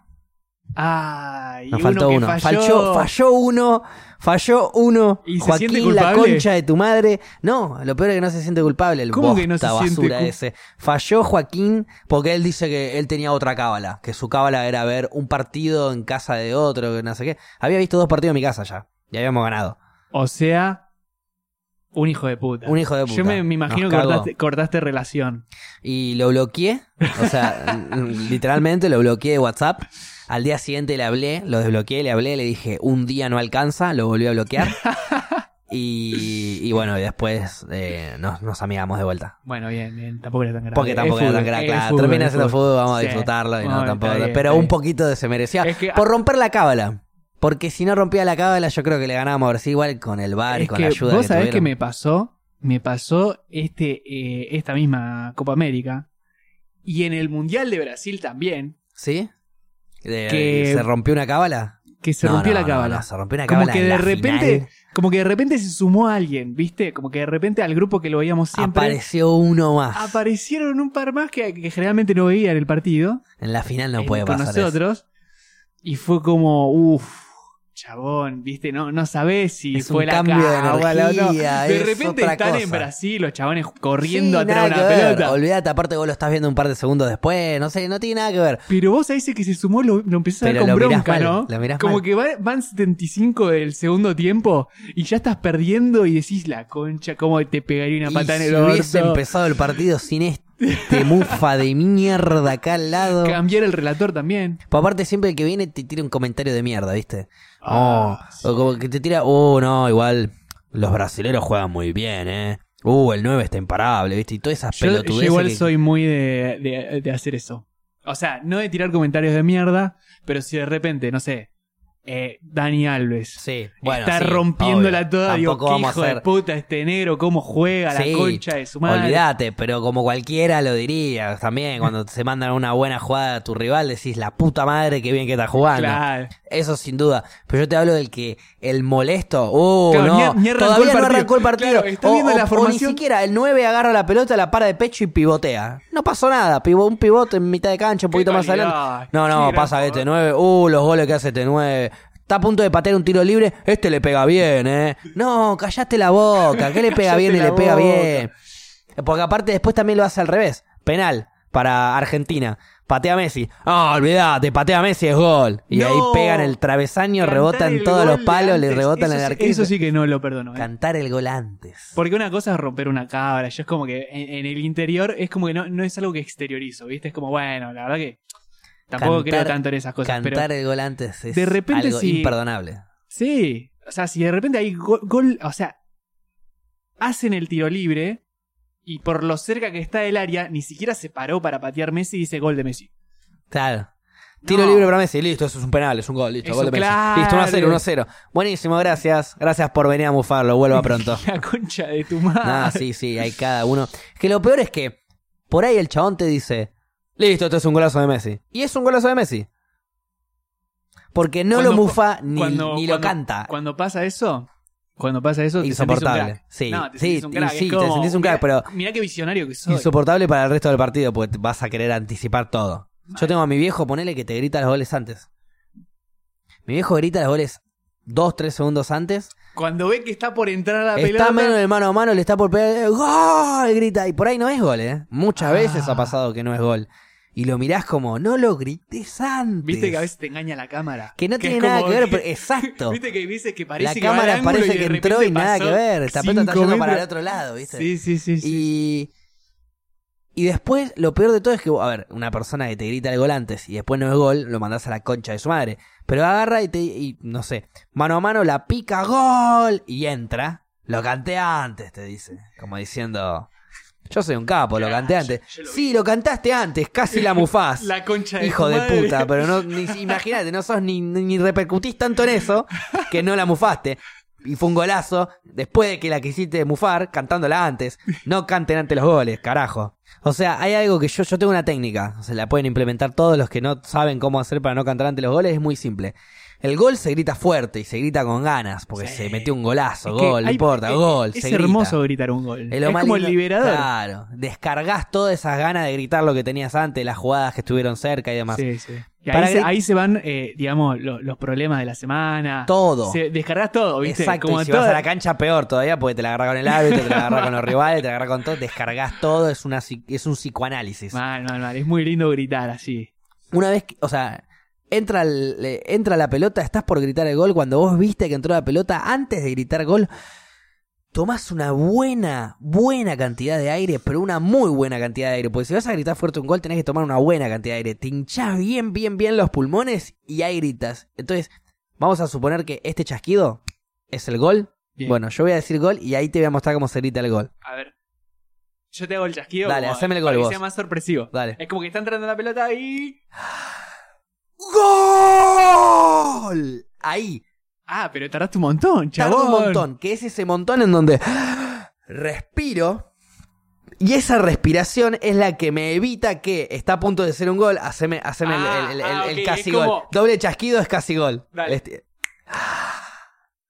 [SPEAKER 2] Ah, y
[SPEAKER 1] Nos faltó
[SPEAKER 2] que
[SPEAKER 1] uno.
[SPEAKER 2] Falló,
[SPEAKER 1] Falló, falló uno, falló uno.
[SPEAKER 2] ¿Y se siente
[SPEAKER 1] Joaquín, la
[SPEAKER 2] culpable?
[SPEAKER 1] concha de tu madre. No, lo peor es que no se siente culpable. El
[SPEAKER 2] ¿Cómo que no
[SPEAKER 1] bosta
[SPEAKER 2] se siente
[SPEAKER 1] basura
[SPEAKER 2] cul-
[SPEAKER 1] ese. Falló Joaquín porque él dice que él tenía otra cábala. Que su cábala era ver un partido en casa de otro, que no sé qué. Había visto dos partidos en mi casa ya. Y habíamos ganado.
[SPEAKER 2] O sea, un hijo de puta.
[SPEAKER 1] Un hijo de puta.
[SPEAKER 2] Yo me, me imagino
[SPEAKER 1] Nos
[SPEAKER 2] que
[SPEAKER 1] cagó.
[SPEAKER 2] cortaste, cortaste relación.
[SPEAKER 1] Y lo bloqueé. O sea, <laughs> mm, literalmente lo bloqueé de WhatsApp. Al día siguiente le hablé, lo desbloqueé, le hablé, le dije, un día no alcanza, lo volví a
[SPEAKER 2] <laughs>
[SPEAKER 1] bloquear. Y, y bueno, y después eh, nos, nos amigamos de vuelta.
[SPEAKER 2] Bueno, bien, bien. Tampoco era tan grave.
[SPEAKER 1] Porque tampoco
[SPEAKER 2] Es
[SPEAKER 1] era tan
[SPEAKER 2] fútbol,
[SPEAKER 1] grave,
[SPEAKER 2] es
[SPEAKER 1] claro.
[SPEAKER 2] fútbol,
[SPEAKER 1] Termina
[SPEAKER 2] es
[SPEAKER 1] siendo
[SPEAKER 2] fútbol.
[SPEAKER 1] fútbol, vamos a
[SPEAKER 2] Sí.
[SPEAKER 1] disfrutarlo. Y no,
[SPEAKER 2] Bueno, está
[SPEAKER 1] tampoco.
[SPEAKER 2] bien,
[SPEAKER 1] pero
[SPEAKER 2] está
[SPEAKER 1] un
[SPEAKER 2] bien.
[SPEAKER 1] poquito de se merecía.
[SPEAKER 2] Es que-
[SPEAKER 1] por romper la cábala. Porque si no rompía la cábala, yo creo que le ganábamos a Brasil igual con el bar y
[SPEAKER 2] Es
[SPEAKER 1] con
[SPEAKER 2] que
[SPEAKER 1] la ayuda
[SPEAKER 2] vos
[SPEAKER 1] que
[SPEAKER 2] sabés que
[SPEAKER 1] tuvieron.
[SPEAKER 2] me pasó, me pasó este, eh, esta misma Copa América y en el Mundial de Brasil también,
[SPEAKER 1] ¿Sí? Eh,
[SPEAKER 2] que-
[SPEAKER 1] ¿Se rompió una cábala?
[SPEAKER 2] que se
[SPEAKER 1] No,
[SPEAKER 2] rompió
[SPEAKER 1] no,
[SPEAKER 2] la
[SPEAKER 1] no,
[SPEAKER 2] cábala.
[SPEAKER 1] no, se rompió una
[SPEAKER 2] Como
[SPEAKER 1] cábala.
[SPEAKER 2] que
[SPEAKER 1] en
[SPEAKER 2] de
[SPEAKER 1] la
[SPEAKER 2] repente
[SPEAKER 1] final.
[SPEAKER 2] Como que de repente se sumó alguien, ¿viste? Como que de repente al grupo que lo veíamos siempre.
[SPEAKER 1] Apareció uno más.
[SPEAKER 2] Aparecieron un par más que, que generalmente no veía en el partido.
[SPEAKER 1] en la final no
[SPEAKER 2] eh,
[SPEAKER 1] puede
[SPEAKER 2] con
[SPEAKER 1] pasar eso.
[SPEAKER 2] nosotros. Y fue como, uff, chabón, viste, no, no sabés si
[SPEAKER 1] Es un
[SPEAKER 2] fue la
[SPEAKER 1] cambio de
[SPEAKER 2] cábala o no.
[SPEAKER 1] energía,
[SPEAKER 2] De
[SPEAKER 1] es
[SPEAKER 2] repente
[SPEAKER 1] otra
[SPEAKER 2] están
[SPEAKER 1] cosa.
[SPEAKER 2] en Brasil los chabones corriendo
[SPEAKER 1] Sí,
[SPEAKER 2] atrás de
[SPEAKER 1] nada
[SPEAKER 2] una
[SPEAKER 1] que ver.
[SPEAKER 2] pelota.
[SPEAKER 1] Olvídate, aparte vos lo estás viendo un par de segundos después, no sé, no tiene nada que ver.
[SPEAKER 2] Pero vos a ese que se sumó lo, lo empezás a ver
[SPEAKER 1] Pero
[SPEAKER 2] con
[SPEAKER 1] lo mirás
[SPEAKER 2] bronca,
[SPEAKER 1] mal,
[SPEAKER 2] ¿no?
[SPEAKER 1] lo mirás
[SPEAKER 2] Como
[SPEAKER 1] mal.
[SPEAKER 2] que va- van 75 del segundo tiempo y ya estás perdiendo y decís la concha, cómo te pegaría una
[SPEAKER 1] Y
[SPEAKER 2] pata en
[SPEAKER 1] si
[SPEAKER 2] el
[SPEAKER 1] hubiese
[SPEAKER 2] orto.
[SPEAKER 1] empezado el partido
[SPEAKER 2] <laughs>
[SPEAKER 1] sin este mufa de mierda acá al lado.
[SPEAKER 2] Cambiar el relator también.
[SPEAKER 1] Pues aparte siempre el que viene te tira un comentario de mierda, ¿viste? Oh,
[SPEAKER 2] Ah,
[SPEAKER 1] o como que te tira, oh, no, igual los brasileros juegan muy bien, ¿eh? Uh, el 9 está imparable, ¿viste? Y todas esas
[SPEAKER 2] Yo, yo
[SPEAKER 1] pelotudeces
[SPEAKER 2] igual
[SPEAKER 1] que-
[SPEAKER 2] soy muy de, de- de hacer eso. O sea, no de tirar comentarios de mierda, pero si de repente, no sé, eh, Dani Alves
[SPEAKER 1] Sí, bueno,
[SPEAKER 2] está
[SPEAKER 1] sí,
[SPEAKER 2] rompiéndola
[SPEAKER 1] obvio.
[SPEAKER 2] toda, digo,
[SPEAKER 1] Tampoco
[SPEAKER 2] qué
[SPEAKER 1] vamos
[SPEAKER 2] hijo
[SPEAKER 1] a
[SPEAKER 2] de
[SPEAKER 1] hacer...
[SPEAKER 2] puta este negro, cómo juega
[SPEAKER 1] Sí,
[SPEAKER 2] la concha de su madre.
[SPEAKER 1] Olvídate, pero como cualquiera lo diría también, cuando se mandan una buena jugada a tu rival, decís la puta madre que bien que está jugando.
[SPEAKER 2] Claro.
[SPEAKER 1] Eso sin duda. Pero yo te hablo del que el molesto. Oh,
[SPEAKER 2] Claro,
[SPEAKER 1] no.
[SPEAKER 2] ni- ni arrancó
[SPEAKER 1] todavía
[SPEAKER 2] el
[SPEAKER 1] no
[SPEAKER 2] partido.
[SPEAKER 1] arrancó el partido.
[SPEAKER 2] Claro, está
[SPEAKER 1] o,
[SPEAKER 2] viendo
[SPEAKER 1] o-
[SPEAKER 2] la
[SPEAKER 1] o
[SPEAKER 2] formación.
[SPEAKER 1] ni siquiera el 9 agarra la pelota, la para de pecho y pivotea. No pasó nada. Pivo, un pivote en mitad de cancha, un
[SPEAKER 2] Qué
[SPEAKER 1] poquito más
[SPEAKER 2] calidad,
[SPEAKER 1] adelante.
[SPEAKER 2] qué
[SPEAKER 1] No, no,
[SPEAKER 2] gran
[SPEAKER 1] pasa
[SPEAKER 2] jugador.
[SPEAKER 1] este 9. Uh, los goles que hace este 9. Está a punto de patear un tiro libre. Este le pega bien, ¿eh? No, callaste la boca. ¿Qué le pega
[SPEAKER 2] <laughs> Cállate
[SPEAKER 1] bien y
[SPEAKER 2] la
[SPEAKER 1] le pega
[SPEAKER 2] boca.
[SPEAKER 1] bien? Porque aparte después también lo hace al revés. Penal para Argentina. Patea Messi. Ah, olvidate, patea Messi es gol. Y
[SPEAKER 2] No.
[SPEAKER 1] ahí pegan el travesaño,
[SPEAKER 2] Cantar
[SPEAKER 1] rebotan
[SPEAKER 2] el
[SPEAKER 1] todos
[SPEAKER 2] gol
[SPEAKER 1] los palos, le
[SPEAKER 2] antes,
[SPEAKER 1] rebotan
[SPEAKER 2] eso
[SPEAKER 1] al
[SPEAKER 2] sí-
[SPEAKER 1] arquero.
[SPEAKER 2] Eso sí que no lo perdono. ¿eh?
[SPEAKER 1] Cantar el gol antes.
[SPEAKER 2] Porque una cosa es romper una cabra, yo es como que en, en el interior es como que no, no es algo que exteriorizo, ¿viste? Es como, bueno, la verdad que tampoco
[SPEAKER 1] Cantar-
[SPEAKER 2] creo tanto en esas cosas. pero-
[SPEAKER 1] Cantar el gol antes es
[SPEAKER 2] De repente
[SPEAKER 1] algo
[SPEAKER 2] si-
[SPEAKER 1] imperdonable.
[SPEAKER 2] Sí, o sea, si de repente hay go- gol, o sea, hacen el tiro libre y por lo cerca que está del área, ni siquiera se paró para patear Messi y dice gol de Messi.
[SPEAKER 1] Claro. Tiro
[SPEAKER 2] No.
[SPEAKER 1] libre para Messi, listo, eso es un penal, es un gol, listo,
[SPEAKER 2] Eso,
[SPEAKER 1] gol de Messi.
[SPEAKER 2] claro.
[SPEAKER 1] Listo, 1 a 0, 1 a 0. Buenísimo, gracias. Gracias por venir a mufarlo, vuelva pronto.
[SPEAKER 2] La concha de tu madre. <laughs>
[SPEAKER 1] Ah, sí, sí, hay cada uno. Que lo peor es que por ahí el chabón te dice, listo, esto es un golazo de Messi. Y es un golazo de Messi. Porque no
[SPEAKER 2] Cuando-
[SPEAKER 1] lo mufa ni,
[SPEAKER 2] cuando-
[SPEAKER 1] ni lo
[SPEAKER 2] cuando-
[SPEAKER 1] canta.
[SPEAKER 2] Cuando pasa eso, cuando pasa eso, te sentís un
[SPEAKER 1] Insoportable.
[SPEAKER 2] crack.
[SPEAKER 1] Sí,
[SPEAKER 2] No, te
[SPEAKER 1] sí,
[SPEAKER 2] sentís un crack.
[SPEAKER 1] y
[SPEAKER 2] es
[SPEAKER 1] sí, te
[SPEAKER 2] como,
[SPEAKER 1] sentís un crack,
[SPEAKER 2] mirá-
[SPEAKER 1] pero-
[SPEAKER 2] Mirá qué visionario que soy.
[SPEAKER 1] Insoportable para el resto del partido porque te vas a querer anticipar todo. Yo tengo a mi viejo, ponele que te grita los goles antes. Mi viejo grita los goles dos, tres segundos antes.
[SPEAKER 2] Cuando ve que está por entrar la pelota.
[SPEAKER 1] Está menos de mano a mano, le está por pegar. eh, ¡Gol! Grita. Y por ahí no es gol, ¿eh? Muchas
[SPEAKER 2] Ah.
[SPEAKER 1] veces ha pasado que no es gol. Y lo mirás como, no lo grites antes.
[SPEAKER 2] Viste que a veces te engaña la cámara.
[SPEAKER 1] Que no
[SPEAKER 2] es
[SPEAKER 1] tiene nada
[SPEAKER 2] como
[SPEAKER 1] que ver, pero- exacto.
[SPEAKER 2] <laughs> Viste que dices que
[SPEAKER 1] La
[SPEAKER 2] parece que va al
[SPEAKER 1] cámara
[SPEAKER 2] ángulo
[SPEAKER 1] parece
[SPEAKER 2] y
[SPEAKER 1] que
[SPEAKER 2] de
[SPEAKER 1] entró
[SPEAKER 2] repente
[SPEAKER 1] y nada que
[SPEAKER 2] pasó
[SPEAKER 1] ver. Esta pelota está
[SPEAKER 2] cinco
[SPEAKER 1] yendo para el
[SPEAKER 2] metros.
[SPEAKER 1] otro lado, ¿viste?
[SPEAKER 2] Sí, sí, sí. sí.
[SPEAKER 1] Y. Y después, lo peor de todo es que, a ver, una persona que te grita el gol antes y después no es gol, lo mandás a la concha de su madre. Pero agarra y te, y, no sé, mano a mano la pica, gol, y entra. Lo canté antes, te dice. Como diciendo, yo soy un capo, lo
[SPEAKER 2] Claro,
[SPEAKER 1] canté
[SPEAKER 2] yo-
[SPEAKER 1] antes.
[SPEAKER 2] Ah, yo lo
[SPEAKER 1] sí, lo cantaste antes, casi
[SPEAKER 2] <laughs>
[SPEAKER 1] la mufás.
[SPEAKER 2] La concha de
[SPEAKER 1] Hijo
[SPEAKER 2] tu
[SPEAKER 1] de
[SPEAKER 2] madre. <laughs>
[SPEAKER 1] puta, pero no, ni- imagínate, no sos ni, ni ni repercutís tanto en eso que no la mufaste. Y fue un golazo después de que la quisiste mufar cantándola antes. No canten ante los goles, carajo. O sea, hay algo que yo, yo tengo una técnica. Se la pueden implementar todos los que no saben cómo hacer para no cantar ante los goles. Es muy simple. El gol se grita fuerte y se grita con ganas porque
[SPEAKER 2] Sí.
[SPEAKER 1] se metió un golazo,
[SPEAKER 2] Es que
[SPEAKER 1] gol, no
[SPEAKER 2] hay-
[SPEAKER 1] importa,
[SPEAKER 2] es-
[SPEAKER 1] gol.
[SPEAKER 2] Es
[SPEAKER 1] se grita.
[SPEAKER 2] hermoso gritar un gol.
[SPEAKER 1] Es
[SPEAKER 2] Es,
[SPEAKER 1] lo más
[SPEAKER 2] como
[SPEAKER 1] lindo.
[SPEAKER 2] liberador.
[SPEAKER 1] Claro, descargas todas esas ganas de gritar lo que tenías antes, las jugadas que estuvieron cerca y demás.
[SPEAKER 2] Sí, sí. Y
[SPEAKER 1] Para
[SPEAKER 2] ahí, se,
[SPEAKER 1] que-
[SPEAKER 2] ahí se van, eh, digamos, lo- los problemas de la semana.
[SPEAKER 1] Todo.
[SPEAKER 2] Se, descargas todo, ¿viste?
[SPEAKER 1] Exacto,
[SPEAKER 2] Como
[SPEAKER 1] y si
[SPEAKER 2] todo-
[SPEAKER 1] vas a la cancha peor todavía, porque te la agarras con el árbitro, te la agarras con los rivales, te la agarras con todo, descargas todo, es, una, psi- es un psicoanálisis.
[SPEAKER 2] Mal, mal, mal. Es muy lindo gritar así.
[SPEAKER 1] Una vez que, o sea, entra, el- le- entra la pelota, estás por gritar el gol, cuando vos viste que entró la pelota, antes de gritar gol, tomás una buena, buena cantidad de aire, pero una muy buena cantidad de aire, porque si vas a gritar fuerte un gol, tenés que tomar una buena cantidad de aire, te hinchás bien, bien, bien los pulmones y ahí gritas. Entonces, vamos a suponer que este chasquido es el gol.
[SPEAKER 2] Bien.
[SPEAKER 1] Bueno, yo voy a decir gol y ahí te voy a mostrar cómo se grita el gol.
[SPEAKER 2] A ver. Yo te hago el chasquido.
[SPEAKER 1] Dale,
[SPEAKER 2] como-
[SPEAKER 1] haceme el
[SPEAKER 2] para
[SPEAKER 1] gol
[SPEAKER 2] que
[SPEAKER 1] vos.
[SPEAKER 2] sea más sorpresivo.
[SPEAKER 1] Dale.
[SPEAKER 2] Es como que está entrando la pelota y.
[SPEAKER 1] ¡Gol! Ahí.
[SPEAKER 2] Ah, pero tardaste un montón,
[SPEAKER 1] Tarda
[SPEAKER 2] chabón.
[SPEAKER 1] un montón, que es ese montón en donde respiro. Y esa respiración es la que me evita que está a punto de ser un gol. Haceme, haceme el-
[SPEAKER 2] Ah,
[SPEAKER 1] el, el-
[SPEAKER 2] ah,
[SPEAKER 1] el
[SPEAKER 2] ok,
[SPEAKER 1] casi
[SPEAKER 2] es como-
[SPEAKER 1] gol. Doble chasquido es casi gol.
[SPEAKER 2] Dale.
[SPEAKER 1] Este-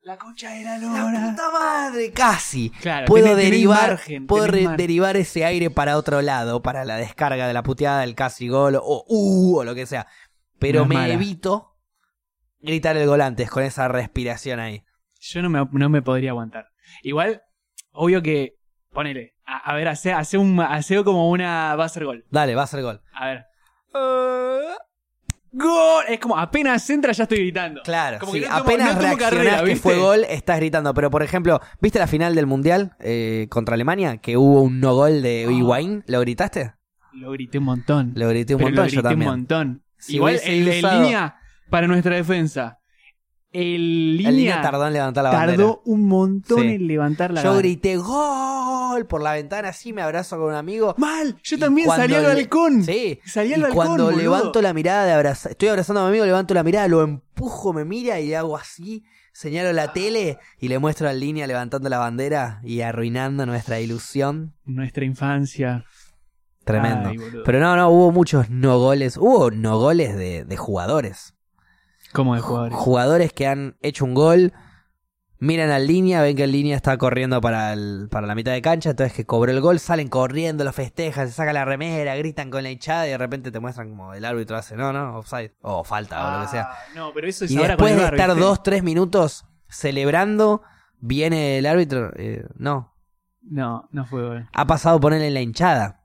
[SPEAKER 2] La concha de la
[SPEAKER 1] ¡La
[SPEAKER 2] lora.
[SPEAKER 1] puta madre! Casi.
[SPEAKER 2] Claro,
[SPEAKER 1] Puedo
[SPEAKER 2] tenés- tenés
[SPEAKER 1] derivar,
[SPEAKER 2] margen,
[SPEAKER 1] puedo
[SPEAKER 2] tenés
[SPEAKER 1] re-
[SPEAKER 2] margen.
[SPEAKER 1] derivar ese aire para otro lado, para la descarga de la puteada, del casi gol o uh, o lo que sea. Pero
[SPEAKER 2] No es
[SPEAKER 1] me
[SPEAKER 2] mala.
[SPEAKER 1] evito gritar el gol antes con esa respiración ahí.
[SPEAKER 2] Yo no me, no me podría aguantar. Igual, obvio que. Ponele. A, a ver, hace, hace, un, hace como una. Va a ser gol.
[SPEAKER 1] Dale, va a ser gol.
[SPEAKER 2] A ver. Ah. ¡Gol! Es como apenas entra, ya estoy gritando.
[SPEAKER 1] Claro,
[SPEAKER 2] Como
[SPEAKER 1] sí,
[SPEAKER 2] que no tomo-
[SPEAKER 1] apenas
[SPEAKER 2] no tomo
[SPEAKER 1] reaccionás
[SPEAKER 2] carrera,
[SPEAKER 1] que
[SPEAKER 2] ¿viste?
[SPEAKER 1] fue gol, estás gritando. Pero, por ejemplo, ¿viste la final del Mundial eh, contra Alemania? Que hubo un no gol de
[SPEAKER 2] Ah.
[SPEAKER 1] Higuaín. ¿Lo gritaste?
[SPEAKER 2] Lo grité un montón.
[SPEAKER 1] Lo grité un
[SPEAKER 2] pero
[SPEAKER 1] montón
[SPEAKER 2] lo
[SPEAKER 1] yo
[SPEAKER 2] grité un
[SPEAKER 1] también.
[SPEAKER 2] montón.
[SPEAKER 1] Si
[SPEAKER 2] Igual
[SPEAKER 1] hubiese
[SPEAKER 2] el, el
[SPEAKER 1] usado-
[SPEAKER 2] línea para nuestra defensa. El línea,
[SPEAKER 1] El niño tardó en levantar la bandera.
[SPEAKER 2] tardó un montón
[SPEAKER 1] Sí.
[SPEAKER 2] en levantar la
[SPEAKER 1] Yo
[SPEAKER 2] gana.
[SPEAKER 1] grité gol por la ventana, así me abrazo con un amigo.
[SPEAKER 2] Mal, yo
[SPEAKER 1] Y
[SPEAKER 2] también
[SPEAKER 1] cuando
[SPEAKER 2] salí al
[SPEAKER 1] le-
[SPEAKER 2] balcón.
[SPEAKER 1] Sí.
[SPEAKER 2] Mm, Salí al
[SPEAKER 1] Y
[SPEAKER 2] balcón.
[SPEAKER 1] cuando
[SPEAKER 2] boludo.
[SPEAKER 1] levanto la mirada de abrazar, estoy abrazando a mi amigo, levanto la mirada, lo empujo, me mira y hago así, señalo la tele y le muestro al línea levantando la bandera y arruinando nuestra ilusión.
[SPEAKER 2] Nuestra infancia.
[SPEAKER 1] Tremendo.
[SPEAKER 2] Ay, boludo.
[SPEAKER 1] Pero no, no, hubo muchos no goles. Hubo no goles de, de jugadores.
[SPEAKER 2] ¿Cómo de jugadores?
[SPEAKER 1] Jugadores que han hecho un gol, miran al línea, ven que el línea está corriendo para, el- para la mitad de cancha, entonces que cobró el gol, salen corriendo, lo festejan, se saca la remera, gritan con la hinchada y de repente te muestran como el árbitro hace, no, no, offside, o falta, o lo que sea.
[SPEAKER 2] Ah, No, pero eso es
[SPEAKER 1] Y
[SPEAKER 2] ahora
[SPEAKER 1] después
[SPEAKER 2] con
[SPEAKER 1] de
[SPEAKER 2] el bar,
[SPEAKER 1] estar
[SPEAKER 2] ¿viste?
[SPEAKER 1] dos, tres minutos celebrando, viene el árbitro, eh, no,
[SPEAKER 2] No, no fue gol.
[SPEAKER 1] ha pasado ponerle en la hinchada.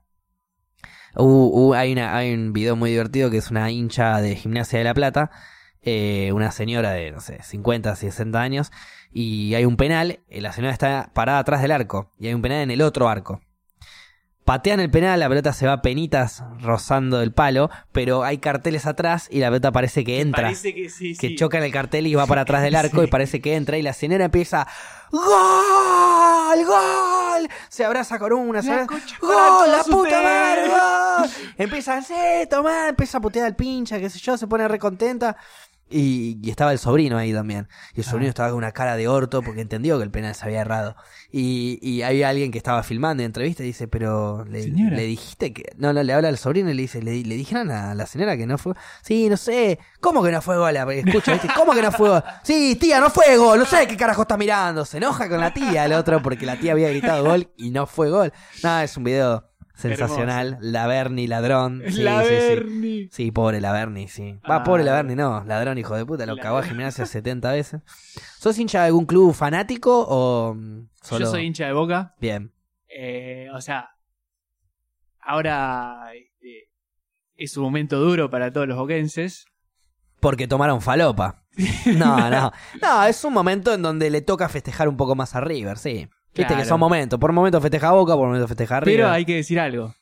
[SPEAKER 1] Hubo- hubo- hay, una- hay un video muy divertido que es una hincha de Gimnasia de La Plata, eh, una señora de, no sé, 50, 60 años, y hay un penal, eh, la señora está parada atrás del arco, y hay un penal en el otro arco. Patean el penal, la pelota se va a penitas rozando el palo, pero hay carteles atrás y la pelota parece que entra
[SPEAKER 2] Parece que sí,
[SPEAKER 1] que
[SPEAKER 2] sí.
[SPEAKER 1] choca en el cartel y va para atrás del arco
[SPEAKER 2] Sí.
[SPEAKER 1] y parece que entra y la señora empieza ¡Gol! ¡Gol! Se abraza con una, se
[SPEAKER 2] La
[SPEAKER 1] abraza-
[SPEAKER 2] concha para
[SPEAKER 1] ¡Gol! ¡La
[SPEAKER 2] todos
[SPEAKER 1] puta madre!
[SPEAKER 2] ustedes.
[SPEAKER 1] ¡Gol! Empieza, sí, tomá, empieza a putear al pincha, qué sé yo, se pone recontenta. Y, y estaba el sobrino ahí también. Y el sobrino
[SPEAKER 2] Ah.
[SPEAKER 1] estaba con una cara de orto porque entendió que el penal se había errado. Y, y había alguien que estaba filmando en entrevista y dice, pero le,
[SPEAKER 2] Señora.
[SPEAKER 1] le dijiste que... No, no, le habla al sobrino y le dice, le, le dijeron a la señora que no fue... Sí, no sé. ¿Cómo que no fue gol? Escucha, ¿viste? ¿Cómo que no fue gol? Sí, tía, no fue gol. No sé qué carajo está mirando. Se enoja con la tía el otro porque la tía había gritado gol y no fue gol. No, es un video sensacional. La Bernie, ladrón. Sí,
[SPEAKER 2] la
[SPEAKER 1] sí, sí.
[SPEAKER 2] Berni.
[SPEAKER 1] Sí, pobre Laverni, sí. Va,
[SPEAKER 2] Ah.
[SPEAKER 1] pobre Laverni, no. Ladrón, hijo de puta. Lo cagó
[SPEAKER 2] <laughs>
[SPEAKER 1] a
[SPEAKER 2] Laverni.
[SPEAKER 1] gimnasia 70 veces. ¿Sos hincha de algún club fanático o mm, solo...?
[SPEAKER 2] Yo soy hincha de Boca.
[SPEAKER 1] Bien.
[SPEAKER 2] Eh, o sea, ahora este, es un momento duro para todos los boquenses.
[SPEAKER 1] Porque tomaron
[SPEAKER 2] <laughs>
[SPEAKER 1] falopa. No, no. No, es un momento en donde le toca festejar un poco más a River, sí. Viste
[SPEAKER 2] Claro.
[SPEAKER 1] que son momentos. Por momentos festeja a Boca, por momentos festeja a River.
[SPEAKER 2] Pero hay que decir algo.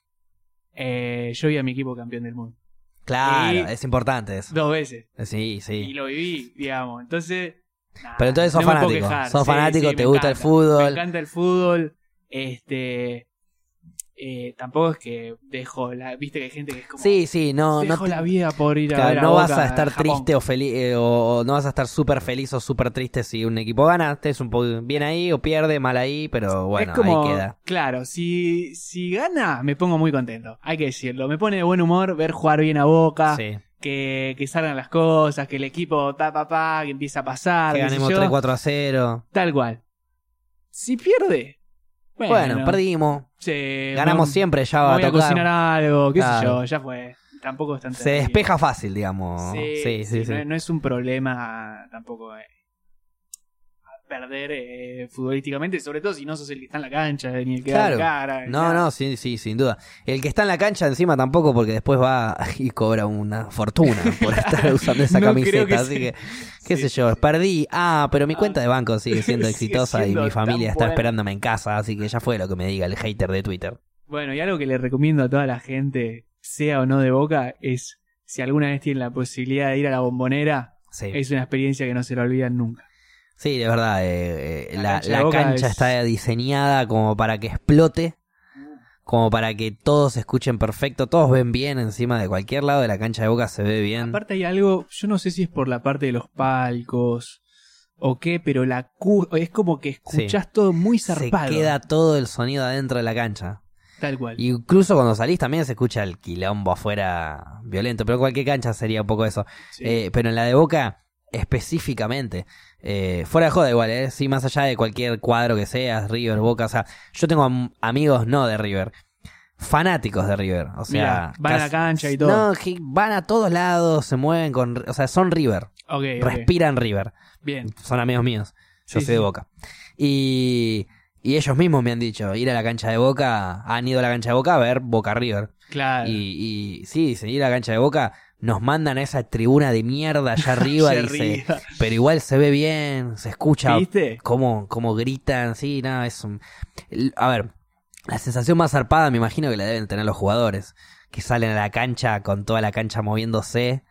[SPEAKER 2] Eh, yo vi a mi equipo campeón del mundo.
[SPEAKER 1] Claro,
[SPEAKER 2] y-
[SPEAKER 1] es importante eso.
[SPEAKER 2] Dos veces.
[SPEAKER 1] Sí,
[SPEAKER 2] Y
[SPEAKER 1] sí.
[SPEAKER 2] lo viví, digamos. Entonces. nah,
[SPEAKER 1] Pero entonces sos
[SPEAKER 2] no me puedo
[SPEAKER 1] fanático.
[SPEAKER 2] quejar.
[SPEAKER 1] Sos
[SPEAKER 2] Sí,
[SPEAKER 1] fanático,
[SPEAKER 2] sí,
[SPEAKER 1] te
[SPEAKER 2] me
[SPEAKER 1] gusta el
[SPEAKER 2] encanta. Me
[SPEAKER 1] fútbol.
[SPEAKER 2] encanta el fútbol. Este. eh, tampoco es que dejo la. Viste que hay gente que es como.
[SPEAKER 1] Sí, sí, no, no,
[SPEAKER 2] dejo
[SPEAKER 1] te-
[SPEAKER 2] la vida por ir a.
[SPEAKER 1] Claro,
[SPEAKER 2] ver a
[SPEAKER 1] no vas
[SPEAKER 2] Boca
[SPEAKER 1] a estar
[SPEAKER 2] en Japón.
[SPEAKER 1] triste o feliz o, o no vas a estar súper feliz o súper triste si un equipo gana. Te es un poco bien ahí o pierde, mal ahí, pero bueno,
[SPEAKER 2] es como,
[SPEAKER 1] ahí queda.
[SPEAKER 2] Claro, si, si gana, me pongo muy contento. Hay que decirlo. Me pone de buen humor ver jugar bien a boca,
[SPEAKER 1] Sí.
[SPEAKER 2] que, que salgan las cosas, que el equipo ta pa pa, que empieza a pasar.
[SPEAKER 1] Que
[SPEAKER 2] qué sé
[SPEAKER 1] ganemos
[SPEAKER 2] yo.
[SPEAKER 1] 3 4 a 0.
[SPEAKER 2] Tal cual. Si pierde. Bueno,
[SPEAKER 1] Bueno, perdimos.
[SPEAKER 2] se-
[SPEAKER 1] Ganamos
[SPEAKER 2] me-
[SPEAKER 1] siempre, ya
[SPEAKER 2] me
[SPEAKER 1] va a
[SPEAKER 2] voy a cocinar
[SPEAKER 1] tocar.
[SPEAKER 2] algo, qué sé
[SPEAKER 1] Claro.
[SPEAKER 2] yo, ya fue. Tampoco es tan
[SPEAKER 1] Se
[SPEAKER 2] terrible.
[SPEAKER 1] despeja fácil, digamos.
[SPEAKER 2] Sí,
[SPEAKER 1] Sí, sí, sí.
[SPEAKER 2] No, no es un problema tampoco eh, perder eh, futbolísticamente, sobre todo si no sos el que está en la cancha, ni el que da la
[SPEAKER 1] Claro.
[SPEAKER 2] cara. ni
[SPEAKER 1] No,
[SPEAKER 2] nada.
[SPEAKER 1] no, sí, sí, sin duda. El que está en la cancha encima tampoco, porque después va <laughs> y cobra una fortuna por
[SPEAKER 2] <laughs>
[SPEAKER 1] estar usando esa
[SPEAKER 2] No
[SPEAKER 1] camiseta.
[SPEAKER 2] creo que
[SPEAKER 1] así
[SPEAKER 2] sí.
[SPEAKER 1] que, qué
[SPEAKER 2] Sí,
[SPEAKER 1] sé yo, perdí. Ah, pero mi
[SPEAKER 2] Ah.
[SPEAKER 1] cuenta de banco sigue
[SPEAKER 2] <laughs>
[SPEAKER 1] siendo
[SPEAKER 2] Sigue
[SPEAKER 1] exitosa
[SPEAKER 2] siendo
[SPEAKER 1] y mi familia
[SPEAKER 2] tan
[SPEAKER 1] está
[SPEAKER 2] buena.
[SPEAKER 1] esperándome en casa, así que ya fue lo que me diga el hater de Twitter.
[SPEAKER 2] Bueno, y algo que le recomiendo a toda la gente, sea o no de boca, es si alguna vez tienen la posibilidad de ir a la bombonera,
[SPEAKER 1] Sí,
[SPEAKER 2] es una experiencia que no se la olvidan nunca.
[SPEAKER 1] sí de verdad, eh, eh,
[SPEAKER 2] La
[SPEAKER 1] la,
[SPEAKER 2] cancha de
[SPEAKER 1] la
[SPEAKER 2] Boca
[SPEAKER 1] cancha
[SPEAKER 2] es-
[SPEAKER 1] está diseñada como para que explote. Como para que todos escuchen perfecto, todos ven bien encima de cualquier lado de la cancha de boca, se ve bien.
[SPEAKER 2] Aparte hay algo, yo no sé si es por la parte de los palcos o qué, pero la cu- es como que escuchás todo muy
[SPEAKER 1] Se
[SPEAKER 2] zarpado.
[SPEAKER 1] queda todo el sonido adentro de la cancha.
[SPEAKER 2] tal cual.
[SPEAKER 1] Incluso cuando salís también se escucha el quilombo afuera violento, Eh, pero en cualquier cancha sería un poco eso.
[SPEAKER 2] Sí.
[SPEAKER 1] Eh, pero en la de Boca específicamente. Eh, fuera de joda igual, ¿eh? Sí, más allá de cualquier cuadro que seas, River, Boca, o sea, yo tengo am- amigos no de River, fanáticos de River, o sea...
[SPEAKER 2] Mirá, van a la
[SPEAKER 1] casi-
[SPEAKER 2] cancha y todo.
[SPEAKER 1] No, que van a todos lados, se mueven con... O sea, son River,
[SPEAKER 2] Ok, ok,
[SPEAKER 1] respiran River,
[SPEAKER 2] Bien.
[SPEAKER 1] son amigos míos, yo
[SPEAKER 2] Sí,
[SPEAKER 1] soy de
[SPEAKER 2] sí.
[SPEAKER 1] Boca. Y, y ellos mismos me han dicho, ir a la cancha de Boca, han ido a la cancha de Boca a ver Boca River.
[SPEAKER 2] Claro.
[SPEAKER 1] Y, y sí, se ir a la cancha de Boca, nos mandan a esa tribuna de mierda allá
[SPEAKER 2] <laughs>
[SPEAKER 1] arriba,
[SPEAKER 2] Se
[SPEAKER 1] dice,
[SPEAKER 2] ríe.
[SPEAKER 1] pero igual se ve bien, se escucha
[SPEAKER 2] <laughs> ¿Viste?
[SPEAKER 1] cómo, cómo gritan, sí, nada, es un... el- A ver, la sensación más zarpada me imagino que la deben tener los jugadores, que salen a la cancha con toda la cancha moviéndose,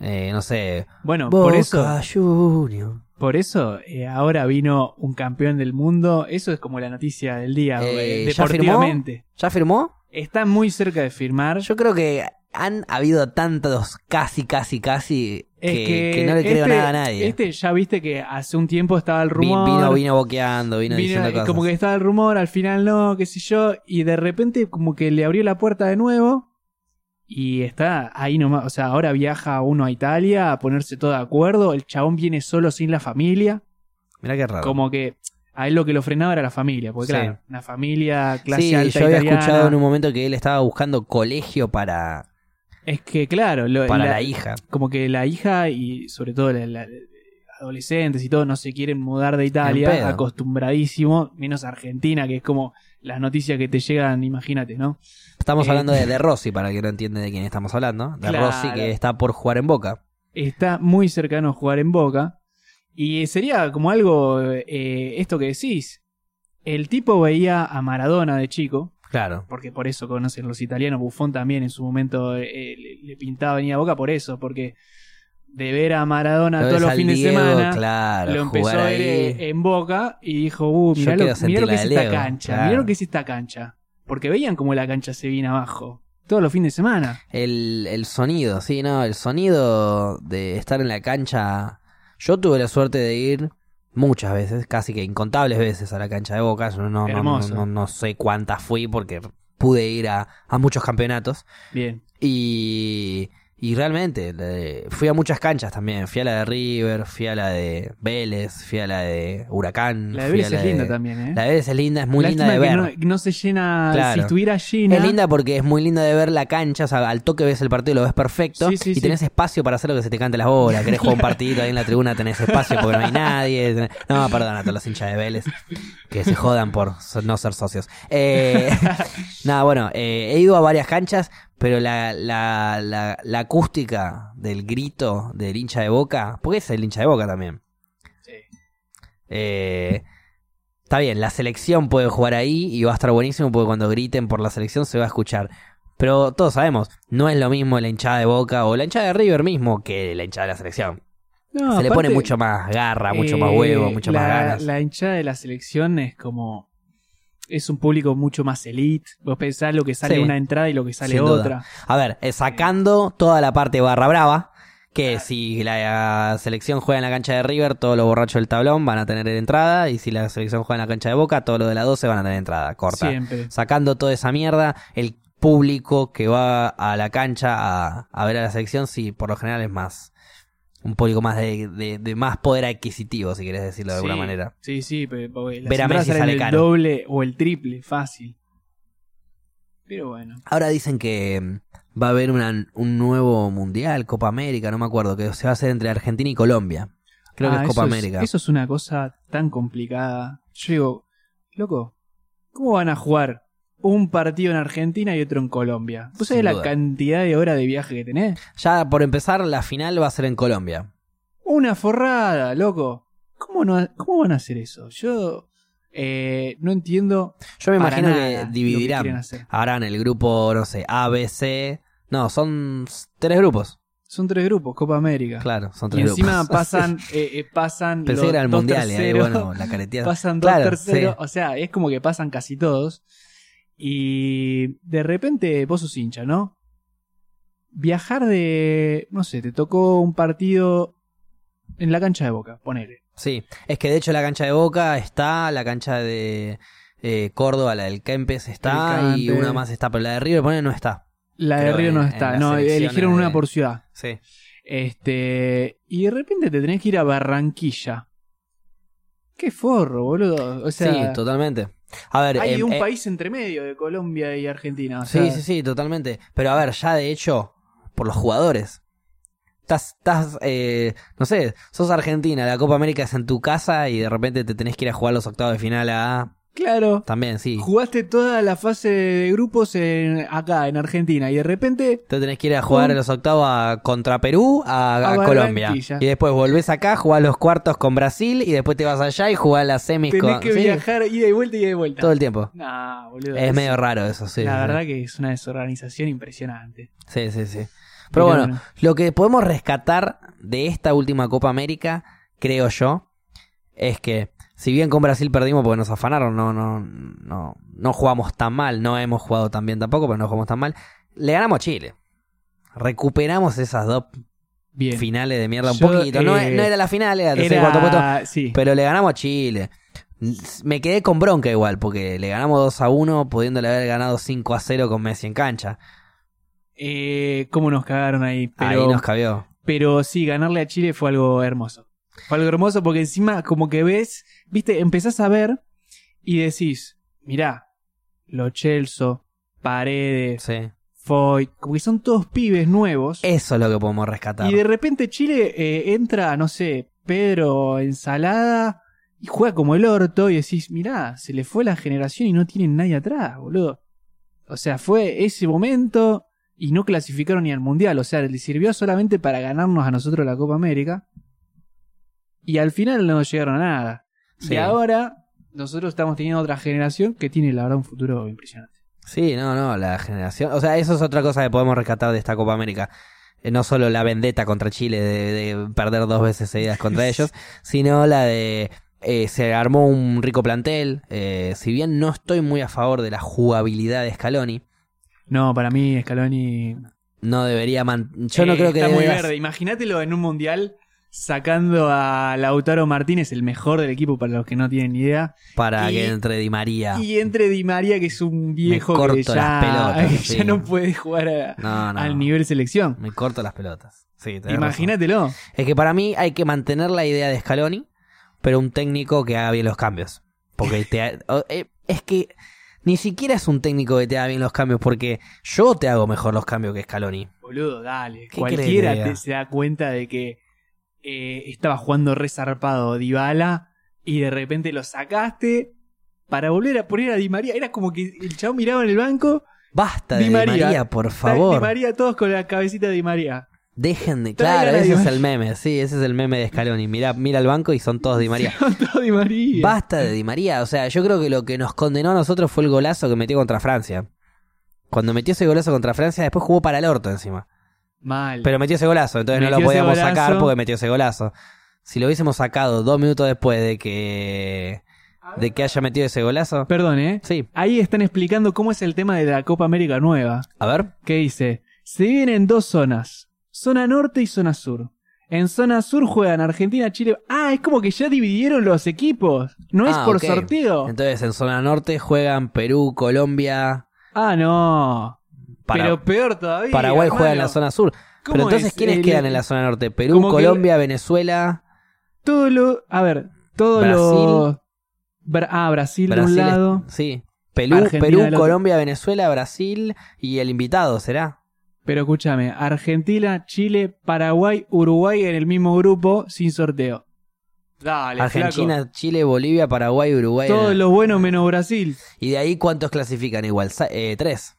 [SPEAKER 1] eh, no sé...
[SPEAKER 2] Bueno, por
[SPEAKER 1] Boca
[SPEAKER 2] eso,
[SPEAKER 1] Junior.
[SPEAKER 2] por eso eh, ahora vino un campeón del mundo. Eso es como la noticia del día,
[SPEAKER 1] Eh,
[SPEAKER 2] güey,
[SPEAKER 1] ¿ya firmó?
[SPEAKER 2] deportivamente.
[SPEAKER 1] ¿Ya firmó?
[SPEAKER 2] Está muy cerca de firmar.
[SPEAKER 1] Yo creo que han habido tantos casi, casi, casi
[SPEAKER 2] Es
[SPEAKER 1] que, que no le creo
[SPEAKER 2] este-
[SPEAKER 1] nada a nadie.
[SPEAKER 2] Este ya viste que hace un tiempo estaba el
[SPEAKER 1] Vi-
[SPEAKER 2] rumor.
[SPEAKER 1] Vino, vino boqueando, vino,
[SPEAKER 2] vino- eh,
[SPEAKER 1] diciendo cosas.
[SPEAKER 2] Como que estaba el rumor, al final no, qué sé yo. Y de repente como que le abrió la puerta de nuevo. Y está ahí nomás. O sea, ahora viaja uno a Italia a ponerse todo de acuerdo. El chabón viene solo sin la familia.
[SPEAKER 1] Mirá qué raro.
[SPEAKER 2] Como que a él lo que lo frenaba era la familia. Porque
[SPEAKER 1] Sí.
[SPEAKER 2] claro, una familia clase
[SPEAKER 1] sí,
[SPEAKER 2] alta
[SPEAKER 1] yo había
[SPEAKER 2] italiana.
[SPEAKER 1] escuchado en un momento que él estaba buscando colegio para,
[SPEAKER 2] Es que claro, lo-
[SPEAKER 1] para la,
[SPEAKER 2] Eh, la-
[SPEAKER 1] hija.
[SPEAKER 2] como que la hija y sobre todo la, la- adolescentes y todo no se quieren mudar de
[SPEAKER 1] En pedo.
[SPEAKER 2] Italia, acostumbradísimo, menos Argentina, que es como las noticias que te llegan, imagínate, ¿no?
[SPEAKER 1] Estamos
[SPEAKER 2] Eh.
[SPEAKER 1] hablando de,
[SPEAKER 2] <laughs>
[SPEAKER 1] de Rossi, para el que no entiende de quién estamos hablando. De
[SPEAKER 2] Claro.
[SPEAKER 1] Rossi que está por jugar en Boca.
[SPEAKER 2] Está muy cercano a jugar en Boca y sería como algo, eh, esto que decís, el tipo veía a Maradona de chico,
[SPEAKER 1] Claro.
[SPEAKER 2] porque por eso conocen los italianos, Buffon también en su momento eh, le, le pintaba venir a Boca por eso, porque de ver a Maradona
[SPEAKER 1] Lo
[SPEAKER 2] todos
[SPEAKER 1] ves
[SPEAKER 2] los
[SPEAKER 1] al
[SPEAKER 2] fines
[SPEAKER 1] Diego,
[SPEAKER 2] de semana...
[SPEAKER 1] claro,
[SPEAKER 2] lo empezó
[SPEAKER 1] jugar
[SPEAKER 2] a ver
[SPEAKER 1] ahí.
[SPEAKER 2] eh, en Boca y dijo, uh,
[SPEAKER 1] Yo
[SPEAKER 2] mirá lo,
[SPEAKER 1] quiero sentir
[SPEAKER 2] mirá lo
[SPEAKER 1] la
[SPEAKER 2] que es
[SPEAKER 1] del
[SPEAKER 2] esta
[SPEAKER 1] Leo,
[SPEAKER 2] cancha,
[SPEAKER 1] claro.
[SPEAKER 2] mirá lo que es esta cancha. Porque veían como la cancha se viene abajo, todos los fines de semana.
[SPEAKER 1] El, el sonido, sí, no, el sonido de estar en la cancha. Yo tuve la suerte de ir muchas veces, casi que incontables veces a la cancha de Boca. Yo no, no, no,
[SPEAKER 2] Hermoso.
[SPEAKER 1] no- no sé cuántas fui porque pude ir a, a muchos campeonatos.
[SPEAKER 2] Bien,
[SPEAKER 1] Y, y realmente, la de- fui a muchas canchas también. Fui a la de River, fui a la de Vélez, fui a la de Huracán.
[SPEAKER 2] la de
[SPEAKER 1] Mm, fui
[SPEAKER 2] Vélez
[SPEAKER 1] a
[SPEAKER 2] es linda también, ¿eh?
[SPEAKER 1] La de Vélez es linda, es muy
[SPEAKER 2] Lástima
[SPEAKER 1] linda de
[SPEAKER 2] que
[SPEAKER 1] ver.
[SPEAKER 2] no- no, se llena,
[SPEAKER 1] Claro.
[SPEAKER 2] si estuviera llena...
[SPEAKER 1] Es linda porque es muy linda de ver la cancha, o sea, al toque ves el partido, lo ves perfecto
[SPEAKER 2] Sí, sí,
[SPEAKER 1] y
[SPEAKER 2] sí.
[SPEAKER 1] tenés espacio para hacer lo que se te cante las bolas. Querés jugar un partidito ahí en la tribuna, tenés espacio porque no hay nadie. tenés- No, perdón a todos los hinchas de Vélez que se jodan por so- no ser socios. Eh, <laughs> nada, bueno, eh, he ido a varias canchas, pero la, la, la, la acústica del grito del hincha de boca, porque es el hincha de boca también.
[SPEAKER 2] Sí.
[SPEAKER 1] Eh, está bien, la selección puede jugar ahí y va a estar buenísimo porque cuando griten por la selección se va a escuchar. Pero todos sabemos, no es lo mismo la hinchada de Boca o la hinchada de River mismo que la hinchada de la selección.
[SPEAKER 2] No,
[SPEAKER 1] se le pone
[SPEAKER 2] aparte,
[SPEAKER 1] mucho más garra, mucho más
[SPEAKER 2] eh,
[SPEAKER 1] huevo, mucho
[SPEAKER 2] la-
[SPEAKER 1] más ganas.
[SPEAKER 2] La hinchada de la selección es como... Es un público mucho más elite. Vos pensás lo que sale
[SPEAKER 1] Sí.
[SPEAKER 2] una entrada y lo que sale
[SPEAKER 1] Sin duda.
[SPEAKER 2] otra.
[SPEAKER 1] A ver, eh, sacando toda la parte barra brava,
[SPEAKER 2] Ah.
[SPEAKER 1] que si la selección juega en la cancha de River, todos los borrachos del tablón van a tener entrada, y si la selección juega en la cancha de Boca, todos los de la 12 van a tener entrada, corta.
[SPEAKER 2] Siempre.
[SPEAKER 1] sacando toda esa mierda, el público que va a la cancha a, a ver a la selección, sí, por lo general es más, un público más de, de- de más poder adquisitivo, si querés decirlo de alguna
[SPEAKER 2] Sí,
[SPEAKER 1] manera.
[SPEAKER 2] Sí, sí, pero porque las
[SPEAKER 1] Ver a
[SPEAKER 2] entradas
[SPEAKER 1] Messi
[SPEAKER 2] salen
[SPEAKER 1] sale
[SPEAKER 2] el
[SPEAKER 1] caro.
[SPEAKER 2] doble o el triple, fácil. Pero bueno.
[SPEAKER 1] Ahora dicen que mm, va a haber una- un nuevo mundial, Copa América, no me acuerdo, que se va a hacer entre Argentina y Colombia. Creo
[SPEAKER 2] Ah,
[SPEAKER 1] que es Copa
[SPEAKER 2] eso
[SPEAKER 1] América.
[SPEAKER 2] Eso es una cosa tan complicada. Yo digo, loco, ¿cómo van a jugar un partido en Argentina y otro en Colombia? ¿Tú sabes
[SPEAKER 1] Sin
[SPEAKER 2] la
[SPEAKER 1] duda.
[SPEAKER 2] cantidad de horas de viaje que tenés?
[SPEAKER 1] Ya por empezar, la final va a ser en Colombia.
[SPEAKER 2] Una forrada, loco. ¿Cómo, no, cómo van a hacer eso? Yo eh, no entiendo.
[SPEAKER 1] Yo me
[SPEAKER 2] para
[SPEAKER 1] imagino
[SPEAKER 2] nada
[SPEAKER 1] que
[SPEAKER 2] lo que
[SPEAKER 1] dividirán.
[SPEAKER 2] quieren hacer.
[SPEAKER 1] Harán el grupo, no sé, A, B, C. No, son s- tres grupos.
[SPEAKER 2] Son tres grupos, Copa América.
[SPEAKER 1] Claro, son
[SPEAKER 2] y
[SPEAKER 1] tres grupos.
[SPEAKER 2] encima
[SPEAKER 1] <laughs>
[SPEAKER 2] pasan, eh, eh, pasan
[SPEAKER 1] Pensé
[SPEAKER 2] los
[SPEAKER 1] que era el
[SPEAKER 2] dos
[SPEAKER 1] mundial, y ahí,
[SPEAKER 2] terceros.
[SPEAKER 1] bueno, la careteada.
[SPEAKER 2] pasan dos
[SPEAKER 1] Claro,
[SPEAKER 2] terceros,
[SPEAKER 1] sí.
[SPEAKER 2] o sea, es como que pasan casi todos. Y de repente vos sos hincha, ¿no? Viajar de, no sé, te tocó un partido en la cancha de Boca, ponele.
[SPEAKER 1] Sí, es que de hecho la cancha de Boca está, la cancha de eh, Córdoba, la del Kempes está,
[SPEAKER 2] El
[SPEAKER 1] y
[SPEAKER 2] Kempes.
[SPEAKER 1] una más está, pero la de River, pone no está.
[SPEAKER 2] La de
[SPEAKER 1] Pero
[SPEAKER 2] Río no
[SPEAKER 1] en- en
[SPEAKER 2] está,
[SPEAKER 1] las
[SPEAKER 2] no,
[SPEAKER 1] elecciones
[SPEAKER 2] eligieron una
[SPEAKER 1] de-
[SPEAKER 2] por ciudad.
[SPEAKER 1] Sí.
[SPEAKER 2] Este, y de repente te tenés que ir a Barranquilla. Qué forro, boludo. O sea,
[SPEAKER 1] sí, totalmente. A ver,
[SPEAKER 2] hay
[SPEAKER 1] em,
[SPEAKER 2] un
[SPEAKER 1] eh,
[SPEAKER 2] país entre medio de Colombia y Argentina. o
[SPEAKER 1] Sí,
[SPEAKER 2] sea,
[SPEAKER 1] sí, sí, totalmente. Pero a ver, ya de hecho, por los jugadores. Estás, estás eh, no sé, sos Argentina, la Copa América es en tu casa y de repente te tenés que ir a jugar los octavos de final a...
[SPEAKER 2] Claro.
[SPEAKER 1] También, sí.
[SPEAKER 2] Jugaste toda la fase de grupos en- acá, en Argentina, y de repente
[SPEAKER 1] Te tenés que ir a jugar
[SPEAKER 2] Pum.
[SPEAKER 1] los octavos a- contra Perú, a,
[SPEAKER 2] A
[SPEAKER 1] a Colombia.
[SPEAKER 2] Barranquilla.
[SPEAKER 1] Y después volvés acá, jugás los cuartos con Brasil y después te vas allá y jugás las semis
[SPEAKER 2] tenés
[SPEAKER 1] con...
[SPEAKER 2] que
[SPEAKER 1] sí,
[SPEAKER 2] viajar ida y vuelta, ida y vuelta.
[SPEAKER 1] todo el tiempo.
[SPEAKER 2] Nah, boludo.
[SPEAKER 1] Es medio raro eso, sí.
[SPEAKER 2] La
[SPEAKER 1] sí,
[SPEAKER 2] verdad que es una desorganización impresionante.
[SPEAKER 1] Sí, sí, sí. Pero bueno, Lo que podemos rescatar de esta última Copa América, creo yo, es que si bien con Brasil perdimos porque nos afanaron, no, no, no, no jugamos tan mal, no hemos jugado tan bien tampoco, pero no jugamos tan mal, le ganamos a Chile. Recuperamos esas dos
[SPEAKER 2] Bien.
[SPEAKER 1] finales de mierda un
[SPEAKER 2] Yo,
[SPEAKER 1] poquito. no,
[SPEAKER 2] eh,
[SPEAKER 1] no era la final, era el tercer, cuarto puesto,
[SPEAKER 2] Era... Sí.
[SPEAKER 1] pero le ganamos a Chile. Me quedé con bronca igual, porque le ganamos 2 a 1, pudiéndole haber ganado 5 a 0 con Messi en cancha.
[SPEAKER 2] Eh, ¿Cómo nos cagaron ahí? Pero,
[SPEAKER 1] Ahí nos cabió.
[SPEAKER 2] pero sí, ganarle a Chile fue algo hermoso. Fue algo hermoso porque encima como que ves, viste, empezás a ver y decís, mirá, Lo Chelso, Paredes,
[SPEAKER 1] Sí.
[SPEAKER 2] Foyt, como que son todos pibes nuevos.
[SPEAKER 1] Eso es lo que podemos rescatar.
[SPEAKER 2] Y de repente Chile eh, entra, no sé, Pedro Ensalada y juega como el orto y decís, mirá, se le fue la generación y no tienen nadie atrás, boludo. O sea, fue ese momento y no clasificaron ni al Mundial. O sea, le sirvió solamente para ganarnos a nosotros la Copa América. Y al final no llegaron a nada.
[SPEAKER 1] Sí.
[SPEAKER 2] Y ahora nosotros estamos teniendo otra generación que tiene, la verdad, un futuro impresionante.
[SPEAKER 1] Sí, no, no, la generación. O sea, eso es otra cosa que podemos rescatar de esta Copa América. Eh, No solo la vendetta contra Chile de, de perder dos veces seguidas
[SPEAKER 2] <laughs>
[SPEAKER 1] contra ellos, sino la de. eh, se armó un rico plantel. Eh, si bien no estoy muy a favor de la jugabilidad de Scaloni,
[SPEAKER 2] No, para mí, Scaloni
[SPEAKER 1] no debería. man- Yo no
[SPEAKER 2] Eh,
[SPEAKER 1] creo que.
[SPEAKER 2] está muy
[SPEAKER 1] deberías-
[SPEAKER 2] verde. Imagínatelo en un mundial sacando a Lautaro Martínez, el mejor del equipo para los que no tienen ni idea,
[SPEAKER 1] Para
[SPEAKER 2] Y-
[SPEAKER 1] que entre Di María.
[SPEAKER 2] y entre Di María que es un viejo
[SPEAKER 1] corto
[SPEAKER 2] que ya,
[SPEAKER 1] las pelotas,
[SPEAKER 2] <laughs> que
[SPEAKER 1] sí.
[SPEAKER 2] ya no puede jugar a-
[SPEAKER 1] no, no.
[SPEAKER 2] al nivel selección.
[SPEAKER 1] Me corto las pelotas. Sí, tenés razón.
[SPEAKER 2] Imagínatelo.
[SPEAKER 1] Es que para mí hay que mantener la idea de Scaloni, pero un técnico que haga bien los cambios. Porque te, o- eh, es que ni siquiera es un técnico que te haga bien los cambios, porque yo te hago mejor los cambios que Scaloni.
[SPEAKER 2] Boludo, dale.
[SPEAKER 1] ¿Qué
[SPEAKER 2] Cualquiera
[SPEAKER 1] crees,
[SPEAKER 2] te-
[SPEAKER 1] Lea?
[SPEAKER 2] se da cuenta de que eh, estaba jugando resarpado Dybala y de repente lo sacaste para volver a poner a Di María. Era como que el chavo miraba en el banco,
[SPEAKER 1] Basta de
[SPEAKER 2] Di
[SPEAKER 1] Di María,
[SPEAKER 2] María.
[SPEAKER 1] por
[SPEAKER 2] Di
[SPEAKER 1] favor.
[SPEAKER 2] María todos con la cabecita de Di María.
[SPEAKER 1] Dejen de.
[SPEAKER 2] Traigan
[SPEAKER 1] Claro,
[SPEAKER 2] a Di
[SPEAKER 1] ese es
[SPEAKER 2] María.
[SPEAKER 1] el meme, sí, ese es el meme de Scaloni. Mira, mira el banco y son todos Di María.
[SPEAKER 2] Todo Di María.
[SPEAKER 1] Basta de Di María. O sea, yo creo que lo que nos condenó a nosotros fue el golazo que metió contra Francia. Cuando metió ese golazo contra Francia, después jugó para el orto encima.
[SPEAKER 2] Mal.
[SPEAKER 1] Pero metió ese golazo, entonces no
[SPEAKER 2] Metió
[SPEAKER 1] lo
[SPEAKER 2] ese
[SPEAKER 1] podíamos
[SPEAKER 2] golazo.
[SPEAKER 1] sacar porque metió ese golazo. Si lo hubiésemos sacado dos minutos después de que de que haya metido ese golazo,
[SPEAKER 2] Perdón, ¿eh?
[SPEAKER 1] sí.
[SPEAKER 2] Ahí están explicando cómo es el tema de la Copa América Nueva.
[SPEAKER 1] A ver,
[SPEAKER 2] Que dice, se dividen en dos zonas. Zona norte y zona sur. En zona sur juegan Argentina, Chile... Ah, es como que ya dividieron los equipos. No es
[SPEAKER 1] Ah,
[SPEAKER 2] por
[SPEAKER 1] ok.
[SPEAKER 2] sorteo.
[SPEAKER 1] entonces en zona norte juegan Perú, Colombia,
[SPEAKER 2] Ah, no.
[SPEAKER 1] Para-
[SPEAKER 2] Pero peor todavía.
[SPEAKER 1] Paraguay juega en
[SPEAKER 2] hermano.
[SPEAKER 1] la zona sur.
[SPEAKER 2] ¿Cómo
[SPEAKER 1] Pero entonces
[SPEAKER 2] es
[SPEAKER 1] quiénes
[SPEAKER 2] el-
[SPEAKER 1] quedan en la zona norte? Perú,
[SPEAKER 2] como que-
[SPEAKER 1] Colombia, Venezuela.
[SPEAKER 2] Todo lo... A ver, todo lo... Bra- ah, Brasil, de un
[SPEAKER 1] Brasil es-
[SPEAKER 2] lado.
[SPEAKER 1] Sí. Pelú-
[SPEAKER 2] Argentina
[SPEAKER 1] Perú,
[SPEAKER 2] del otro.
[SPEAKER 1] Colombia, Venezuela, Brasil y el invitado será.
[SPEAKER 2] Pero escúchame, Argentina, Chile, Paraguay, Uruguay en el mismo grupo sin sorteo. Dale,
[SPEAKER 1] Argentina, Chile, Bolivia, Paraguay, Uruguay.
[SPEAKER 2] Todos los buenos menos Brasil.
[SPEAKER 1] Y de ahí cuántos clasifican igual, Sa- eh, tres.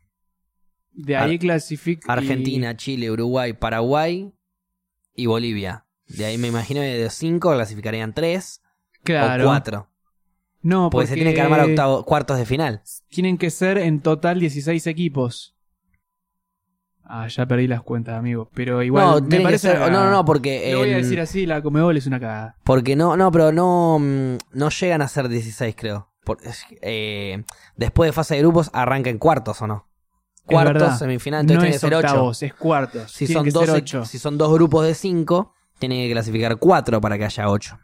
[SPEAKER 2] De ahí clasifica.
[SPEAKER 1] Argentina, Chile, Uruguay, Paraguay y Bolivia. De ahí me imagino que de cinco clasificarían tres
[SPEAKER 2] claro.
[SPEAKER 1] o cuatro.
[SPEAKER 2] No,
[SPEAKER 1] Porque, se tienen que armar octavo- cuartos de final.
[SPEAKER 2] Tienen que ser en total 16 equipos. Ah, ya perdí las cuentas, amigo. Pero igual.
[SPEAKER 1] no,
[SPEAKER 2] me
[SPEAKER 1] tiene que
[SPEAKER 2] parece
[SPEAKER 1] ser-
[SPEAKER 2] una
[SPEAKER 1] no, no,
[SPEAKER 2] cagada.
[SPEAKER 1] no, porque.
[SPEAKER 2] Lo voy a
[SPEAKER 1] en-
[SPEAKER 2] decir así: la Comebol es una cagada.
[SPEAKER 1] Porque no, no, pero no, mm, no llegan a ser 16, creo. Por- es- eh, después de fase de grupos arranca en cuartos o no.
[SPEAKER 2] verdad.
[SPEAKER 1] Cuartos, semifinal, entonces
[SPEAKER 2] no
[SPEAKER 1] tiene que
[SPEAKER 2] es
[SPEAKER 1] ser ocho.
[SPEAKER 2] octavos, es cuartos.
[SPEAKER 1] Si
[SPEAKER 2] Tienen
[SPEAKER 1] son,
[SPEAKER 2] que
[SPEAKER 1] dos,
[SPEAKER 2] ser
[SPEAKER 1] e-
[SPEAKER 2] ocho.
[SPEAKER 1] si son dos grupos de cinco, tiene que clasificar cuatro para que haya ocho.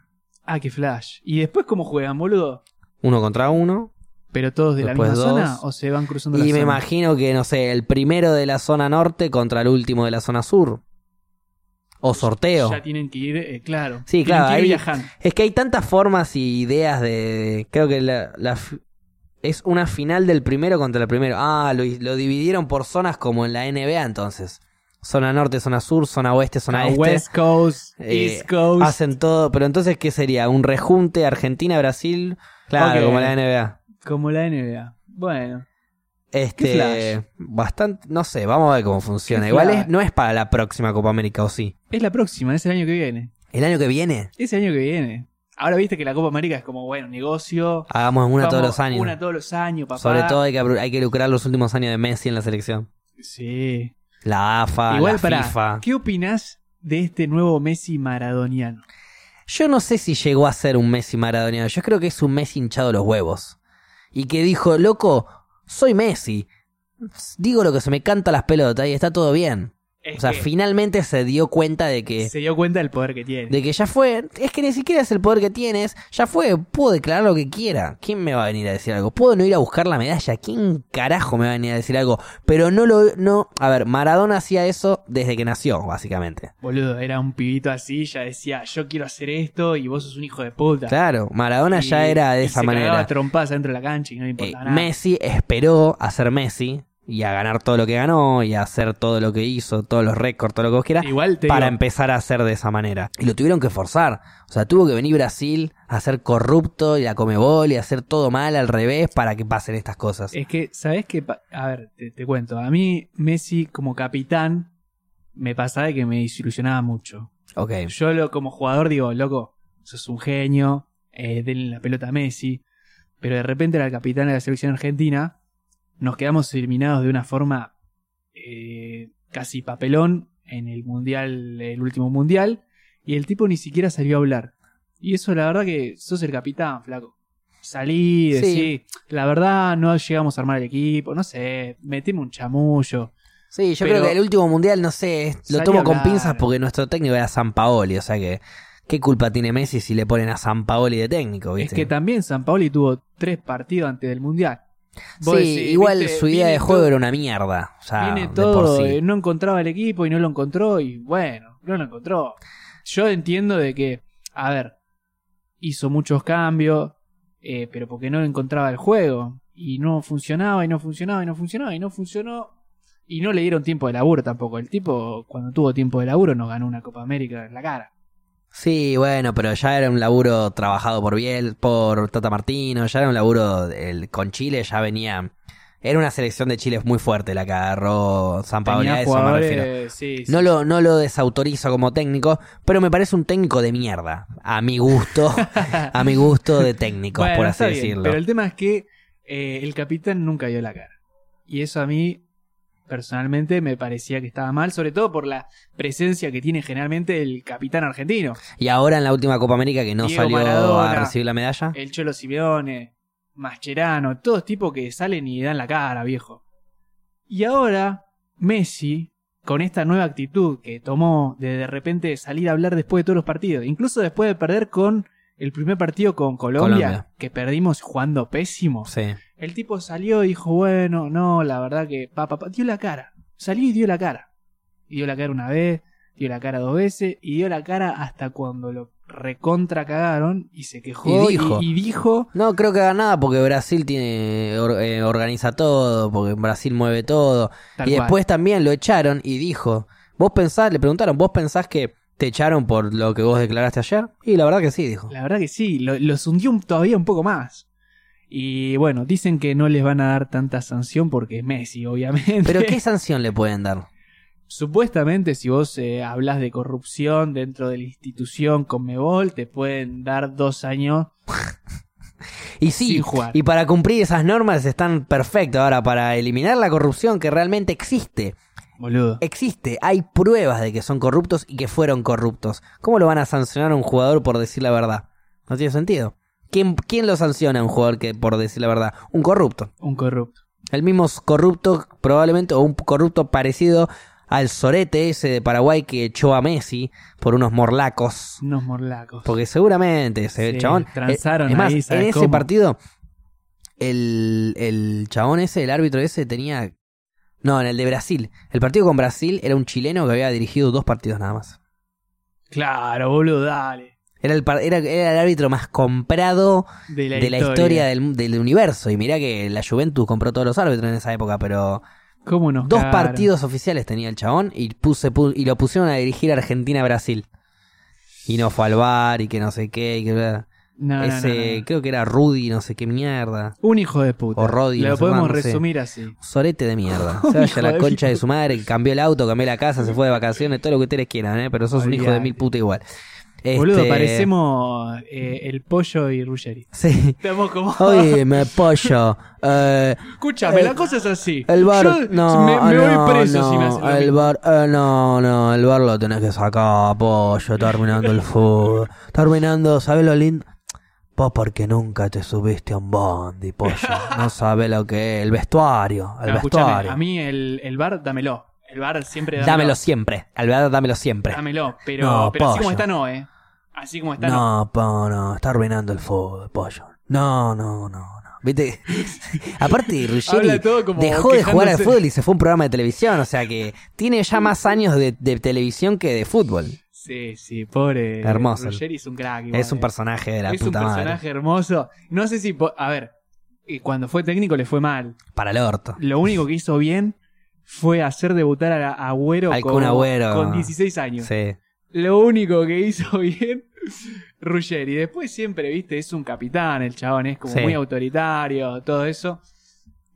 [SPEAKER 2] Ah, qué flash. ¿Y después cómo juegan, boludo?
[SPEAKER 1] Uno contra uno,
[SPEAKER 2] ¿Pero todos de
[SPEAKER 1] Después
[SPEAKER 2] la misma
[SPEAKER 1] dos.
[SPEAKER 2] zona o se van cruzando la
[SPEAKER 1] Y me
[SPEAKER 2] zona?
[SPEAKER 1] imagino que, no sé, el primero de la zona norte contra el último de la zona sur. O sorteo.
[SPEAKER 2] Ya tienen que ir, eh, claro.
[SPEAKER 1] Sí,
[SPEAKER 2] Tienen
[SPEAKER 1] claro,
[SPEAKER 2] que ir
[SPEAKER 1] ahí-
[SPEAKER 2] viajando.
[SPEAKER 1] Es que hay tantas formas y ideas de. Creo que la, la f- es una final del primero contra el primero. Ah, lo, lo dividieron por zonas como en la NBA entonces. Zona norte, zona sur, zona oeste, zona
[SPEAKER 2] Ah,
[SPEAKER 1] este.
[SPEAKER 2] West Coast,
[SPEAKER 1] Eh,
[SPEAKER 2] East Coast.
[SPEAKER 1] Hacen todo. Pero entonces, ¿qué sería? ¿Un rejunte Argentina-Brasil? Claro,
[SPEAKER 2] Ok.
[SPEAKER 1] como la NBA.
[SPEAKER 2] Como la NBA. Bueno.
[SPEAKER 1] Este.
[SPEAKER 2] flash.
[SPEAKER 1] Bastante. No sé, vamos a ver cómo funciona.
[SPEAKER 2] Qué
[SPEAKER 1] Igual
[SPEAKER 2] flash.
[SPEAKER 1] es- no es para la próxima Copa América, ¿o sí?
[SPEAKER 2] Es la próxima, es el año que viene.
[SPEAKER 1] ¿El año que viene?
[SPEAKER 2] Es el año que viene. Ahora viste que la Copa América es como, bueno, negocio.
[SPEAKER 1] Hagamos una
[SPEAKER 2] Vamos,
[SPEAKER 1] todos los años.
[SPEAKER 2] Una todos los años, papá.
[SPEAKER 1] Sobre todo hay que, abru- hay que lucrar los últimos años de Messi en la selección.
[SPEAKER 2] Sí.
[SPEAKER 1] La AFA,
[SPEAKER 2] Igual
[SPEAKER 1] Ah, la
[SPEAKER 2] para.
[SPEAKER 1] FIFA.
[SPEAKER 2] ¿Qué opinás de este nuevo Messi maradoniano?
[SPEAKER 1] Yo no sé si llegó a ser un Messi maradoniano. Yo creo que es un Messi hinchado los huevos. Y que dijo, loco, soy Messi. Digo lo que se me canta las pelotas y está todo bien.
[SPEAKER 2] Es
[SPEAKER 1] o sea,
[SPEAKER 2] que
[SPEAKER 1] finalmente se dio cuenta de que,
[SPEAKER 2] se dio cuenta del poder que tiene.
[SPEAKER 1] de que ya fue. Es que ni siquiera es el poder que tienes. Ya fue. Puedo declarar lo que quiera. ¿Quién me va a venir a decir algo? Puedo no ir a buscar la medalla. ¿Quién carajo me va a venir a decir algo? Pero no lo. No. A ver, Maradona hacía eso desde que nació, básicamente.
[SPEAKER 2] Boludo, era un pibito así, ya decía, yo quiero hacer esto y vos sos un hijo de puta.
[SPEAKER 1] Claro, Maradona
[SPEAKER 2] Y-
[SPEAKER 1] ya era de
[SPEAKER 2] y
[SPEAKER 1] esa
[SPEAKER 2] se
[SPEAKER 1] manera.
[SPEAKER 2] cagaba trompadas dentro de la cancha y no le
[SPEAKER 1] Eh,
[SPEAKER 2] importaba nada.
[SPEAKER 1] Messi esperó a ser Messi y a ganar todo lo que ganó y a hacer todo lo que hizo, todos los récords, todo lo que vos quieras,
[SPEAKER 2] Igual te
[SPEAKER 1] para
[SPEAKER 2] digo,
[SPEAKER 1] empezar a hacer de esa manera. Y lo tuvieron que forzar. O sea, tuvo que venir Brasil a ser corrupto y a comebol y a hacer todo mal al revés para que pasen estas cosas.
[SPEAKER 2] es que, ¿sabés qué? pa- A ver, te, te cuento. A mí, Messi como capitán, me pasaba que me desilusionaba mucho.
[SPEAKER 1] Ok.
[SPEAKER 2] Yo lo, como jugador digo, loco, sos un genio, eh, denle la pelota a Messi. Pero de repente era el capitán de la selección argentina. Nos quedamos eliminados de una forma eh, casi papelón en el mundial, el último mundial. Y el tipo ni siquiera salió a hablar. Y eso la verdad que sos el capitán, flaco.
[SPEAKER 1] Sí.
[SPEAKER 2] Salí, decí, la verdad no llegamos a armar el equipo, no sé, meteme un chamullo.
[SPEAKER 1] Sí, yo
[SPEAKER 2] Pero-
[SPEAKER 1] creo que el último mundial, no sé, es- lo
[SPEAKER 2] Salió
[SPEAKER 1] tomo
[SPEAKER 2] a
[SPEAKER 1] con
[SPEAKER 2] hablar.
[SPEAKER 1] pinzas porque nuestro técnico era San Paoli, o sea que. ¿Qué culpa tiene Messi si le ponen a San Paoli de técnico?
[SPEAKER 2] Es
[SPEAKER 1] ¿viste?
[SPEAKER 2] que también San Paoli tuvo tres partidos antes del mundial. Vos
[SPEAKER 1] sí,
[SPEAKER 2] decís,
[SPEAKER 1] igual
[SPEAKER 2] viste,
[SPEAKER 1] su idea
[SPEAKER 2] viene
[SPEAKER 1] de juego
[SPEAKER 2] todo-
[SPEAKER 1] era una mierda. Ya,
[SPEAKER 2] Viene
[SPEAKER 1] de por
[SPEAKER 2] todo,
[SPEAKER 1] sí.
[SPEAKER 2] eh, no encontraba el equipo y no lo encontró y bueno, no lo encontró. Yo entiendo de que, a ver, hizo muchos cambios, eh, pero porque no encontraba el juego y no funcionaba y no funcionaba y no funcionaba y no funcionó y no le dieron tiempo de laburo tampoco. El tipo cuando tuvo tiempo de laburo no ganó una Copa América en la cara.
[SPEAKER 1] Sí, bueno, pero ya era un laburo trabajado por Biel, por Tata Martino, ya era un laburo el, con Chile, ya venía. Era una selección de Chile muy fuerte la que agarró San Paoli, a
[SPEAKER 2] Tenía
[SPEAKER 1] eso me refiero.
[SPEAKER 2] jugadores, sí, sí.
[SPEAKER 1] No lo, no lo desautorizo como técnico, pero me parece un técnico de mierda. A mi
[SPEAKER 2] <laughs>
[SPEAKER 1] gusto, a mi gusto de técnicos,
[SPEAKER 2] Bueno,
[SPEAKER 1] por así
[SPEAKER 2] está bien,
[SPEAKER 1] decirlo.
[SPEAKER 2] Pero el tema es que eh, el capitán nunca dio la cara. Y eso a mí, personalmente, me parecía que estaba mal, sobre todo por la presencia que tiene generalmente el capitán argentino.
[SPEAKER 1] Y ahora en la última Copa América que no
[SPEAKER 2] Diego
[SPEAKER 1] salió a
[SPEAKER 2] Maradona.
[SPEAKER 1] recibir la medalla.
[SPEAKER 2] El Cholo Simeone, Mascherano, todos tipos que salen y dan la cara, viejo. Y ahora, Messi, con esta nueva actitud que tomó de de repente salir a hablar después de todos los partidos, incluso después de perder con el primer partido con
[SPEAKER 1] Colombia.
[SPEAKER 2] Colombia. que perdimos jugando pésimo.
[SPEAKER 1] Sí.
[SPEAKER 2] El tipo salió y dijo, bueno, no, la verdad que pa, pa, pa, dio la cara. Salió y dio la cara. Y dio la cara una vez, dio la cara dos veces, y dio la cara hasta cuando lo recontra cagaron y se quejó
[SPEAKER 1] Y dijo.
[SPEAKER 2] y dijo,
[SPEAKER 1] No creo que haga nada porque Brasil tiene or- eh, organiza todo, porque Brasil mueve todo.
[SPEAKER 2] tal
[SPEAKER 1] y
[SPEAKER 2] cual.
[SPEAKER 1] después también lo echaron y dijo, vos pensás, le preguntaron, vos pensás que te echaron por lo que vos declaraste ayer? Y la verdad que sí, dijo.
[SPEAKER 2] La verdad que sí, lo- los hundió un- todavía un poco más. Y bueno, dicen que no les van a dar tanta sanción porque es Messi, obviamente.
[SPEAKER 1] Pero ¿qué sanción le pueden dar?
[SPEAKER 2] <laughs> Supuestamente, si vos eh, hablas de corrupción dentro de la institución Conmebol, te pueden dar dos años
[SPEAKER 1] Y sí,
[SPEAKER 2] sin jugar.
[SPEAKER 1] y para cumplir esas normas están perfectos ahora, para eliminar la corrupción que realmente existe.
[SPEAKER 2] Boludo.
[SPEAKER 1] Existe, hay pruebas de que son corruptos y que fueron corruptos. ¿Cómo lo van a sancionar a un jugador por decir la verdad? No tiene sentido. ¿Quién, quién lo sanciona a un jugador que por decir la verdad? Un corrupto.
[SPEAKER 2] Un corrupto.
[SPEAKER 1] El mismo corrupto, probablemente, o un corrupto parecido al Sorete ese de Paraguay que echó a Messi por unos morlacos.
[SPEAKER 2] Unos morlacos.
[SPEAKER 1] Porque seguramente ese
[SPEAKER 2] Sí,
[SPEAKER 1] chabón.
[SPEAKER 2] transaron
[SPEAKER 1] Eh, es más,
[SPEAKER 2] ahí,
[SPEAKER 1] en
[SPEAKER 2] ¿sabes
[SPEAKER 1] ese
[SPEAKER 2] cómo?
[SPEAKER 1] partido, el, el chabón ese, el árbitro ese, tenía. No, en el de Brasil. El partido con Brasil era un chileno que había dirigido dos partidos nada más.
[SPEAKER 2] Claro, boludo, dale.
[SPEAKER 1] Era el, par- era, era el árbitro más comprado
[SPEAKER 2] De la,
[SPEAKER 1] de la historia del, del universo. Y mirá que la Juventus compró todos los árbitros en esa época, pero
[SPEAKER 2] ¿Cómo nos
[SPEAKER 1] dos
[SPEAKER 2] cagaron?
[SPEAKER 1] partidos oficiales tenía el chabón y, puse, pu- y lo pusieron a dirigir Argentina-Brasil. Y no fue al bar y que no sé qué. Y que, bla.
[SPEAKER 2] No, no, no,
[SPEAKER 1] Ese,
[SPEAKER 2] no, no.
[SPEAKER 1] creo que era Rudy, no sé qué mierda.
[SPEAKER 2] Un hijo de puta.
[SPEAKER 1] O Roddy,
[SPEAKER 2] Lo
[SPEAKER 1] no sé
[SPEAKER 2] podemos
[SPEAKER 1] cuándo, no sé.
[SPEAKER 2] resumir así.
[SPEAKER 1] Sorete de
[SPEAKER 2] <laughs>
[SPEAKER 1] mierda.
[SPEAKER 2] Un
[SPEAKER 1] Se
[SPEAKER 2] hijo
[SPEAKER 1] vaya a
[SPEAKER 2] de
[SPEAKER 1] la concha
[SPEAKER 2] mil
[SPEAKER 1] de su madre, que cambió el auto, cambió la casa, se fue de vacaciones, todo lo que ustedes quieran, ¿eh? pero sos un hijo de
[SPEAKER 2] Olvidate.
[SPEAKER 1] mil puta igual. Este,
[SPEAKER 2] Boludo, parecemos eh, el pollo y Ruggeri.
[SPEAKER 1] <laughs> Sí.
[SPEAKER 2] Estamos como.
[SPEAKER 1] Oye, me pollo. Eh,
[SPEAKER 2] <laughs> Escúchame,
[SPEAKER 1] eh,
[SPEAKER 2] la cosa es así.
[SPEAKER 1] el bar.
[SPEAKER 2] Yo
[SPEAKER 1] no,
[SPEAKER 2] me, me
[SPEAKER 1] no,
[SPEAKER 2] voy preso si me
[SPEAKER 1] no,
[SPEAKER 2] hacen lo
[SPEAKER 1] el
[SPEAKER 2] mismo.
[SPEAKER 1] bar, eh, no, no, el bar lo tenés que sacar, pollo, terminando el fútbol. Terminando, ¿sabes lo lindo? Vos porque nunca te subiste a un bondi, pollo. No sabes lo que es. El vestuario, el
[SPEAKER 2] No, escúchame,
[SPEAKER 1] vestuario.
[SPEAKER 2] a mí el, el bar, dámelo. El bar siempre dámelo.
[SPEAKER 1] Dámelo siempre. Al verdad, dámelo siempre.
[SPEAKER 2] Dámelo, pero,
[SPEAKER 1] No,
[SPEAKER 2] pero así
[SPEAKER 1] pollo.
[SPEAKER 2] como está no, eh. Así como está no.
[SPEAKER 1] No, po, no, está arruinando el fútbol, pollo. No, no, no, no. ¿Viste? <laughs> Aparte, Ruggeri
[SPEAKER 2] Habla todo como
[SPEAKER 1] dejó de jugar al
[SPEAKER 2] quejándose.
[SPEAKER 1] fútbol y se fue a un programa de televisión. O sea que tiene ya más años de, de televisión que de fútbol.
[SPEAKER 2] Sí, sí, pobre.
[SPEAKER 1] Hermoso.
[SPEAKER 2] Ruggeri es un crack. igual,
[SPEAKER 1] Es un
[SPEAKER 2] eh.
[SPEAKER 1] personaje de la
[SPEAKER 2] Es un
[SPEAKER 1] puta madre.
[SPEAKER 2] personaje hermoso. No sé si. po- A ver, eh, cuando fue técnico le fue mal.
[SPEAKER 1] Para el orto.
[SPEAKER 2] Lo único que hizo bien fue hacer debutar a la- a Agüero,
[SPEAKER 1] Al
[SPEAKER 2] con,
[SPEAKER 1] Kun Agüero.
[SPEAKER 2] con 16 años.
[SPEAKER 1] Sí.
[SPEAKER 2] Lo único que hizo <laughs> bien Ruggeri. Después siempre, viste, es un capitán el chabón, es como
[SPEAKER 1] Sí.
[SPEAKER 2] muy autoritario, todo eso.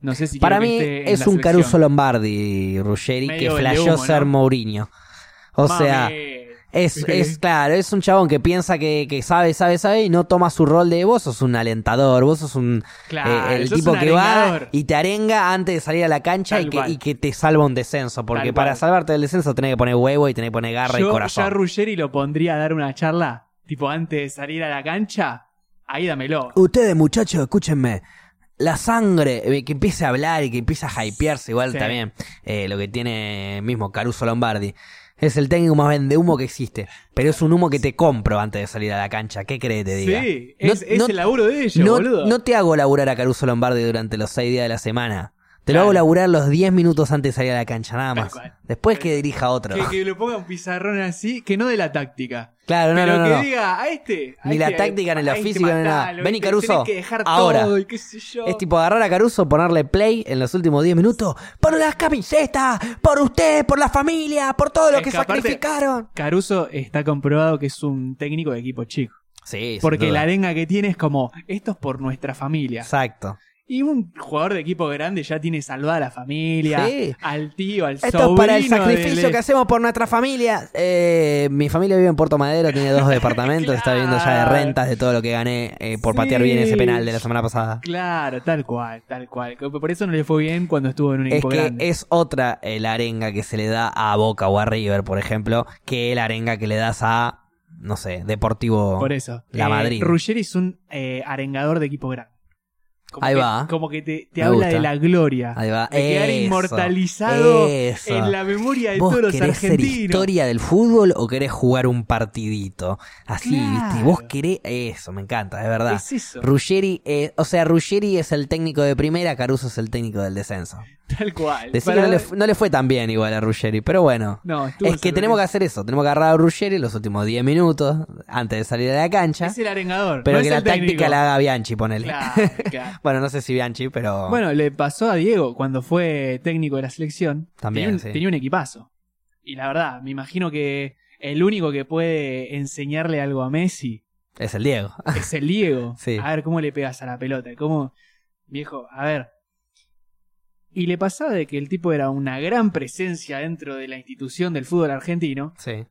[SPEAKER 2] No sé si
[SPEAKER 1] Para
[SPEAKER 2] quiero
[SPEAKER 1] mí
[SPEAKER 2] que esté en
[SPEAKER 1] es
[SPEAKER 2] la
[SPEAKER 1] un
[SPEAKER 2] selección.
[SPEAKER 1] Caruso Lombardi, Ruggeri,
[SPEAKER 2] Medio
[SPEAKER 1] que
[SPEAKER 2] el de
[SPEAKER 1] flasheó
[SPEAKER 2] humo,
[SPEAKER 1] ser
[SPEAKER 2] ¿no?
[SPEAKER 1] Mourinho. O
[SPEAKER 2] Mami.
[SPEAKER 1] sea,
[SPEAKER 2] <laughs>
[SPEAKER 1] Es, es claro, es un chabón que piensa que, que sabe, sabe, sabe y no toma su rol de vos sos un alentador, vos sos un
[SPEAKER 2] Claro,
[SPEAKER 1] eh, el
[SPEAKER 2] sos
[SPEAKER 1] tipo
[SPEAKER 2] un
[SPEAKER 1] que
[SPEAKER 2] arengador.
[SPEAKER 1] va y te arenga antes de salir a la cancha
[SPEAKER 2] Tal
[SPEAKER 1] y que,
[SPEAKER 2] cual.
[SPEAKER 1] y que te salva un descenso, porque
[SPEAKER 2] Tal
[SPEAKER 1] para
[SPEAKER 2] cual.
[SPEAKER 1] salvarte del descenso tenés que poner huevo y tenés que poner garra y
[SPEAKER 2] Yo ya
[SPEAKER 1] corazón.
[SPEAKER 2] Ruggeri lo pondría a dar una charla, tipo antes de salir a la cancha, ahí dámelo.
[SPEAKER 1] Ustedes muchachos, escúchenme. La sangre, eh, que empiece a hablar y que empiece a hypearse, igual
[SPEAKER 2] Sí.
[SPEAKER 1] también eh, lo que tiene mismo Caruso Lombardi. Es el técnico más vende humo que existe, pero es un humo que te compro antes de salir a la cancha. ¿Qué crees te diga?
[SPEAKER 2] Sí,
[SPEAKER 1] No-
[SPEAKER 2] es, es
[SPEAKER 1] no-
[SPEAKER 2] el laburo de ellos,
[SPEAKER 1] no,
[SPEAKER 2] boludo.
[SPEAKER 1] no te hago laburar a Caruso Lombardi durante los seis días de la semana. Te lo
[SPEAKER 2] Claro.
[SPEAKER 1] hago laburar los 10 minutos antes de salir a la cancha, nada
[SPEAKER 2] Tal
[SPEAKER 1] más.
[SPEAKER 2] cual.
[SPEAKER 1] Después
[SPEAKER 2] Tal
[SPEAKER 1] que
[SPEAKER 2] cual.
[SPEAKER 1] dirija otro.
[SPEAKER 2] que, que lo ponga un pizarrón así, que no de la táctica.
[SPEAKER 1] Claro, no,
[SPEAKER 2] pero
[SPEAKER 1] no, no.
[SPEAKER 2] que
[SPEAKER 1] no.
[SPEAKER 2] diga a este. a
[SPEAKER 1] Ni la
[SPEAKER 2] este,
[SPEAKER 1] táctica, ni la
[SPEAKER 2] a este
[SPEAKER 1] física, ni nada.
[SPEAKER 2] matalo,
[SPEAKER 1] Vení,
[SPEAKER 2] este,
[SPEAKER 1] Caruso,
[SPEAKER 2] tenés que dejar
[SPEAKER 1] ahora. Este-
[SPEAKER 2] todo y qué sé yo.
[SPEAKER 1] Es tipo agarrar a Caruso, ponerle play en los últimos 10 minutos. Por las camisetas, por usted, por la familia, por todo lo
[SPEAKER 2] Es
[SPEAKER 1] que
[SPEAKER 2] que aparte-
[SPEAKER 1] sacrificaron.
[SPEAKER 2] Caruso está comprobado que es un técnico de equipo chico.
[SPEAKER 1] Sí, sin
[SPEAKER 2] Porque
[SPEAKER 1] duda.
[SPEAKER 2] la arenga que tiene es como, esto es por nuestra familia.
[SPEAKER 1] Exacto.
[SPEAKER 2] Y un jugador de equipo grande ya tiene salvada a la familia,
[SPEAKER 1] Sí.
[SPEAKER 2] al tío, al
[SPEAKER 1] Esto
[SPEAKER 2] sobrino.
[SPEAKER 1] es para el
[SPEAKER 2] del-
[SPEAKER 1] sacrificio que hacemos por nuestra familia. Eh, mi familia vive en Puerto Madero, tiene
[SPEAKER 2] <laughs>
[SPEAKER 1] dos departamentos, está viviendo ya de
[SPEAKER 2] Claro.
[SPEAKER 1] rentas de todo lo que gané eh, por patear
[SPEAKER 2] Sí.
[SPEAKER 1] bien ese penal de la semana pasada.
[SPEAKER 2] Claro, tal cual, tal cual. Por eso no le fue bien cuando estuvo en un
[SPEAKER 1] Es
[SPEAKER 2] equipo
[SPEAKER 1] que
[SPEAKER 2] grande.
[SPEAKER 1] es otra eh, la arenga que se le da a Boca o a River, por ejemplo, que la arenga que le das a, no sé, Deportivo.
[SPEAKER 2] Por eso. Eh,
[SPEAKER 1] La Madrid.
[SPEAKER 2] Ruggeri es un eh, arengador de equipo grande. Como
[SPEAKER 1] Ahí
[SPEAKER 2] que-
[SPEAKER 1] va.
[SPEAKER 2] Como que te, te
[SPEAKER 1] Me
[SPEAKER 2] habla
[SPEAKER 1] gusta.
[SPEAKER 2] de la gloria.
[SPEAKER 1] Ahí va.
[SPEAKER 2] De quedar
[SPEAKER 1] Eso,
[SPEAKER 2] inmortalizado
[SPEAKER 1] eso.
[SPEAKER 2] en la memoria de
[SPEAKER 1] ¿Vos
[SPEAKER 2] todos los
[SPEAKER 1] querés ser
[SPEAKER 2] argentinos.
[SPEAKER 1] historia del fútbol o querés jugar un partidito? Así, ¿viste? Y Vos
[SPEAKER 2] Claro.
[SPEAKER 1] querés... Eso, me encanta, es verdad.
[SPEAKER 2] Es eso,
[SPEAKER 1] Ruggeri, eh, o sea, Ruggeri es el técnico de primera, Caruso es el técnico del descenso.
[SPEAKER 2] tal cual.
[SPEAKER 1] Decí
[SPEAKER 2] Para-
[SPEAKER 1] que no le, fu- no le fue tan bien igual a Ruggeri, pero bueno.
[SPEAKER 2] No, estuvo
[SPEAKER 1] Es que
[SPEAKER 2] solo
[SPEAKER 1] tenemos que
[SPEAKER 2] bien.
[SPEAKER 1] hacer eso, tenemos que agarrar a Ruggeri los últimos 10 minutos antes de salir a la cancha,
[SPEAKER 2] Es el arengador.
[SPEAKER 1] pero
[SPEAKER 2] no
[SPEAKER 1] que
[SPEAKER 2] es
[SPEAKER 1] la
[SPEAKER 2] el técnico.
[SPEAKER 1] táctica la haga Bianchi, ponele.
[SPEAKER 2] Claro, claro.
[SPEAKER 1] <laughs> Bueno, no sé si Bianchi, pero...
[SPEAKER 2] Bueno, le pasó a Diego cuando fue técnico de la selección.
[SPEAKER 1] También,
[SPEAKER 2] tenía un,
[SPEAKER 1] sí.
[SPEAKER 2] tenía un equipazo. Y la verdad, me imagino que el único que puede enseñarle algo
[SPEAKER 1] <laughs>
[SPEAKER 2] a Messi
[SPEAKER 1] es el Diego.
[SPEAKER 2] es el Diego.
[SPEAKER 1] Sí.
[SPEAKER 2] A ver cómo le pegas a la pelota, cómo viejo, a ver. Y le pasaba de que el tipo era una gran presencia dentro de la institución del fútbol argentino,
[SPEAKER 1] Sí.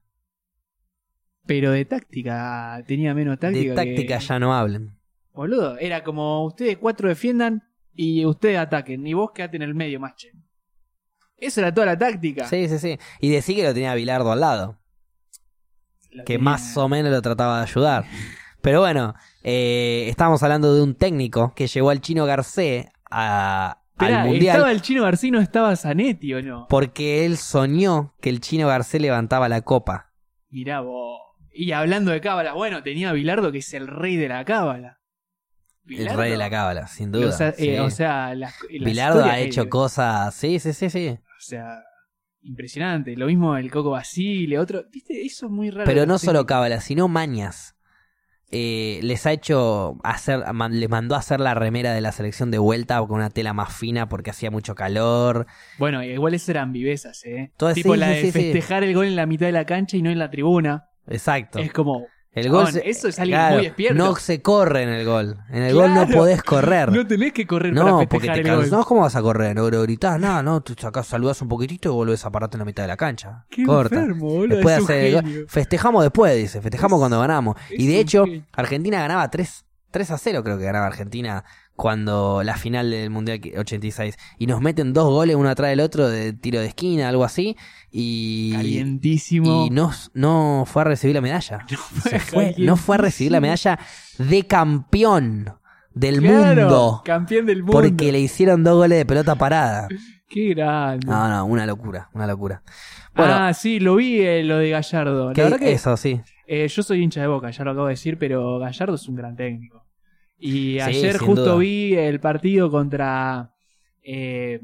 [SPEAKER 2] pero de táctica tenía menos táctica.
[SPEAKER 1] De táctica
[SPEAKER 2] que-
[SPEAKER 1] ya no hablen.
[SPEAKER 2] Boludo, era como ustedes cuatro defiendan y ustedes ataquen, y vos quedate en el medio, mache. Eso era toda la táctica.
[SPEAKER 1] Sí, sí, sí. Y decí que lo tenía Bilardo al lado,
[SPEAKER 2] La
[SPEAKER 1] que
[SPEAKER 2] tenía-
[SPEAKER 1] más o menos lo trataba de ayudar. Pero bueno, eh, estábamos hablando de un técnico que llevó al chino Garcé a-
[SPEAKER 2] Esperá,
[SPEAKER 1] al Mundial.
[SPEAKER 2] ¿Estaba el chino Garcino, estaba Zanetti o no?
[SPEAKER 1] Porque él soñó que el chino Garcé levantaba la copa.
[SPEAKER 2] Mirá vos. Y hablando de cábala, bueno, tenía a Bilardo que es el rey de la cábala.
[SPEAKER 1] El rey de la cábala, sin duda.
[SPEAKER 2] O sea, eh,
[SPEAKER 1] sí.
[SPEAKER 2] o sea, las- las
[SPEAKER 1] Bilardo
[SPEAKER 2] historias
[SPEAKER 1] ha
[SPEAKER 2] que-
[SPEAKER 1] hecho cosas. Sí, sí, sí, sí.
[SPEAKER 2] O sea, impresionante. Lo mismo el Coco Basile, otro. ¿Viste? Eso es muy raro.
[SPEAKER 1] Pero no
[SPEAKER 2] Sí.
[SPEAKER 1] solo cábala, sino mañas. Eh, les ha hecho hacer, man- les mandó a hacer la remera de la selección de vuelta con una tela más fina porque hacía mucho calor.
[SPEAKER 2] Bueno, igual esas eran vivezas, ¿eh?
[SPEAKER 1] Todas-
[SPEAKER 2] tipo
[SPEAKER 1] sí,
[SPEAKER 2] la
[SPEAKER 1] sí,
[SPEAKER 2] de
[SPEAKER 1] sí, sí.
[SPEAKER 2] festejar el gol en la mitad de la cancha y no en la tribuna.
[SPEAKER 1] Exacto.
[SPEAKER 2] Es como.
[SPEAKER 1] El gol
[SPEAKER 2] chabón,
[SPEAKER 1] se-
[SPEAKER 2] eso es alguien
[SPEAKER 1] claro,
[SPEAKER 2] muy despierto.
[SPEAKER 1] No se corre en el gol. En el gol no
[SPEAKER 2] Claro.
[SPEAKER 1] podés correr.
[SPEAKER 2] No tenés que correr
[SPEAKER 1] No,
[SPEAKER 2] para
[SPEAKER 1] porque
[SPEAKER 2] festejar
[SPEAKER 1] te
[SPEAKER 2] el
[SPEAKER 1] cansás.
[SPEAKER 2] gol.
[SPEAKER 1] No, ¿Cómo vas a correr? No gritás nada, no. Tú acá saludás un poquitito y volvés a pararte en la mitad de la cancha.
[SPEAKER 2] Qué
[SPEAKER 1] Corta.
[SPEAKER 2] enfermo, boludo.
[SPEAKER 1] Después
[SPEAKER 2] es un
[SPEAKER 1] hace el gol.
[SPEAKER 2] genio.
[SPEAKER 1] Festejamos después, dice. Festejamos
[SPEAKER 2] Es-
[SPEAKER 1] cuando ganamos. Y
[SPEAKER 2] es
[SPEAKER 1] de
[SPEAKER 2] un
[SPEAKER 1] hecho,
[SPEAKER 2] genio.
[SPEAKER 1] Argentina ganaba 3, 3 a 0, creo que ganaba Argentina cuando la final del Mundial que- 86. Y nos meten dos goles uno atrás del otro de tiro de esquina, algo así. Y,
[SPEAKER 2] Calientísimo.
[SPEAKER 1] y nos, no fue a recibir la
[SPEAKER 2] <laughs>
[SPEAKER 1] medalla. Se fue,
[SPEAKER 2] calientísimo.
[SPEAKER 1] no fue a recibir la medalla de campeón del
[SPEAKER 2] Claro,
[SPEAKER 1] mundo.
[SPEAKER 2] Campeón del mundo.
[SPEAKER 1] Porque le hicieron dos goles de pelota parada.
[SPEAKER 2] Qué grande.
[SPEAKER 1] No, no, una locura, una locura. Ah, Bueno,
[SPEAKER 2] ah, sí, lo vi eh, lo de Gallardo.
[SPEAKER 1] ¿qué-
[SPEAKER 2] La verdad que
[SPEAKER 1] eso sí.
[SPEAKER 2] eh, yo soy hincha de Boca, ya lo acabo de decir, pero Gallardo es un gran técnico. Y
[SPEAKER 1] Sí,
[SPEAKER 2] ayer
[SPEAKER 1] sin
[SPEAKER 2] justo
[SPEAKER 1] duda.
[SPEAKER 2] vi el partido contra eh,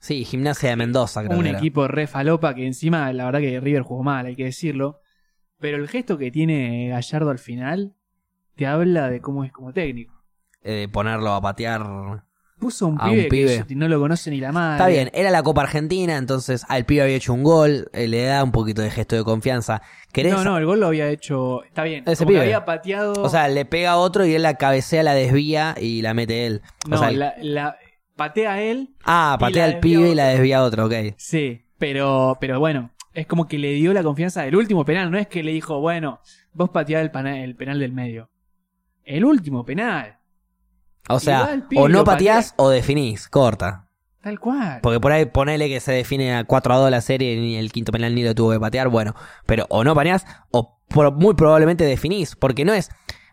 [SPEAKER 1] Sí, gimnasia de Mendoza, creo
[SPEAKER 2] un
[SPEAKER 1] que era.
[SPEAKER 2] equipo re falopa que encima la verdad que River jugó mal, hay que decirlo. Pero el gesto que tiene Gallardo al final te habla de cómo es como técnico.
[SPEAKER 1] eh, ponerlo a patear.
[SPEAKER 2] Puso un
[SPEAKER 1] A un
[SPEAKER 2] pibe,
[SPEAKER 1] pibe.
[SPEAKER 2] que yo- no lo conoce ni la madre.
[SPEAKER 1] Está bien, era la Copa Argentina, entonces al pibe había hecho un gol, eh, le da un poquito de gesto de confianza. ¿Querés?
[SPEAKER 2] No, no, el gol lo había hecho. Está bien.
[SPEAKER 1] Ese
[SPEAKER 2] como que
[SPEAKER 1] pibe.
[SPEAKER 2] había pateado.
[SPEAKER 1] O sea, le pega a otro y él la cabecea, la desvía y la mete él. O
[SPEAKER 2] no,
[SPEAKER 1] sea,
[SPEAKER 2] la, la- patea él,
[SPEAKER 1] ah, patea
[SPEAKER 2] la
[SPEAKER 1] al
[SPEAKER 2] desvía
[SPEAKER 1] pibe y
[SPEAKER 2] otro.
[SPEAKER 1] la desvía a otro, ok.
[SPEAKER 2] sí. Pero, pero bueno, es como que le dio la confianza del último penal. No es que le dijo, bueno, vos pateás el, pana- el penal del medio. El último penal.
[SPEAKER 1] O
[SPEAKER 2] va
[SPEAKER 1] sea,
[SPEAKER 2] al pibe
[SPEAKER 1] o
[SPEAKER 2] y
[SPEAKER 1] no
[SPEAKER 2] lo patea.
[SPEAKER 1] pateás o definís, corta.
[SPEAKER 2] Tal cual.
[SPEAKER 1] Porque por ahí ponele que se define a 4 a 2 la serie y el quinto penal ni lo tuvo que patear, bueno. Pero o no pateás o pro- muy probablemente definís, porque no es...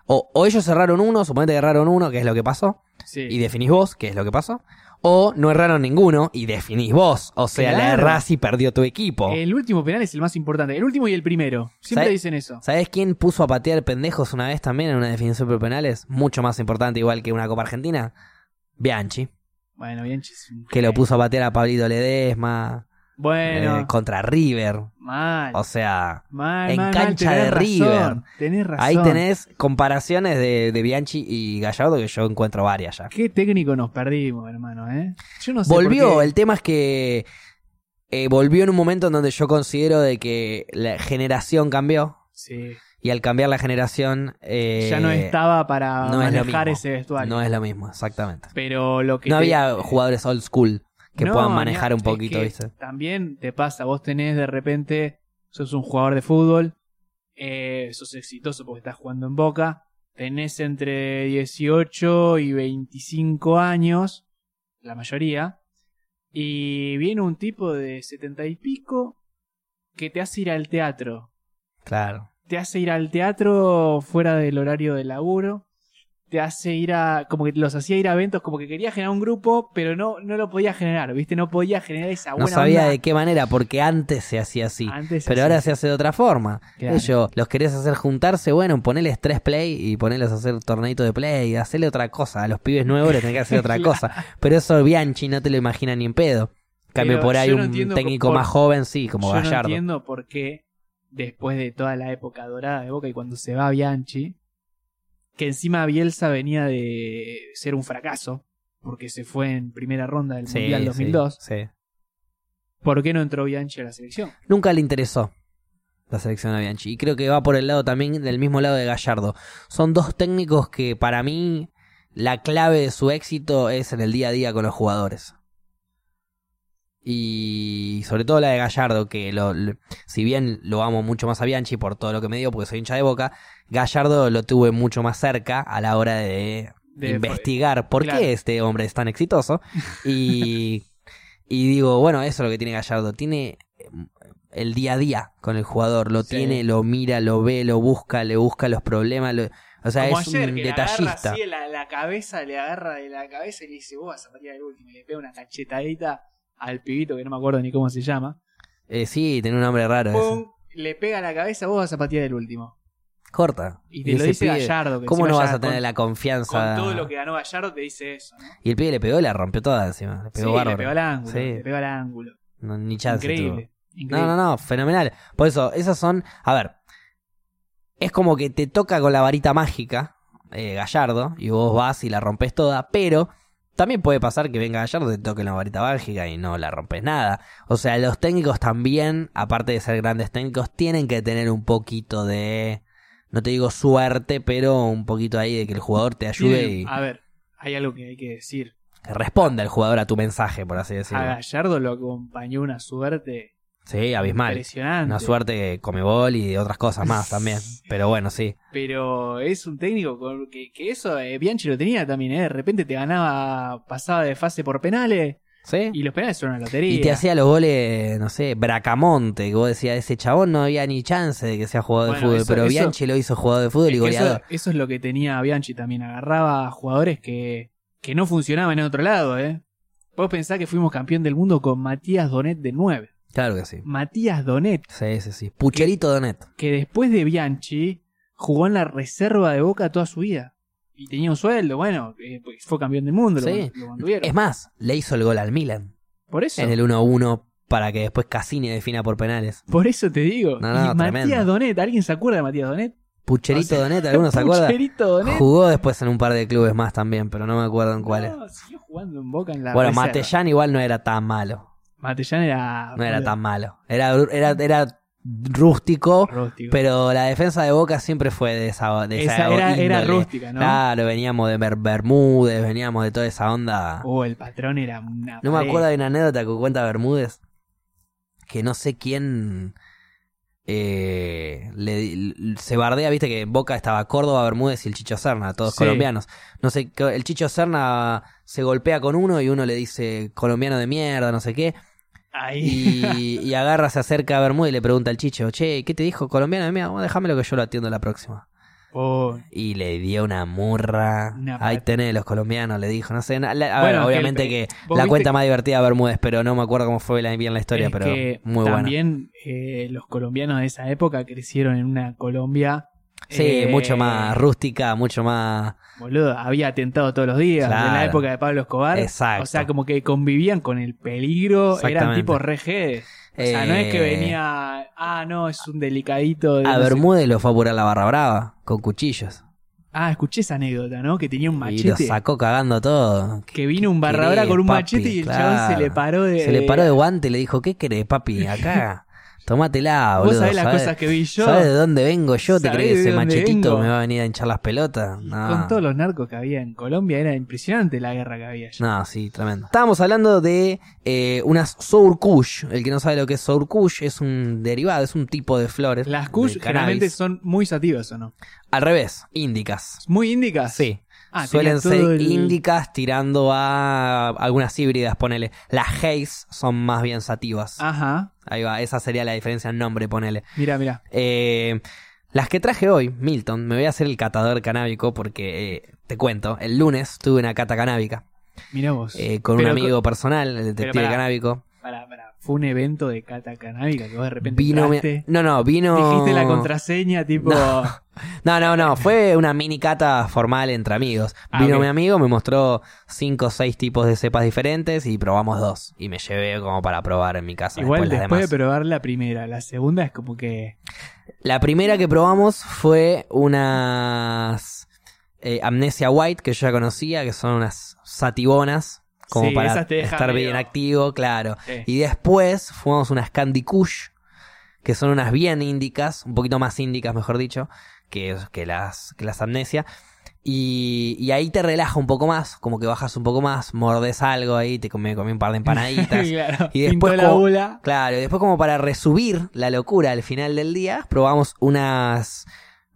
[SPEAKER 1] O, o ellos cerraron uno, suponete que erraron uno, que es lo que pasó.
[SPEAKER 2] Sí.
[SPEAKER 1] y definís vos, qué es lo que pasó. O no erraron ninguno y definís vos. O sea, la
[SPEAKER 2] Claro. Eh,
[SPEAKER 1] errás y perdió tu equipo.
[SPEAKER 2] El último penal es el más importante. El último y el primero. Siempre
[SPEAKER 1] Oh. ¿Sabes?
[SPEAKER 2] dicen eso.
[SPEAKER 1] ¿Sabés quién puso a patear pendejos una vez también en una definición por penales? Mucho más importante, igual que una Copa Argentina. Bianchi,
[SPEAKER 2] Bueno, bien chis-
[SPEAKER 1] que lo puso a patear a Pablito Ledesma
[SPEAKER 2] Bueno,
[SPEAKER 1] eh, contra River.
[SPEAKER 2] mal.
[SPEAKER 1] O sea,
[SPEAKER 2] mal,
[SPEAKER 1] en
[SPEAKER 2] mal, mal,
[SPEAKER 1] cancha
[SPEAKER 2] tenés
[SPEAKER 1] de
[SPEAKER 2] razón,
[SPEAKER 1] River.
[SPEAKER 2] Tenés razón.
[SPEAKER 1] ahí tenés comparaciones de, de Bianchi y Gallardo que yo encuentro varias ya.
[SPEAKER 2] Qué técnico nos perdimos, hermano, ¿eh? Yo no sé por
[SPEAKER 1] volvió,
[SPEAKER 2] qué.
[SPEAKER 1] el tema es que eh, volvió en un momento en donde yo considero de que la generación cambió
[SPEAKER 2] Sí.
[SPEAKER 1] y al cambiar la generación eh,
[SPEAKER 2] ya no estaba para
[SPEAKER 1] no es lo
[SPEAKER 2] manejar
[SPEAKER 1] mismo.
[SPEAKER 2] ese vestuario.
[SPEAKER 1] no es lo mismo, exactamente.
[SPEAKER 2] Pero lo que
[SPEAKER 1] No
[SPEAKER 2] te-
[SPEAKER 1] había jugadores old school que
[SPEAKER 2] No,
[SPEAKER 1] puedan manejar
[SPEAKER 2] no,
[SPEAKER 1] un
[SPEAKER 2] es
[SPEAKER 1] poquito,
[SPEAKER 2] que
[SPEAKER 1] ¿viste?
[SPEAKER 2] También te pasa, vos tenés de repente, sos un jugador de fútbol, eh, sos exitoso porque estás jugando en Boca, tenés entre 18 y 25 años, la mayoría, y viene un tipo de 70 y pico que te hace ir al teatro,
[SPEAKER 1] Claro.
[SPEAKER 2] te hace ir al teatro fuera del horario de laburo, te hace ir a, como que los hacía ir a eventos, como que quería generar un grupo, pero no, no lo podía generar, ¿viste? No podía generar esa
[SPEAKER 1] No
[SPEAKER 2] buena
[SPEAKER 1] sabía
[SPEAKER 2] onda.
[SPEAKER 1] de qué manera, porque antes se hacía así.
[SPEAKER 2] Antes se
[SPEAKER 1] pero
[SPEAKER 2] hacía
[SPEAKER 1] ahora
[SPEAKER 2] así.
[SPEAKER 1] se hace de otra forma.
[SPEAKER 2] Claro.
[SPEAKER 1] Ellos los querés hacer juntarse, bueno, poneles tres play y ponelos a hacer torneito de play, hacele otra cosa. A los pibes nuevos les tenés que hacer
[SPEAKER 2] <laughs>
[SPEAKER 1] otra
[SPEAKER 2] Claro.
[SPEAKER 1] cosa. Pero eso Bianchi no te lo imagina ni en pedo. Cambio
[SPEAKER 2] Pero
[SPEAKER 1] por ahí
[SPEAKER 2] yo no
[SPEAKER 1] un
[SPEAKER 2] entiendo
[SPEAKER 1] técnico
[SPEAKER 2] por-
[SPEAKER 1] más joven, sí, como
[SPEAKER 2] Yo no
[SPEAKER 1] Gallardo.
[SPEAKER 2] entiendo por qué, después de toda la época dorada de Boca y cuando se va Bianchi, que encima Bielsa venía de ser un fracaso, porque se fue en primera ronda del
[SPEAKER 1] Sí,
[SPEAKER 2] Mundial
[SPEAKER 1] sí,
[SPEAKER 2] 2002,
[SPEAKER 1] sí.
[SPEAKER 2] ¿por qué no entró Bianchi a la selección?
[SPEAKER 1] Nunca le interesó la selección a Bianchi. Y creo que va por el lado también, del mismo lado de Gallardo. Son dos técnicos que para mí la clave de su éxito es en el día a día con los jugadores. Y sobre todo la de Gallardo, que lo- lo- si bien lo amo mucho más a Bianchi por todo lo que me dio, porque soy hincha de boca, Gallardo lo tuve mucho más cerca a la hora de
[SPEAKER 2] De-
[SPEAKER 1] investigar por
[SPEAKER 2] claro.
[SPEAKER 1] qué este hombre es tan
[SPEAKER 2] <laughs>
[SPEAKER 1] exitoso. Y, y digo, bueno, eso es lo que tiene Gallardo. Tiene eh, el día a día con el jugador. Lo
[SPEAKER 2] Sí.
[SPEAKER 1] tiene, lo mira, lo ve, lo busca, le busca los problemas. lo- o sea,
[SPEAKER 2] Como
[SPEAKER 1] es
[SPEAKER 2] ayer,
[SPEAKER 1] un
[SPEAKER 2] que le agarra
[SPEAKER 1] detallista.
[SPEAKER 2] así la, la cabeza, le agarra de la cabeza y le dice, vos vas a partir del último. Y le pega una cachetadita al pibito que no me acuerdo ni cómo se llama.
[SPEAKER 1] Eh, sí, tiene un nombre raro. ese.
[SPEAKER 2] Pum, le pega la cabeza, vos vas a patear el último.
[SPEAKER 1] Corta.
[SPEAKER 2] Y te lo
[SPEAKER 1] ese
[SPEAKER 2] dice
[SPEAKER 1] pibe,
[SPEAKER 2] Gallardo. Que
[SPEAKER 1] ¿Cómo
[SPEAKER 2] encima
[SPEAKER 1] no
[SPEAKER 2] ya
[SPEAKER 1] vas a tener
[SPEAKER 2] con,
[SPEAKER 1] la confianza?
[SPEAKER 2] Con todo lo que ganó Gallardo te dice eso, ¿no?
[SPEAKER 1] Y el pibe le pegó y la rompió toda encima. Le pegó
[SPEAKER 2] sí,
[SPEAKER 1] bárbaro.
[SPEAKER 2] le pegó al ángulo,
[SPEAKER 1] Sí.
[SPEAKER 2] le pegó al ángulo.
[SPEAKER 1] No, ni chance. tuvo.
[SPEAKER 2] increíble.
[SPEAKER 1] No,
[SPEAKER 2] increíble.
[SPEAKER 1] no, no, fenomenal. Por eso, esas son. A ver. Es como que te toca con la varita mágica, eh, Gallardo, y vos vas y la rompes toda, pero también puede pasar que venga Gallardo y te toque la varita mágica y no la rompes nada. O sea, los técnicos también, aparte de ser grandes técnicos, tienen que tener un poquito de. No te digo suerte, pero un poquito ahí de que el jugador te ayude
[SPEAKER 2] Tiene-
[SPEAKER 1] y
[SPEAKER 2] A ver, hay algo que hay que decir.
[SPEAKER 1] que responda el jugador a tu mensaje, por así
[SPEAKER 2] A
[SPEAKER 1] decirlo.
[SPEAKER 2] Gallardo lo acompañó una suerte
[SPEAKER 1] Sí, abismal.
[SPEAKER 2] impresionante.
[SPEAKER 1] Una suerte comebol y de otras cosas más también. Pero bueno, sí.
[SPEAKER 2] Pero es un técnico con- que, que eso eh, Bianchi lo tenía también, ¿eh? De repente te ganaba pasada de fase por penales
[SPEAKER 1] ¿Sí?
[SPEAKER 2] y los penales son una lotería.
[SPEAKER 1] Y te hacía los goles, no sé, Bracamonte, que vos decías, ese chabón no había ni chance de que sea jugador de
[SPEAKER 2] Bueno,
[SPEAKER 1] fútbol,
[SPEAKER 2] eso-
[SPEAKER 1] pero
[SPEAKER 2] eso-
[SPEAKER 1] Bianchi lo hizo jugador de fútbol y
[SPEAKER 2] Es que eso-
[SPEAKER 1] goleador.
[SPEAKER 2] Eso, es lo que tenía Bianchi también. Agarraba jugadores que, que no funcionaban en otro lado, ¿eh? Vos pensás que fuimos campeón del mundo con Matías Donet de 9.
[SPEAKER 1] Claro que sí.
[SPEAKER 2] Matías Donet,
[SPEAKER 1] Sí, sí, sí. Pucherito Donet.
[SPEAKER 2] que después de Bianchi jugó en la reserva de Boca toda su vida. Y tenía un sueldo, bueno, eh, pues fue campeón del mundo, lo-
[SPEAKER 1] Sí.
[SPEAKER 2] lo, mantuvieron.
[SPEAKER 1] Es más, le hizo el gol al Milan
[SPEAKER 2] Por eso.
[SPEAKER 1] en el 1-1 para que después Cassini defina por penales.
[SPEAKER 2] Por eso te digo.
[SPEAKER 1] No, no,
[SPEAKER 2] Y Matías
[SPEAKER 1] tremendo.
[SPEAKER 2] Donet, ¿alguien se acuerda de Matías Donet?
[SPEAKER 1] Pucherito
[SPEAKER 2] O sea,
[SPEAKER 1] Donet, ¿alguno se acuerda?
[SPEAKER 2] Ah, Pucherito Donet.
[SPEAKER 1] Jugó después en un par de clubes más también, pero no me acuerdo en cuáles.
[SPEAKER 2] No, siguió jugando en Boca en la
[SPEAKER 1] Bueno,
[SPEAKER 2] reserva.
[SPEAKER 1] Matellán igual no era tan malo.
[SPEAKER 2] Matellán era...
[SPEAKER 1] No era tan malo. Era, era, era rústico,
[SPEAKER 2] <laughs> rústico.
[SPEAKER 1] pero la defensa de Boca siempre fue de esa, de esa
[SPEAKER 2] Esa era, era
[SPEAKER 1] índole.
[SPEAKER 2] rústica, ¿no?
[SPEAKER 1] Claro, veníamos de Ber- Bermúdez, veníamos de toda esa onda.
[SPEAKER 2] Oh, el patrón era una.
[SPEAKER 1] no me
[SPEAKER 2] pared.
[SPEAKER 1] acuerdo de una anécdota que cuenta Bermúdez, que no sé quién eh, le di- se bardea, viste que en Boca estaba Córdoba, Bermúdez y el Chicho Serna, todos
[SPEAKER 2] Sí.
[SPEAKER 1] colombianos. No sé, qué- el Chicho Serna se golpea con uno y uno le dice colombiano de mierda, no sé qué.
[SPEAKER 2] Ahí.
[SPEAKER 1] Y, y agarra, se acerca a Bermúdez y le pregunta al chicho, che, ¿qué te dijo colombiano? Mira, bueno, déjamelo que yo lo atiendo la próxima.
[SPEAKER 2] <laughs> Oh,
[SPEAKER 1] Y le dio una murra.
[SPEAKER 2] Una
[SPEAKER 1] Ahí
[SPEAKER 2] pat-
[SPEAKER 1] tenés los colombianos, le dijo. No sé, na- la- a ver,
[SPEAKER 2] Bueno, que
[SPEAKER 1] obviamente
[SPEAKER 2] el-
[SPEAKER 1] que,
[SPEAKER 2] vos
[SPEAKER 1] la
[SPEAKER 2] viste
[SPEAKER 1] cuenta
[SPEAKER 2] que-
[SPEAKER 1] más divertida de Bermúdez, pero no me acuerdo cómo fue la- bien la historia,
[SPEAKER 2] es
[SPEAKER 1] pero
[SPEAKER 2] que
[SPEAKER 1] muy buena.
[SPEAKER 2] También eh, los colombianos de esa época crecieron en una Colombia.
[SPEAKER 1] Sí,
[SPEAKER 2] eh,
[SPEAKER 1] mucho más rústica, mucho más...
[SPEAKER 2] Boludo, había atentado todos los días. En la
[SPEAKER 1] Claro.
[SPEAKER 2] época de Pablo Escobar.
[SPEAKER 1] Exacto.
[SPEAKER 2] O sea, como que convivían con el peligro. Eran
[SPEAKER 1] Exactamente.
[SPEAKER 2] tipos re jedes. O sea, no es que
[SPEAKER 1] Eh,
[SPEAKER 2] venía. Ah, no, es un delicadito. De
[SPEAKER 1] A
[SPEAKER 2] no sé-
[SPEAKER 1] Bermúdez lo fue a apurar la barra brava, con cuchillos.
[SPEAKER 2] Ah, escuché esa anécdota, ¿no? Que tenía un
[SPEAKER 1] Y lo
[SPEAKER 2] machete.
[SPEAKER 1] sacó cagando todo.
[SPEAKER 2] Que vino un barrabra
[SPEAKER 1] querés,
[SPEAKER 2] con un
[SPEAKER 1] papi?
[SPEAKER 2] machete y el chabón se
[SPEAKER 1] Claro.
[SPEAKER 2] le paró de.
[SPEAKER 1] Se le paró de guante y le dijo, ¿qué querés, papi?
[SPEAKER 2] <laughs>
[SPEAKER 1] Acá, tomátela, boludo.
[SPEAKER 2] Vos sabés las
[SPEAKER 1] ¿sabés?
[SPEAKER 2] cosas que vi yo.
[SPEAKER 1] ¿Sabes de dónde vengo yo? ¿Te
[SPEAKER 2] ¿Sabés
[SPEAKER 1] crees que
[SPEAKER 2] de
[SPEAKER 1] ese
[SPEAKER 2] dónde
[SPEAKER 1] machetito
[SPEAKER 2] vengo?
[SPEAKER 1] me va a venir a hinchar las pelotas?
[SPEAKER 2] Y
[SPEAKER 1] No.
[SPEAKER 2] Con todos los narcos que había en Colombia era impresionante la guerra que había allá.
[SPEAKER 1] No, sí, tremendo. Estábamos hablando de eh, unas Sour Kush. El que no sabe lo que es Sour Kush es un derivado, es un tipo de flores.
[SPEAKER 2] Las
[SPEAKER 1] de
[SPEAKER 2] Kush
[SPEAKER 1] cannabis.
[SPEAKER 2] generalmente son muy sativas, ¿o no?
[SPEAKER 1] Al revés, índicas.
[SPEAKER 2] Muy índicas.
[SPEAKER 1] Sí.
[SPEAKER 2] Ah,
[SPEAKER 1] Suelen
[SPEAKER 2] tenía todo
[SPEAKER 1] ser
[SPEAKER 2] el-
[SPEAKER 1] índicas tirando a algunas híbridas, ponele. Las Haze son más bien sativas.
[SPEAKER 2] Ajá.
[SPEAKER 1] Ahí va, esa sería la diferencia en nombre, ponele.
[SPEAKER 2] Mira, mira.
[SPEAKER 1] Eh, las que traje hoy, Milton, me voy a hacer el catador canábico porque eh, te cuento, el lunes tuve una cata canábica
[SPEAKER 2] Mira vos.
[SPEAKER 1] eh, con
[SPEAKER 2] Pero
[SPEAKER 1] un amigo personal, el detective
[SPEAKER 2] pará.
[SPEAKER 1] canábico.
[SPEAKER 2] Pará, pará. Fue un evento de cata canábica que vos de repente
[SPEAKER 1] Vino, mi-
[SPEAKER 2] entraste,
[SPEAKER 1] no, no, vino.
[SPEAKER 2] dijiste la contraseña tipo
[SPEAKER 1] No, no, no, fue una mini cata formal entre amigos.
[SPEAKER 2] Ah,
[SPEAKER 1] Vino
[SPEAKER 2] ok.
[SPEAKER 1] mi amigo, me mostró cinco o seis tipos de cepas diferentes y probamos dos. Y me llevé como para probar en mi casa.
[SPEAKER 2] igual
[SPEAKER 1] después
[SPEAKER 2] después,
[SPEAKER 1] las demás.
[SPEAKER 2] de probar la primera, la segunda es como que
[SPEAKER 1] La primera que probamos fue unas eh, Amnesia White, que yo ya conocía, que son unas satibonas, como
[SPEAKER 2] Sí,
[SPEAKER 1] para
[SPEAKER 2] esas te dejan
[SPEAKER 1] estar
[SPEAKER 2] medio-
[SPEAKER 1] bien activo, claro.
[SPEAKER 2] eh,
[SPEAKER 1] Y después fumamos unas Candy Kush, que son unas bien índicas, un poquito más índicas, mejor dicho, que, que las, que las Amnesia. Y, y ahí te relaja un poco más, como que bajas un poco más, mordes algo ahí, te comí, comí un par de
[SPEAKER 2] <laughs>
[SPEAKER 1] empanaditas.
[SPEAKER 2] claro,
[SPEAKER 1] y
[SPEAKER 2] pintó
[SPEAKER 1] después
[SPEAKER 2] la
[SPEAKER 1] como-
[SPEAKER 2] bola.
[SPEAKER 1] Claro, y después como para resubir la locura al final del día, probamos unas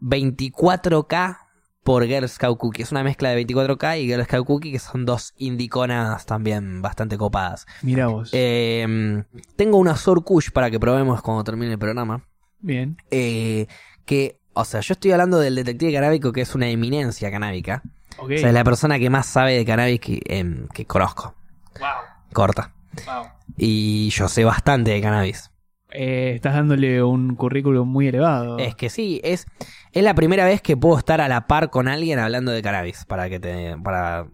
[SPEAKER 1] 24K por Girl Scout Cookie. Es una mezcla de 24K y Girl Scout Cookie, que son dos indiconas también bastante copadas.
[SPEAKER 2] Mira vos.
[SPEAKER 1] Eh, tengo una Sour Kush para que probemos cuando termine el programa.
[SPEAKER 2] Bien.
[SPEAKER 1] eh, que, o sea, yo estoy hablando del detective canábico que es una eminencia canábica.
[SPEAKER 2] Ok.
[SPEAKER 1] O sea, es la persona que más sabe de cannabis que, em, que conozco.
[SPEAKER 2] Wow.
[SPEAKER 1] Corta.
[SPEAKER 2] Wow.
[SPEAKER 1] Y yo sé bastante de cannabis.
[SPEAKER 2] Eh, estás dándole un currículum muy elevado.
[SPEAKER 1] Es que sí, es, es la primera vez que puedo estar a la par con alguien hablando de cannabis, para que te, para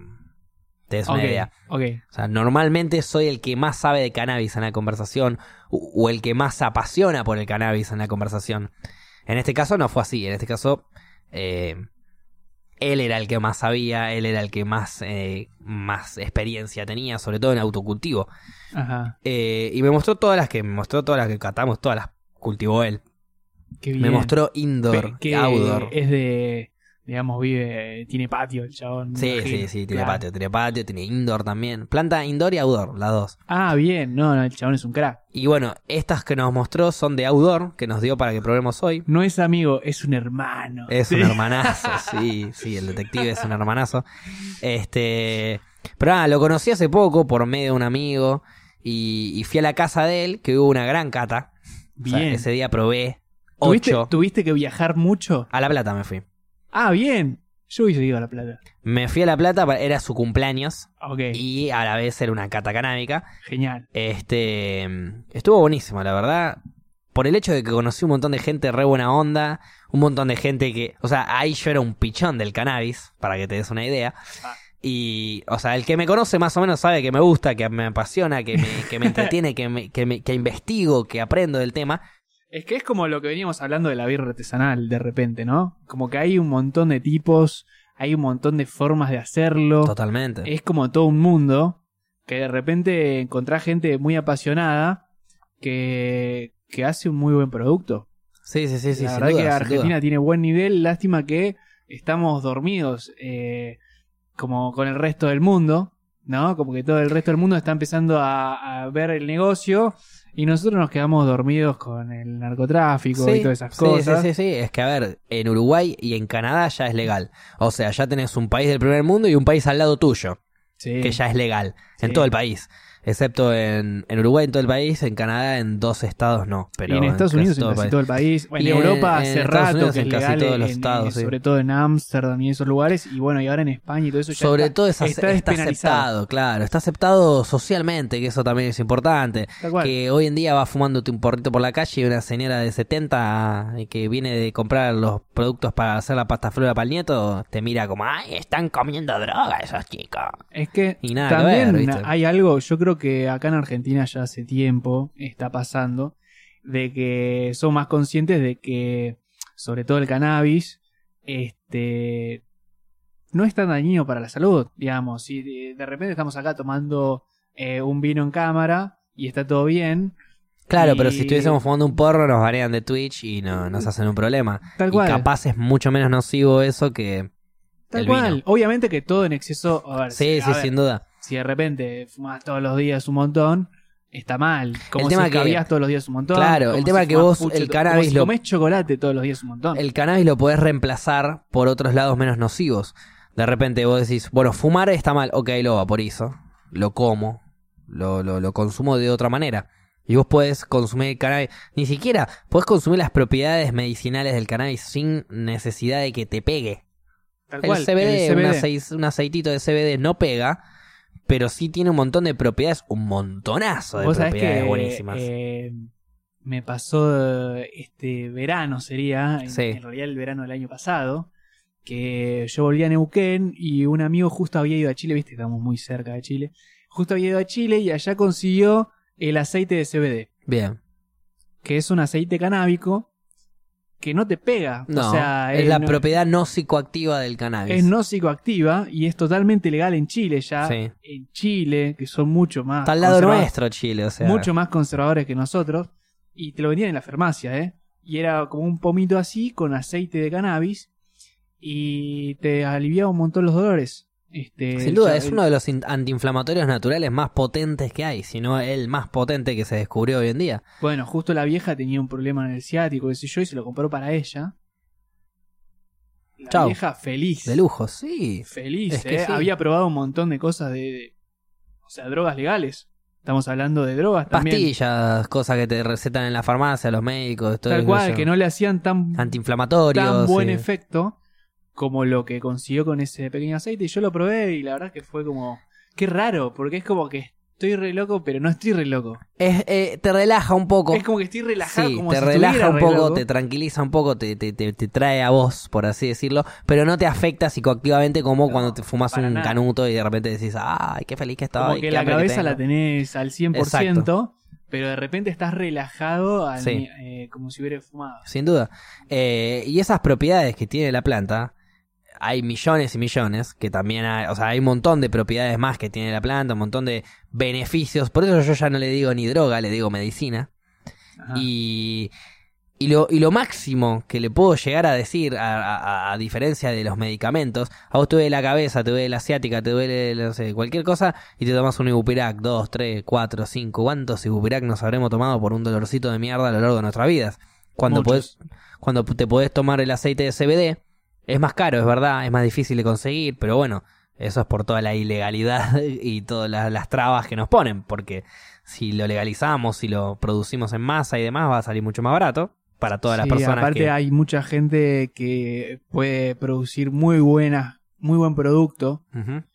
[SPEAKER 1] Te des
[SPEAKER 2] ok,
[SPEAKER 1] una idea.
[SPEAKER 2] ok.
[SPEAKER 1] O sea, normalmente soy el que más sabe de cannabis en la conversación o o el que más se apasiona por el cannabis en la conversación. En este caso no fue así. En este caso, eh, él era el que más sabía, él era el que más, eh, más experiencia tenía, sobre todo en autocultivo.
[SPEAKER 2] Ajá.
[SPEAKER 1] Eh, y me mostró todas las que me mostró todas las que catamos, todas las cultivó él.
[SPEAKER 2] Qué bien.
[SPEAKER 1] Me mostró
[SPEAKER 2] Pe-
[SPEAKER 1] indoor,
[SPEAKER 2] que
[SPEAKER 1] outdoor.
[SPEAKER 2] es de. Digamos, vive. Tiene patio el chabón. me
[SPEAKER 1] Sí,
[SPEAKER 2] imagino.
[SPEAKER 1] sí, sí, tiene
[SPEAKER 2] Claro.
[SPEAKER 1] patio, tiene patio, tiene indoor también. Planta indoor y outdoor, las dos.
[SPEAKER 2] Ah, bien. No, no, el chabón es un crack.
[SPEAKER 1] Y bueno, estas que nos mostró son de outdoor, que nos dio para que probemos hoy.
[SPEAKER 2] No es amigo, es un hermano.
[SPEAKER 1] Es un
[SPEAKER 2] Sí. <laughs>
[SPEAKER 1] hermanazo, sí, sí, el detective es un hermanazo. Este, pero nada, lo conocí hace poco por medio de un amigo y, y fui a la casa de él, que hubo una gran cata. O sea,
[SPEAKER 2] Bien.
[SPEAKER 1] ese día probé
[SPEAKER 2] ¿Tuviste,
[SPEAKER 1] ocho.
[SPEAKER 2] tuviste que viajar mucho?
[SPEAKER 1] A La Plata me fui.
[SPEAKER 2] Ah, bien. Yo hubiese ido a La Plata.
[SPEAKER 1] Me fui a La Plata, pa- era su cumpleaños
[SPEAKER 2] Ok,
[SPEAKER 1] y a la vez era una cata canábica.
[SPEAKER 2] genial.
[SPEAKER 1] Este. Estuvo buenísimo, la verdad. Por el hecho de que conocí un montón de gente re buena onda. Un montón de gente que. O sea, ahí yo era un pichón del cannabis, para que te des una idea. Y, o sea, el que me conoce más o menos sabe que me gusta, que me apasiona, que me, que me entretiene, que, me- que, me- que investigo, que aprendo del tema.
[SPEAKER 2] Es que es como lo que veníamos hablando de la birra artesanal, de repente, ¿no? Como que hay un montón de tipos, hay un montón de formas de hacerlo.
[SPEAKER 1] Totalmente.
[SPEAKER 2] Es como todo un mundo que de repente encontrás gente muy apasionada que, que hace un muy buen producto.
[SPEAKER 1] Sí, sí, sí, sí.
[SPEAKER 2] la
[SPEAKER 1] sin duda,
[SPEAKER 2] verdad que
[SPEAKER 1] sin
[SPEAKER 2] Argentina
[SPEAKER 1] duda.
[SPEAKER 2] tiene buen nivel, lástima que estamos dormidos eh, como con el resto del mundo, ¿no? Como que todo el resto del mundo está empezando a, a ver el negocio y nosotros nos quedamos dormidos con el narcotráfico y
[SPEAKER 1] Sí,
[SPEAKER 2] todas esas
[SPEAKER 1] sí,
[SPEAKER 2] cosas.
[SPEAKER 1] sí, sí, sí. Es que, a ver, en Uruguay y en Canadá ya es legal. O sea, ya tenés un país del primer mundo y un país al lado tuyo.
[SPEAKER 2] Sí.
[SPEAKER 1] que ya es legal en
[SPEAKER 2] Sí.
[SPEAKER 1] todo el país. Excepto en, en Uruguay, en todo el país, en Canadá, en dos estados no. Pero
[SPEAKER 2] y en Estados
[SPEAKER 1] casi
[SPEAKER 2] Unidos en
[SPEAKER 1] todo el
[SPEAKER 2] casi
[SPEAKER 1] país.
[SPEAKER 2] todo el país. Bueno,
[SPEAKER 1] Y
[SPEAKER 2] en
[SPEAKER 1] en-
[SPEAKER 2] Europa
[SPEAKER 1] en
[SPEAKER 2] hace
[SPEAKER 1] Estados
[SPEAKER 2] rato
[SPEAKER 1] Unidos
[SPEAKER 2] que es
[SPEAKER 1] en casi
[SPEAKER 2] legal
[SPEAKER 1] todos los
[SPEAKER 2] en-
[SPEAKER 1] estados, sí.
[SPEAKER 2] sobre todo en Ámsterdam y en esos lugares. Y bueno, y ahora en España y todo eso ya
[SPEAKER 1] Sobre
[SPEAKER 2] está,
[SPEAKER 1] todo es ace-
[SPEAKER 2] está
[SPEAKER 1] está,
[SPEAKER 2] despenalizado.
[SPEAKER 1] aceptado, claro. Está aceptado socialmente, que eso también es importante.
[SPEAKER 2] Tal cual.
[SPEAKER 1] Que hoy en día va fumándote un porrito por la calle y una señora de 70 que viene de comprar los productos para hacer la pasta flora para el nieto, te mira como, ay, están comiendo droga esos chicos.
[SPEAKER 2] Es que
[SPEAKER 1] Y nada que
[SPEAKER 2] también
[SPEAKER 1] ver, Ah, ¿viste?
[SPEAKER 2] hay algo, yo creo que acá en Argentina ya hace tiempo está pasando, de que son más conscientes de que, sobre todo el cannabis, este no es tan dañino para la salud, digamos. Si de, de repente estamos acá tomando eh, un vino en cámara y está todo bien,
[SPEAKER 1] Claro,
[SPEAKER 2] Y-
[SPEAKER 1] pero si estuviésemos fumando un porro nos banean de Twitch y no, nos hacen un problema.
[SPEAKER 2] tal
[SPEAKER 1] Y
[SPEAKER 2] cual.
[SPEAKER 1] capaz es mucho menos nocivo eso que...
[SPEAKER 2] tal
[SPEAKER 1] el
[SPEAKER 2] cual.
[SPEAKER 1] vino.
[SPEAKER 2] Obviamente que todo en exceso. a ver,
[SPEAKER 1] Sí,
[SPEAKER 2] a
[SPEAKER 1] sí,
[SPEAKER 2] ver,
[SPEAKER 1] sin duda.
[SPEAKER 2] si de repente fumas todos los días un montón, está mal. Como
[SPEAKER 1] El tema
[SPEAKER 2] si
[SPEAKER 1] que-
[SPEAKER 2] escabías todos los días un montón.
[SPEAKER 1] Claro,
[SPEAKER 2] como
[SPEAKER 1] el tema
[SPEAKER 2] si
[SPEAKER 1] que
[SPEAKER 2] fumás
[SPEAKER 1] vos
[SPEAKER 2] pucho
[SPEAKER 1] el
[SPEAKER 2] to-
[SPEAKER 1] cannabis
[SPEAKER 2] como si
[SPEAKER 1] lo-
[SPEAKER 2] comés chocolate todos los días un montón.
[SPEAKER 1] el cannabis lo podés reemplazar por otros lados menos nocivos. De repente vos decís, bueno, fumar está mal, ok, lo vaporizo, lo como, lo, lo, lo consumo de otra manera. Y vos podés consumir cannabis, ni siquiera podés consumir las propiedades medicinales del cannabis sin necesidad de que te pegue.
[SPEAKER 2] Tal
[SPEAKER 1] El
[SPEAKER 2] cual,
[SPEAKER 1] CBD,
[SPEAKER 2] el
[SPEAKER 1] un
[SPEAKER 2] CBD.
[SPEAKER 1] acei- un aceitito de CBD no pega, pero sí tiene un montón de propiedades, un montonazo de
[SPEAKER 2] Vos sabés
[SPEAKER 1] propiedades
[SPEAKER 2] que
[SPEAKER 1] buenísimas.
[SPEAKER 2] eh, me pasó eh, este verano, sería, en,
[SPEAKER 1] Sí.
[SPEAKER 2] en realidad el verano del año pasado, que yo volví a Neuquén y un amigo justo había ido a Chile, viste, estamos muy cerca de Chile, justo había ido a Chile y allá consiguió el aceite de CBD.
[SPEAKER 1] Bien.
[SPEAKER 2] que es un aceite canábico que no te pega.
[SPEAKER 1] No,
[SPEAKER 2] o sea,
[SPEAKER 1] es la
[SPEAKER 2] no,
[SPEAKER 1] propiedad no psicoactiva del cannabis.
[SPEAKER 2] es no psicoactiva y es totalmente legal en Chile ya.
[SPEAKER 1] Sí.
[SPEAKER 2] En Chile, que son mucho más.
[SPEAKER 1] Está al lado
[SPEAKER 2] conserva-
[SPEAKER 1] nuestro, Chile, o sea.
[SPEAKER 2] Mucho más conservadores que nosotros. Y te lo vendían en la farmacia, ¿eh? Y era como un pomito así con aceite de cannabis y te aliviaba un montón los dolores. Este,
[SPEAKER 1] Sin duda,
[SPEAKER 2] ya-
[SPEAKER 1] es uno de los in- antiinflamatorios naturales más potentes que hay, si no el más potente que se descubrió hoy en día.
[SPEAKER 2] Bueno, justo la vieja tenía un problema en el ciático, qué sé yo, y se lo compró para ella. La
[SPEAKER 1] Chau.
[SPEAKER 2] vieja feliz.
[SPEAKER 1] De lujo, sí.
[SPEAKER 2] Feliz,
[SPEAKER 1] Es que
[SPEAKER 2] ¿eh?
[SPEAKER 1] sí.
[SPEAKER 2] Había probado un montón de cosas de, de- O sea, drogas legales. Estamos hablando de drogas también.
[SPEAKER 1] Pastillas, cosas que te recetan en la farmacia, los médicos, todo
[SPEAKER 2] Tal
[SPEAKER 1] eso.
[SPEAKER 2] cual, que no le hacían tan,
[SPEAKER 1] Antiinflamatorios.
[SPEAKER 2] tan buen
[SPEAKER 1] sí.
[SPEAKER 2] efecto como lo que consiguió con ese pequeño aceite. Y yo lo probé y la verdad que fue como. Qué raro, porque es como que estoy re loco, pero no estoy re loco.
[SPEAKER 1] Es, eh, te relaja un poco.
[SPEAKER 2] Es como que estoy relajado.
[SPEAKER 1] sí,
[SPEAKER 2] como
[SPEAKER 1] te
[SPEAKER 2] si
[SPEAKER 1] relaja
[SPEAKER 2] estuviera
[SPEAKER 1] un
[SPEAKER 2] re
[SPEAKER 1] poco,
[SPEAKER 2] loco.
[SPEAKER 1] te tranquiliza un poco, te, te, te- te trae a vos, por así decirlo, pero no te afecta psicoactivamente como
[SPEAKER 2] No,
[SPEAKER 1] cuando te fumas
[SPEAKER 2] para
[SPEAKER 1] un
[SPEAKER 2] nada.
[SPEAKER 1] canuto y de repente decís, ay, qué feliz que estaba.
[SPEAKER 2] Como
[SPEAKER 1] y
[SPEAKER 2] que
[SPEAKER 1] qué
[SPEAKER 2] la
[SPEAKER 1] hambre que
[SPEAKER 2] cabeza
[SPEAKER 1] tengo".
[SPEAKER 2] la tenés al 100%, pero de repente estás relajado al-
[SPEAKER 1] Sí.
[SPEAKER 2] eh, como si hubiera fumado.
[SPEAKER 1] Sin duda. Eh, y esas propiedades que tiene la planta, hay millones y millones, que también hay, o sea, hay un montón de propiedades más que tiene la planta, un montón de beneficios. Por eso yo ya no le digo ni droga, le digo medicina.
[SPEAKER 2] Ajá.
[SPEAKER 1] Y, y, lo, y lo máximo que le puedo llegar a decir, a, a- a diferencia de los medicamentos, a vos te duele la cabeza, te duele la asiática, te duele no sé, cualquier cosa, y te tomas un ibupirac, dos, tres, cuatro, cinco. ¿Cuántos ibupirac nos habremos tomado por un dolorcito de mierda a lo largo de nuestras vidas? Cuando, podés,
[SPEAKER 2] Muchos.
[SPEAKER 1] cuando te podés tomar el aceite de CBD, es más caro, es verdad, es más difícil de conseguir, pero bueno, eso es por toda la ilegalidad <laughs> y todas las, las trabas que nos ponen, porque si lo legalizamos, si lo producimos en masa y demás, va a salir mucho más barato para todas las
[SPEAKER 2] Sí,
[SPEAKER 1] personas
[SPEAKER 2] Aparte
[SPEAKER 1] que...
[SPEAKER 2] hay mucha gente que puede producir muy buena, muy buen producto.
[SPEAKER 1] Ujú.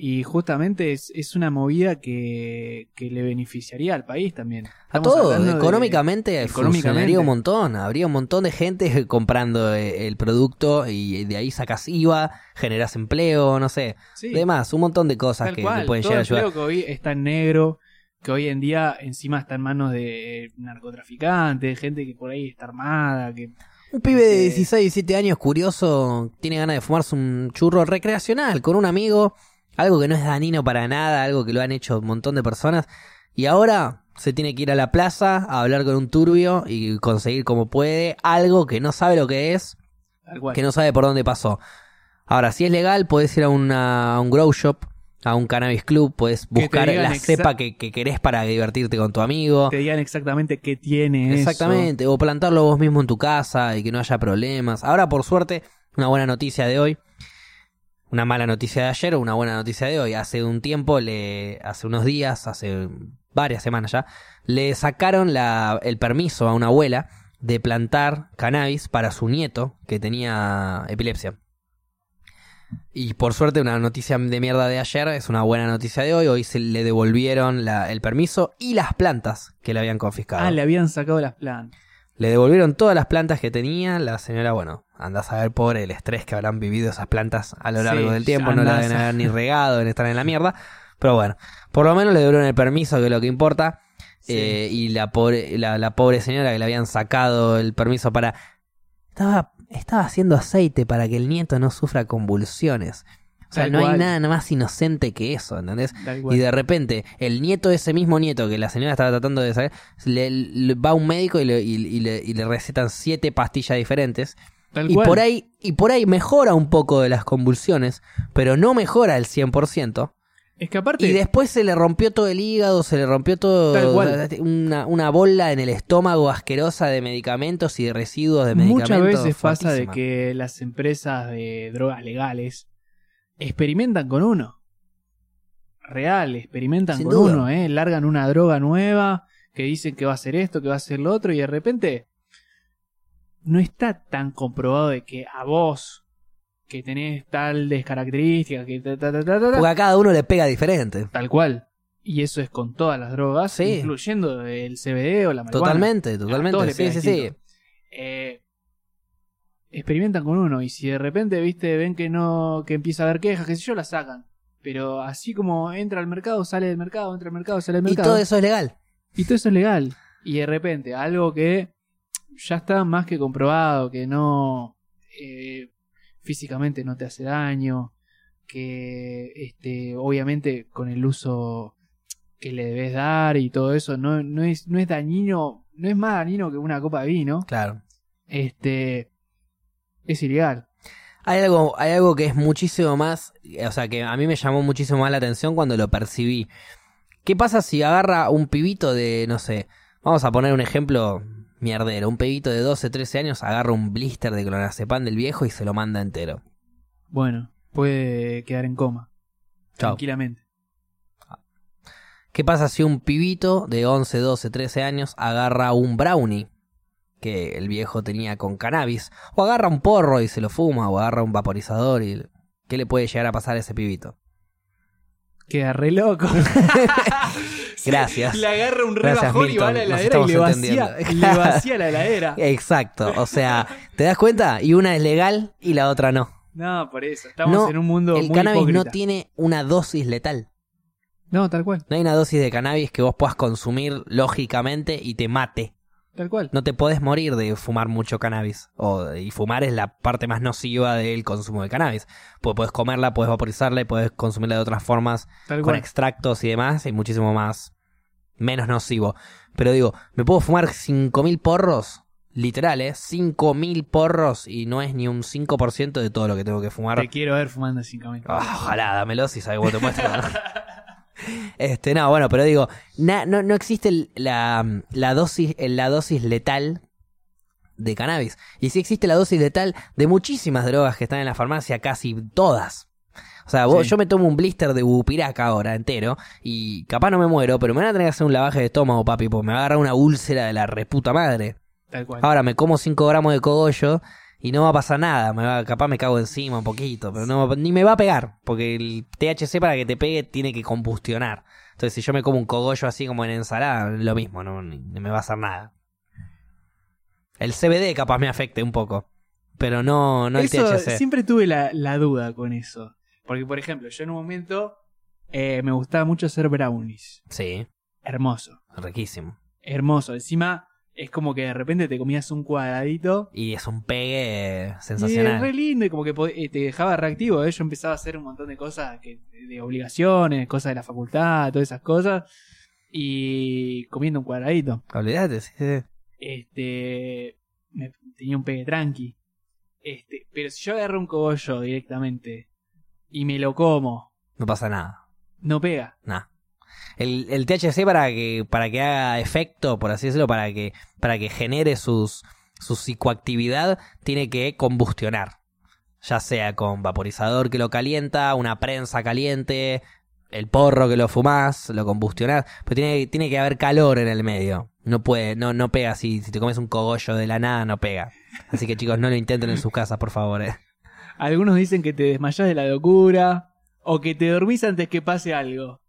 [SPEAKER 2] Y justamente es, es una movida que, que le beneficiaría al país también.
[SPEAKER 1] A
[SPEAKER 2] Estamos
[SPEAKER 1] todo,
[SPEAKER 2] hablando de-
[SPEAKER 1] económicamente,
[SPEAKER 2] económicamente.
[SPEAKER 1] funcionaría un montón, habría un montón de gente <laughs> comprando eh, el producto y de ahí sacas IVA, generas empleo, no sé,
[SPEAKER 2] Sí,
[SPEAKER 1] demás, un montón de cosas
[SPEAKER 2] tal
[SPEAKER 1] que,
[SPEAKER 2] cual.
[SPEAKER 1] que pueden
[SPEAKER 2] Todo
[SPEAKER 1] llegar a
[SPEAKER 2] el
[SPEAKER 1] ayudar.
[SPEAKER 2] empleo que hoy está en negro, que hoy en día encima está en manos de narcotraficantes, gente que por ahí está armada, que
[SPEAKER 1] Un pibe de
[SPEAKER 2] Eh,
[SPEAKER 1] 16, 17 años curioso tiene ganas de fumarse un churro recreacional con un amigo, algo que no es danino para nada, algo que lo han hecho un montón de personas, y ahora se tiene que ir a la plaza a hablar con un turbio y conseguir como puede algo que no sabe lo que es,
[SPEAKER 2] tal cual.
[SPEAKER 1] que no sabe por dónde pasó. Ahora, si es legal, podés ir a, una- a un grow shop, a un cannabis club, podés
[SPEAKER 2] te
[SPEAKER 1] buscar
[SPEAKER 2] digan
[SPEAKER 1] la
[SPEAKER 2] exa-
[SPEAKER 1] cepa que, que querés para divertirte con tu amigo.
[SPEAKER 2] te digan exactamente qué tiene eso.
[SPEAKER 1] Exactamente, o plantarlo vos mismo en tu casa y que no haya problemas. Ahora, por suerte, una buena noticia de hoy, una mala noticia de ayer, una buena noticia de hoy. Hace un tiempo, le, hace unos días, hace varias semanas ya, le sacaron la, el permiso a una abuela de plantar cannabis para su nieto que tenía epilepsia. Y por suerte, una noticia de mierda de ayer es una buena noticia de hoy. Hoy se le devolvieron la- el permiso y las plantas que le habían confiscado.
[SPEAKER 2] Ah, le habían sacado las plantas.
[SPEAKER 1] Le devolvieron todas las plantas que tenía. La señora, bueno, anda a saber pobre el estrés que habrán vivido esas plantas a lo
[SPEAKER 2] Sí,
[SPEAKER 1] largo del tiempo. No
[SPEAKER 2] andá
[SPEAKER 1] la
[SPEAKER 2] a
[SPEAKER 1] deben
[SPEAKER 2] saber.
[SPEAKER 1] haber
[SPEAKER 2] <laughs>
[SPEAKER 1] ni regado, deben estar en la mierda. Pero bueno, por lo menos le devolvieron el permiso, que es lo que importa.
[SPEAKER 2] Sí.
[SPEAKER 1] Eh, y la pobre, la, la pobre señora que le habían sacado el permiso para. Estaba, estaba haciendo aceite para que el nieto no sufra convulsiones. O sea,
[SPEAKER 2] Tal
[SPEAKER 1] no hay
[SPEAKER 2] cual.
[SPEAKER 1] nada más inocente que eso, ¿entendés?
[SPEAKER 2] Tal cual.
[SPEAKER 1] Y de repente, el nieto, ese mismo nieto que la señora estaba tratando de sacar, le, le- va a un médico y le, y- y le- y le recetan siete pastillas diferentes.
[SPEAKER 2] Tal
[SPEAKER 1] Y
[SPEAKER 2] cual.
[SPEAKER 1] por, ahí, y por ahí mejora un poco de las convulsiones, pero no mejora el 100%.
[SPEAKER 2] Es que aparte,
[SPEAKER 1] Y después se le rompió todo el hígado, se le rompió todo.
[SPEAKER 2] Tal cual.
[SPEAKER 1] Una, una bola en el estómago asquerosa de medicamentos y de residuos de medicamentos.
[SPEAKER 2] muchas veces pasa de
[SPEAKER 1] fuertísima.
[SPEAKER 2] que las empresas de drogas legales experimentan con uno. Real, experimentan
[SPEAKER 1] Sin
[SPEAKER 2] con
[SPEAKER 1] duda.
[SPEAKER 2] uno, ¿eh? Largan una droga nueva que dicen que va a hacer esto, que va a hacer lo otro, y de repente no está tan comprobado de que a vos que tenés tales características, que ta, ta, ta, ta, ta, ta,
[SPEAKER 1] Porque a cada uno le pega diferente.
[SPEAKER 2] Tal cual. Y eso es con todas las drogas,
[SPEAKER 1] Sí.
[SPEAKER 2] incluyendo el CBD o la marihuana.
[SPEAKER 1] Totalmente,
[SPEAKER 2] todos
[SPEAKER 1] totalmente.
[SPEAKER 2] le
[SPEAKER 1] Sí,
[SPEAKER 2] pega
[SPEAKER 1] sí, sí.
[SPEAKER 2] distinto. Eh, experimentan con uno y si de repente, viste, ven que no que empieza a haber quejas, que sé yo, la sacan. Pero así como entra al mercado, sale del mercado, entra al mercado, sale del
[SPEAKER 1] Y
[SPEAKER 2] mercado.
[SPEAKER 1] todo eso es legal.
[SPEAKER 2] y todo eso es legal. Y de repente, algo que ya está más que comprobado, que no eh, físicamente no te hace daño, que este, obviamente con el uso que le debes dar y todo eso, no, no, es, no es dañino, no es más dañino que una copa de vino,
[SPEAKER 1] Claro.
[SPEAKER 2] este es ilegal.
[SPEAKER 1] Hay algo, hay algo que es muchísimo más, o sea, que a mí me llamó muchísimo más la atención cuando lo percibí. ¿Qué pasa si agarra un pibito de, no sé, vamos a poner un ejemplo mierdero, un pibito de 12, 13 años agarra un blister de clonazepam del viejo y se lo manda entero?
[SPEAKER 2] Bueno, puede quedar en coma,
[SPEAKER 1] Chao.
[SPEAKER 2] tranquilamente.
[SPEAKER 1] ¿Qué pasa si un pibito de 11, 12, 13 años agarra un brownie que el viejo tenía con cannabis? O agarra un porro y se lo fuma, o agarra un vaporizador y... ¿Qué le puede llegar a pasar a ese pibito?
[SPEAKER 2] Queda re loco.
[SPEAKER 1] <laughs> Gracias.
[SPEAKER 2] Le agarra un re
[SPEAKER 1] Gracias,
[SPEAKER 2] bajón y va a la
[SPEAKER 1] Milton. Nos
[SPEAKER 2] heladera y le
[SPEAKER 1] estamos
[SPEAKER 2] vacía,
[SPEAKER 1] entendiendo.
[SPEAKER 2] <laughs> le vacía
[SPEAKER 1] <laughs>
[SPEAKER 2] la heladera.
[SPEAKER 1] Exacto, o sea, ¿te das cuenta? Y una es legal y la otra no.
[SPEAKER 2] No, por eso. Estamos
[SPEAKER 1] No,
[SPEAKER 2] en un mundo
[SPEAKER 1] El
[SPEAKER 2] muy
[SPEAKER 1] cannabis
[SPEAKER 2] hipócrita.
[SPEAKER 1] no tiene una dosis letal.
[SPEAKER 2] No, tal cual.
[SPEAKER 1] No hay una dosis de cannabis que vos puedas consumir lógicamente y te mate.
[SPEAKER 2] Tal cual.
[SPEAKER 1] No te podés morir de fumar mucho cannabis. O, y fumar es la parte más nociva del consumo de cannabis. Porque podés comerla, podés vaporizarla y podés consumirla de otras formas
[SPEAKER 2] Tal
[SPEAKER 1] con
[SPEAKER 2] cual.
[SPEAKER 1] extractos y demás, y muchísimo más, menos nocivo. Pero digo, me puedo fumar 5.000 porros, literal, ¿eh? 5.000 porros y no es ni un 5% de todo lo que tengo que fumar.
[SPEAKER 2] Te quiero ver fumando 5000.
[SPEAKER 1] Ah, ojalá, dámelo si sabes cómo te muestro. <laughs> este, no, bueno, pero digo, na- no, no existe el- la, la, dosis, la dosis letal de cannabis. Y sí existe la dosis letal de muchísimas drogas que están en la farmacia, casi todas. O sea, vos-
[SPEAKER 2] Sí.
[SPEAKER 1] yo me tomo un blister de bupiraca ahora entero y capaz no me muero, pero me van a tener que hacer un lavaje de estómago, papi, porque me va a agarrar una úlcera de la reputa madre.
[SPEAKER 2] Tal cual.
[SPEAKER 1] Ahora me como 5 gramos de cogollo y no va a pasar nada. Me va, capaz me cago encima un poquito, pero no, ni me va a pegar. Porque el THC para que te pegue tiene que combustionar. Entonces, si yo me como un cogollo así como en ensalada, lo mismo, no ni- ni me va a hacer nada. El CBD capaz me afecte un poco, pero no, no el
[SPEAKER 2] Eso,
[SPEAKER 1] THC.
[SPEAKER 2] siempre tuve la, la duda con eso. Porque, por ejemplo, yo en un momento eh, me gustaba mucho hacer brownies.
[SPEAKER 1] Sí,
[SPEAKER 2] Hermoso.
[SPEAKER 1] riquísimo.
[SPEAKER 2] Hermoso. Encima es como que de repente te comías un cuadradito.
[SPEAKER 1] Y es un pegue eh,
[SPEAKER 2] Y es
[SPEAKER 1] sensacional.
[SPEAKER 2] re lindo y como que pod- eh, te dejaba reactivo. ¿eh? Yo empezaba a hacer un montón de cosas que, de obligaciones, cosas de la facultad, todas esas cosas. Y comiendo un cuadradito.
[SPEAKER 1] Olvídate, sí, sí.
[SPEAKER 2] Este. Me, tenía un pegue tranqui. Este. Pero si yo agarro un cogollo directamente y me lo como,
[SPEAKER 1] No pasa nada.
[SPEAKER 2] no pega.
[SPEAKER 1] Nah. El, el THC para que, para que haga efecto, por así decirlo, para que, para que genere sus, su psicoactividad, tiene que combustionar. Ya sea con vaporizador que lo calienta, una prensa caliente, el porro que lo fumás, lo combustionás. Pero tiene, tiene que haber calor en el medio. No puede, no, no pega así. Si te comes un cogollo de la nada, no pega. Así que chicos, no lo intenten en sus casas, por favor. eh.
[SPEAKER 2] Algunos dicen que te desmayás de la locura o que te dormís antes que pase algo.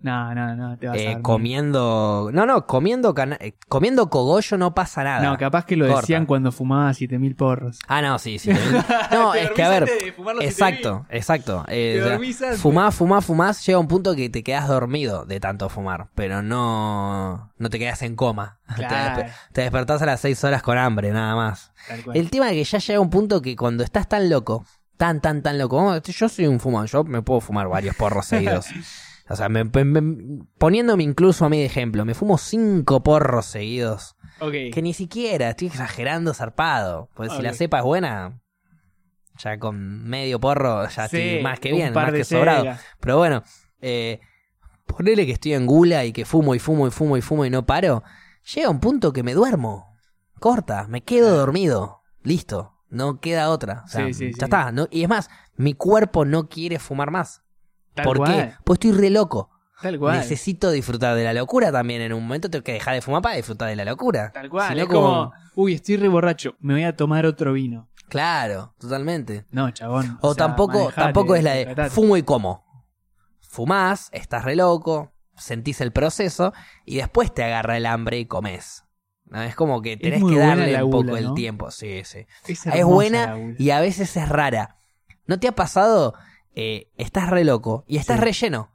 [SPEAKER 2] No, no, no, te vas
[SPEAKER 1] Eh,
[SPEAKER 2] a dormir.
[SPEAKER 1] comiendo. No, no, comiendo, cana- eh, comiendo cogollo no pasa nada.
[SPEAKER 2] No, capaz que lo
[SPEAKER 1] Corta.
[SPEAKER 2] decían cuando fumaba 7000 porros.
[SPEAKER 1] Ah, no, sí, sí.
[SPEAKER 2] <laughs>
[SPEAKER 1] <laughs> No,
[SPEAKER 2] Te
[SPEAKER 1] es que a
[SPEAKER 2] dormís
[SPEAKER 1] ver.
[SPEAKER 2] antes de fumar los 7000.
[SPEAKER 1] Exacto, exacto. Eh,
[SPEAKER 2] Te
[SPEAKER 1] o sea,
[SPEAKER 2] dormís antes.
[SPEAKER 1] fumás, fumás, fumás, llega un punto que te quedas dormido de tanto fumar, pero no, no te quedas en coma. <laughs> Te
[SPEAKER 2] Claro,
[SPEAKER 1] despe- Te, despertás a las 6 horas con hambre, nada más.
[SPEAKER 2] tal cual.
[SPEAKER 1] El tema es que ya llega un punto que cuando estás tan loco, tan, tan, tan loco, vamos, yo soy un fumador, yo me puedo fumar varios porros
[SPEAKER 2] <laughs>
[SPEAKER 1] seguidos. O sea, me- me- me- poniéndome incluso a mí de ejemplo, me fumo cinco porros seguidos.
[SPEAKER 2] Ok.
[SPEAKER 1] Que ni siquiera, estoy exagerando zarpado. Porque si la
[SPEAKER 2] Ok.
[SPEAKER 1] cepa es buena, ya con medio porro ya
[SPEAKER 2] Sí,
[SPEAKER 1] estoy más que
[SPEAKER 2] un
[SPEAKER 1] bien,
[SPEAKER 2] par
[SPEAKER 1] más
[SPEAKER 2] de
[SPEAKER 1] que sobrado.
[SPEAKER 2] cegas.
[SPEAKER 1] Pero bueno, eh, ponele que estoy en gula y que fumo y fumo y fumo y fumo y no paro. Llega un punto que me duermo. Corta, me quedo dormido. Listo, no queda otra. O sea,
[SPEAKER 2] Sí, sí,
[SPEAKER 1] ya
[SPEAKER 2] sí.
[SPEAKER 1] está. no- y es más, mi cuerpo no quiere fumar más.
[SPEAKER 2] Tal
[SPEAKER 1] ¿Por qué?
[SPEAKER 2] cual,
[SPEAKER 1] Pues estoy re loco.
[SPEAKER 2] Tal cual.
[SPEAKER 1] Necesito disfrutar de la locura también. En un momento tengo que dejar de fumar para disfrutar de la locura.
[SPEAKER 2] Tal cual.
[SPEAKER 1] Si no,
[SPEAKER 2] es como, uy, estoy re borracho, me voy a tomar otro vino.
[SPEAKER 1] Claro, totalmente.
[SPEAKER 2] No, chabón.
[SPEAKER 1] O,
[SPEAKER 2] sea,
[SPEAKER 1] tampoco,
[SPEAKER 2] manejate,
[SPEAKER 1] tampoco es la de
[SPEAKER 2] tratate.
[SPEAKER 1] fumo y como. Fumás, estás re loco, sentís el proceso y después te agarra el hambre y comes. ¿No? Es como que tenés
[SPEAKER 2] muy
[SPEAKER 1] que
[SPEAKER 2] buena
[SPEAKER 1] darle
[SPEAKER 2] la
[SPEAKER 1] un poco
[SPEAKER 2] gula,
[SPEAKER 1] el
[SPEAKER 2] ¿no?
[SPEAKER 1] tiempo. Sí, sí. Es
[SPEAKER 2] Es, hermosa
[SPEAKER 1] buena
[SPEAKER 2] la gula.
[SPEAKER 1] y a veces es rara. ¿No te ha pasado? eh, estás re loco y estás
[SPEAKER 2] Sí.
[SPEAKER 1] re lleno.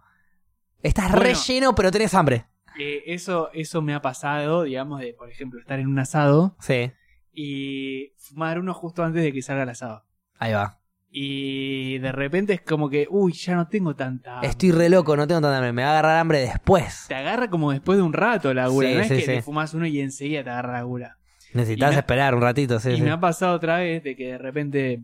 [SPEAKER 1] Estás re
[SPEAKER 2] Bueno.
[SPEAKER 1] lleno, pero tenés hambre.
[SPEAKER 2] Eh, eso, eso me ha pasado, digamos, de, por ejemplo, estar en un asado
[SPEAKER 1] Sí,
[SPEAKER 2] y fumar uno justo antes de que salga el asado.
[SPEAKER 1] ahí va.
[SPEAKER 2] Y de repente es como que, uy, ya no tengo tanta. hambre.
[SPEAKER 1] Ah. Estoy re loco, no tengo tanta hambre. Me va a agarrar hambre después.
[SPEAKER 2] Te agarra como después de un rato la gula.
[SPEAKER 1] Sí,
[SPEAKER 2] no
[SPEAKER 1] sí,
[SPEAKER 2] es que
[SPEAKER 1] sí.
[SPEAKER 2] te fumas uno y enseguida te agarra la gula.
[SPEAKER 1] Necesitas
[SPEAKER 2] Y me-
[SPEAKER 1] esperar un ratito. Sí,
[SPEAKER 2] y
[SPEAKER 1] sí.
[SPEAKER 2] me ha pasado otra vez de que de repente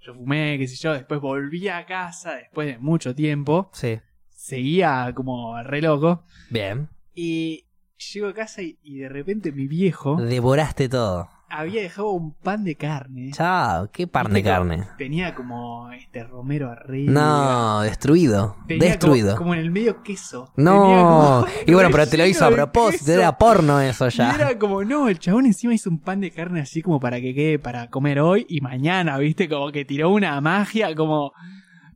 [SPEAKER 2] yo fumé, qué sé yo, después volví a casa después de mucho tiempo.
[SPEAKER 1] sí.
[SPEAKER 2] Seguía como re loco.
[SPEAKER 1] Bien.
[SPEAKER 2] Y llego a casa y, y de repente mi viejo
[SPEAKER 1] Devoraste todo.
[SPEAKER 2] había dejado un pan de carne.
[SPEAKER 1] Chao, qué par de
[SPEAKER 2] Viste como-
[SPEAKER 1] carne.
[SPEAKER 2] Tenía como este romero arriba.
[SPEAKER 1] No, destruido.
[SPEAKER 2] Tenía
[SPEAKER 1] destruido.
[SPEAKER 2] Como, como en el medio queso. Tenía
[SPEAKER 1] no.
[SPEAKER 2] como-
[SPEAKER 1] Y
[SPEAKER 2] <laughs>
[SPEAKER 1] bueno, pero te lo
[SPEAKER 2] relleno
[SPEAKER 1] hizo a
[SPEAKER 2] de
[SPEAKER 1] propósito.
[SPEAKER 2] queso.
[SPEAKER 1] Era porno eso
[SPEAKER 2] Y
[SPEAKER 1] ya.
[SPEAKER 2] era como, no, el chabón encima hizo un pan de carne así como para que quede para comer hoy y mañana, ¿viste? Como que tiró una magia, como.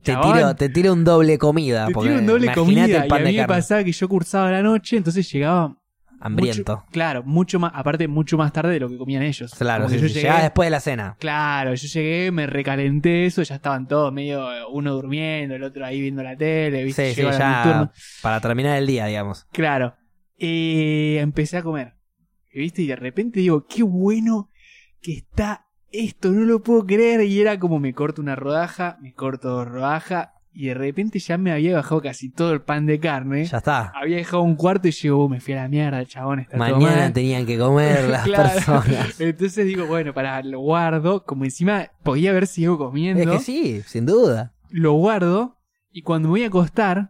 [SPEAKER 1] Te
[SPEAKER 2] Chabón.
[SPEAKER 1] tiro, te tiro un doble comida.
[SPEAKER 2] Te
[SPEAKER 1] porque
[SPEAKER 2] tiene un doble
[SPEAKER 1] imaginate
[SPEAKER 2] comida.
[SPEAKER 1] el
[SPEAKER 2] Y a
[SPEAKER 1] pan
[SPEAKER 2] mí
[SPEAKER 1] de
[SPEAKER 2] me
[SPEAKER 1] carne.
[SPEAKER 2] pasaba que yo cursaba a la noche, entonces llegaba
[SPEAKER 1] Hambriento.
[SPEAKER 2] Mucho- claro, mucho más, aparte mucho más tarde de lo que comían ellos.
[SPEAKER 1] Claro,
[SPEAKER 2] Como que
[SPEAKER 1] sí,
[SPEAKER 2] yo
[SPEAKER 1] sí,
[SPEAKER 2] llegué-
[SPEAKER 1] llegás después de la cena.
[SPEAKER 2] Claro, yo llegué, me recalenté eso, ya estaban todos medio, eh, uno durmiendo, el otro ahí viendo la tele,
[SPEAKER 1] Sí,
[SPEAKER 2] viste,
[SPEAKER 1] sí,
[SPEAKER 2] llegaba la
[SPEAKER 1] ya
[SPEAKER 2] nocturna.
[SPEAKER 1] para terminar el día, digamos.
[SPEAKER 2] Claro. Y empecé a comer. ¿Viste? Y de repente digo, qué bueno que está esto, no lo puedo creer. Y era como me corto una rodaja, me corto dos rodajas, y de repente ya me había bajado casi todo el pan de carne.
[SPEAKER 1] Ya está.
[SPEAKER 2] Había dejado un cuarto y digo, "Uh, me fui a la mierda, chabón, está todo mal".
[SPEAKER 1] Mañana tenían que
[SPEAKER 2] <laughs>
[SPEAKER 1] comer las
[SPEAKER 2] Claro.
[SPEAKER 1] personas.
[SPEAKER 2] Entonces digo, bueno, para lo guardo, como encima podía haber sigo comiendo,
[SPEAKER 1] Es que sí, sin duda.
[SPEAKER 2] lo guardo y cuando me voy a acostar,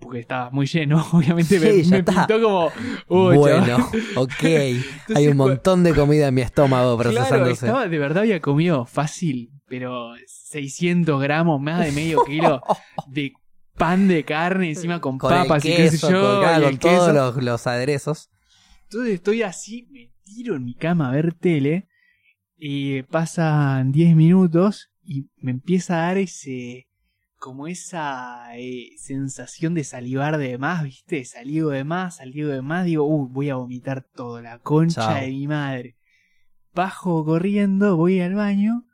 [SPEAKER 2] porque estaba muy lleno, <laughs> obviamente me-
[SPEAKER 1] Sí,
[SPEAKER 2] me,
[SPEAKER 1] ya está.
[SPEAKER 2] pintó como, "Uy, chaval".
[SPEAKER 1] bueno, <laughs> ok.
[SPEAKER 2] <laughs> Entonces,
[SPEAKER 1] Hay un
[SPEAKER 2] cu-
[SPEAKER 1] montón de comida en mi estómago
[SPEAKER 2] Claro,
[SPEAKER 1] procesándose.
[SPEAKER 2] estaba, de verdad había comido fácil, pero 600 gramos, más de
[SPEAKER 1] <laughs>
[SPEAKER 2] medio kilo de pan de carne, encima con,
[SPEAKER 1] con
[SPEAKER 2] papas
[SPEAKER 1] el
[SPEAKER 2] y qué sé
[SPEAKER 1] queso,
[SPEAKER 2] yo,
[SPEAKER 1] con, claro,
[SPEAKER 2] y el
[SPEAKER 1] con todos
[SPEAKER 2] queso.
[SPEAKER 1] Los, los aderezos.
[SPEAKER 2] Entonces estoy así, me tiro en mi cama a ver tele. Y pasan 10 minutos y me empieza a dar ese. como esa eh, sensación de salivar de más, ¿viste? Salivo de más, salivo de más. Digo, uy, voy a vomitar todo, la concha
[SPEAKER 1] Chao.
[SPEAKER 2] de mi madre. Bajo corriendo, voy al baño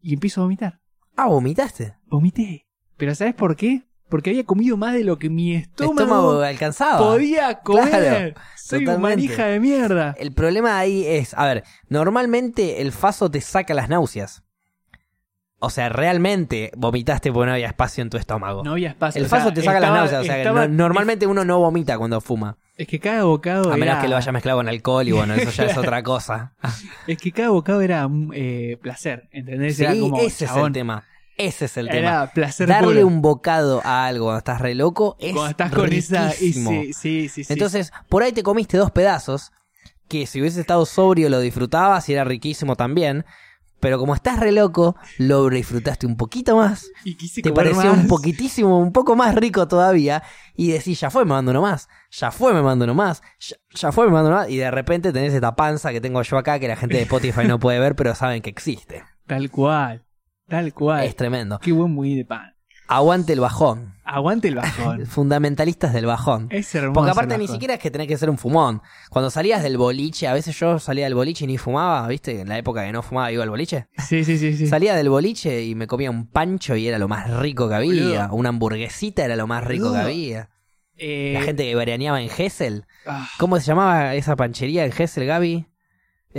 [SPEAKER 2] y empiezo a vomitar.
[SPEAKER 1] Ah, vomitaste.
[SPEAKER 2] Vomité. ¿Pero sabes por qué? Porque había comido más de lo que mi
[SPEAKER 1] Tu
[SPEAKER 2] estómago,
[SPEAKER 1] estómago alcanzaba.
[SPEAKER 2] podía comer.
[SPEAKER 1] Claro,
[SPEAKER 2] Soy
[SPEAKER 1] totalmente.
[SPEAKER 2] una manija de mierda.
[SPEAKER 1] El problema ahí es, a ver, normalmente el faso te saca las náuseas. O sea, realmente vomitaste porque no había espacio en tu estómago.
[SPEAKER 2] No había espacio.
[SPEAKER 1] el
[SPEAKER 2] o sea,
[SPEAKER 1] faso te saca las
[SPEAKER 2] estaba-
[SPEAKER 1] náuseas. O sea, que
[SPEAKER 2] estaba-
[SPEAKER 1] no- normalmente uno no vomita cuando fuma.
[SPEAKER 2] Es que cada bocado
[SPEAKER 1] A menos
[SPEAKER 2] era.
[SPEAKER 1] que lo haya mezclado con alcohol y bueno, eso ya es
[SPEAKER 2] <laughs>
[SPEAKER 1] otra cosa.
[SPEAKER 2] Es que cada bocado era un eh, placer, ¿entendés?
[SPEAKER 1] Sí,
[SPEAKER 2] era como,
[SPEAKER 1] ese es
[SPEAKER 2] chabón,
[SPEAKER 1] el tema. Ese es el tema.
[SPEAKER 2] Era placer
[SPEAKER 1] Darle
[SPEAKER 2] puro.
[SPEAKER 1] un bocado a algo cuando estás re loco es
[SPEAKER 2] Cuando estás con esa.
[SPEAKER 1] riquísimo.
[SPEAKER 2] ese- sí, sí, sí.
[SPEAKER 1] Entonces, por ahí te comiste dos pedazos, que si hubieses estado sobrio lo disfrutabas y era riquísimo también, pero como estás re loco, lo disfrutaste un poquito más,
[SPEAKER 2] y quise
[SPEAKER 1] te
[SPEAKER 2] comer
[SPEAKER 1] pareció
[SPEAKER 2] más.
[SPEAKER 1] un poquitísimo, un poco más rico todavía, y decís, ya fue, me mando uno más, ya fue, me mando uno más, ya, ya fue, me mando uno más, y de repente tenés esta panza que tengo yo acá, que la gente de Spotify no puede ver, pero saben que existe.
[SPEAKER 2] Tal cual. Tal cual.
[SPEAKER 1] Es tremendo.
[SPEAKER 2] Qué buen muy de pan.
[SPEAKER 1] Aguante el bajón.
[SPEAKER 2] Aguante el
[SPEAKER 1] <laughs>
[SPEAKER 2] bajón.
[SPEAKER 1] Fundamentalistas del bajón.
[SPEAKER 2] es hermoso.
[SPEAKER 1] Porque aparte
[SPEAKER 2] el
[SPEAKER 1] ni
[SPEAKER 2] bajón.
[SPEAKER 1] siquiera es que tenés que ser un fumón. Cuando salías del boliche, a veces yo salía del boliche y ni fumaba, ¿viste? En la época que no fumaba iba al boliche.
[SPEAKER 2] Sí, sí, sí. sí.
[SPEAKER 1] Salía del boliche y me comía un pancho y era lo más rico que había.
[SPEAKER 2] Boludo.
[SPEAKER 1] Una hamburguesita era lo más rico que
[SPEAKER 2] Boludo.
[SPEAKER 1] había.
[SPEAKER 2] Eh,
[SPEAKER 1] La gente que veraneaba en Gessel.
[SPEAKER 2] ah,
[SPEAKER 1] ¿Cómo se llamaba esa panchería en Gessel, Gaby?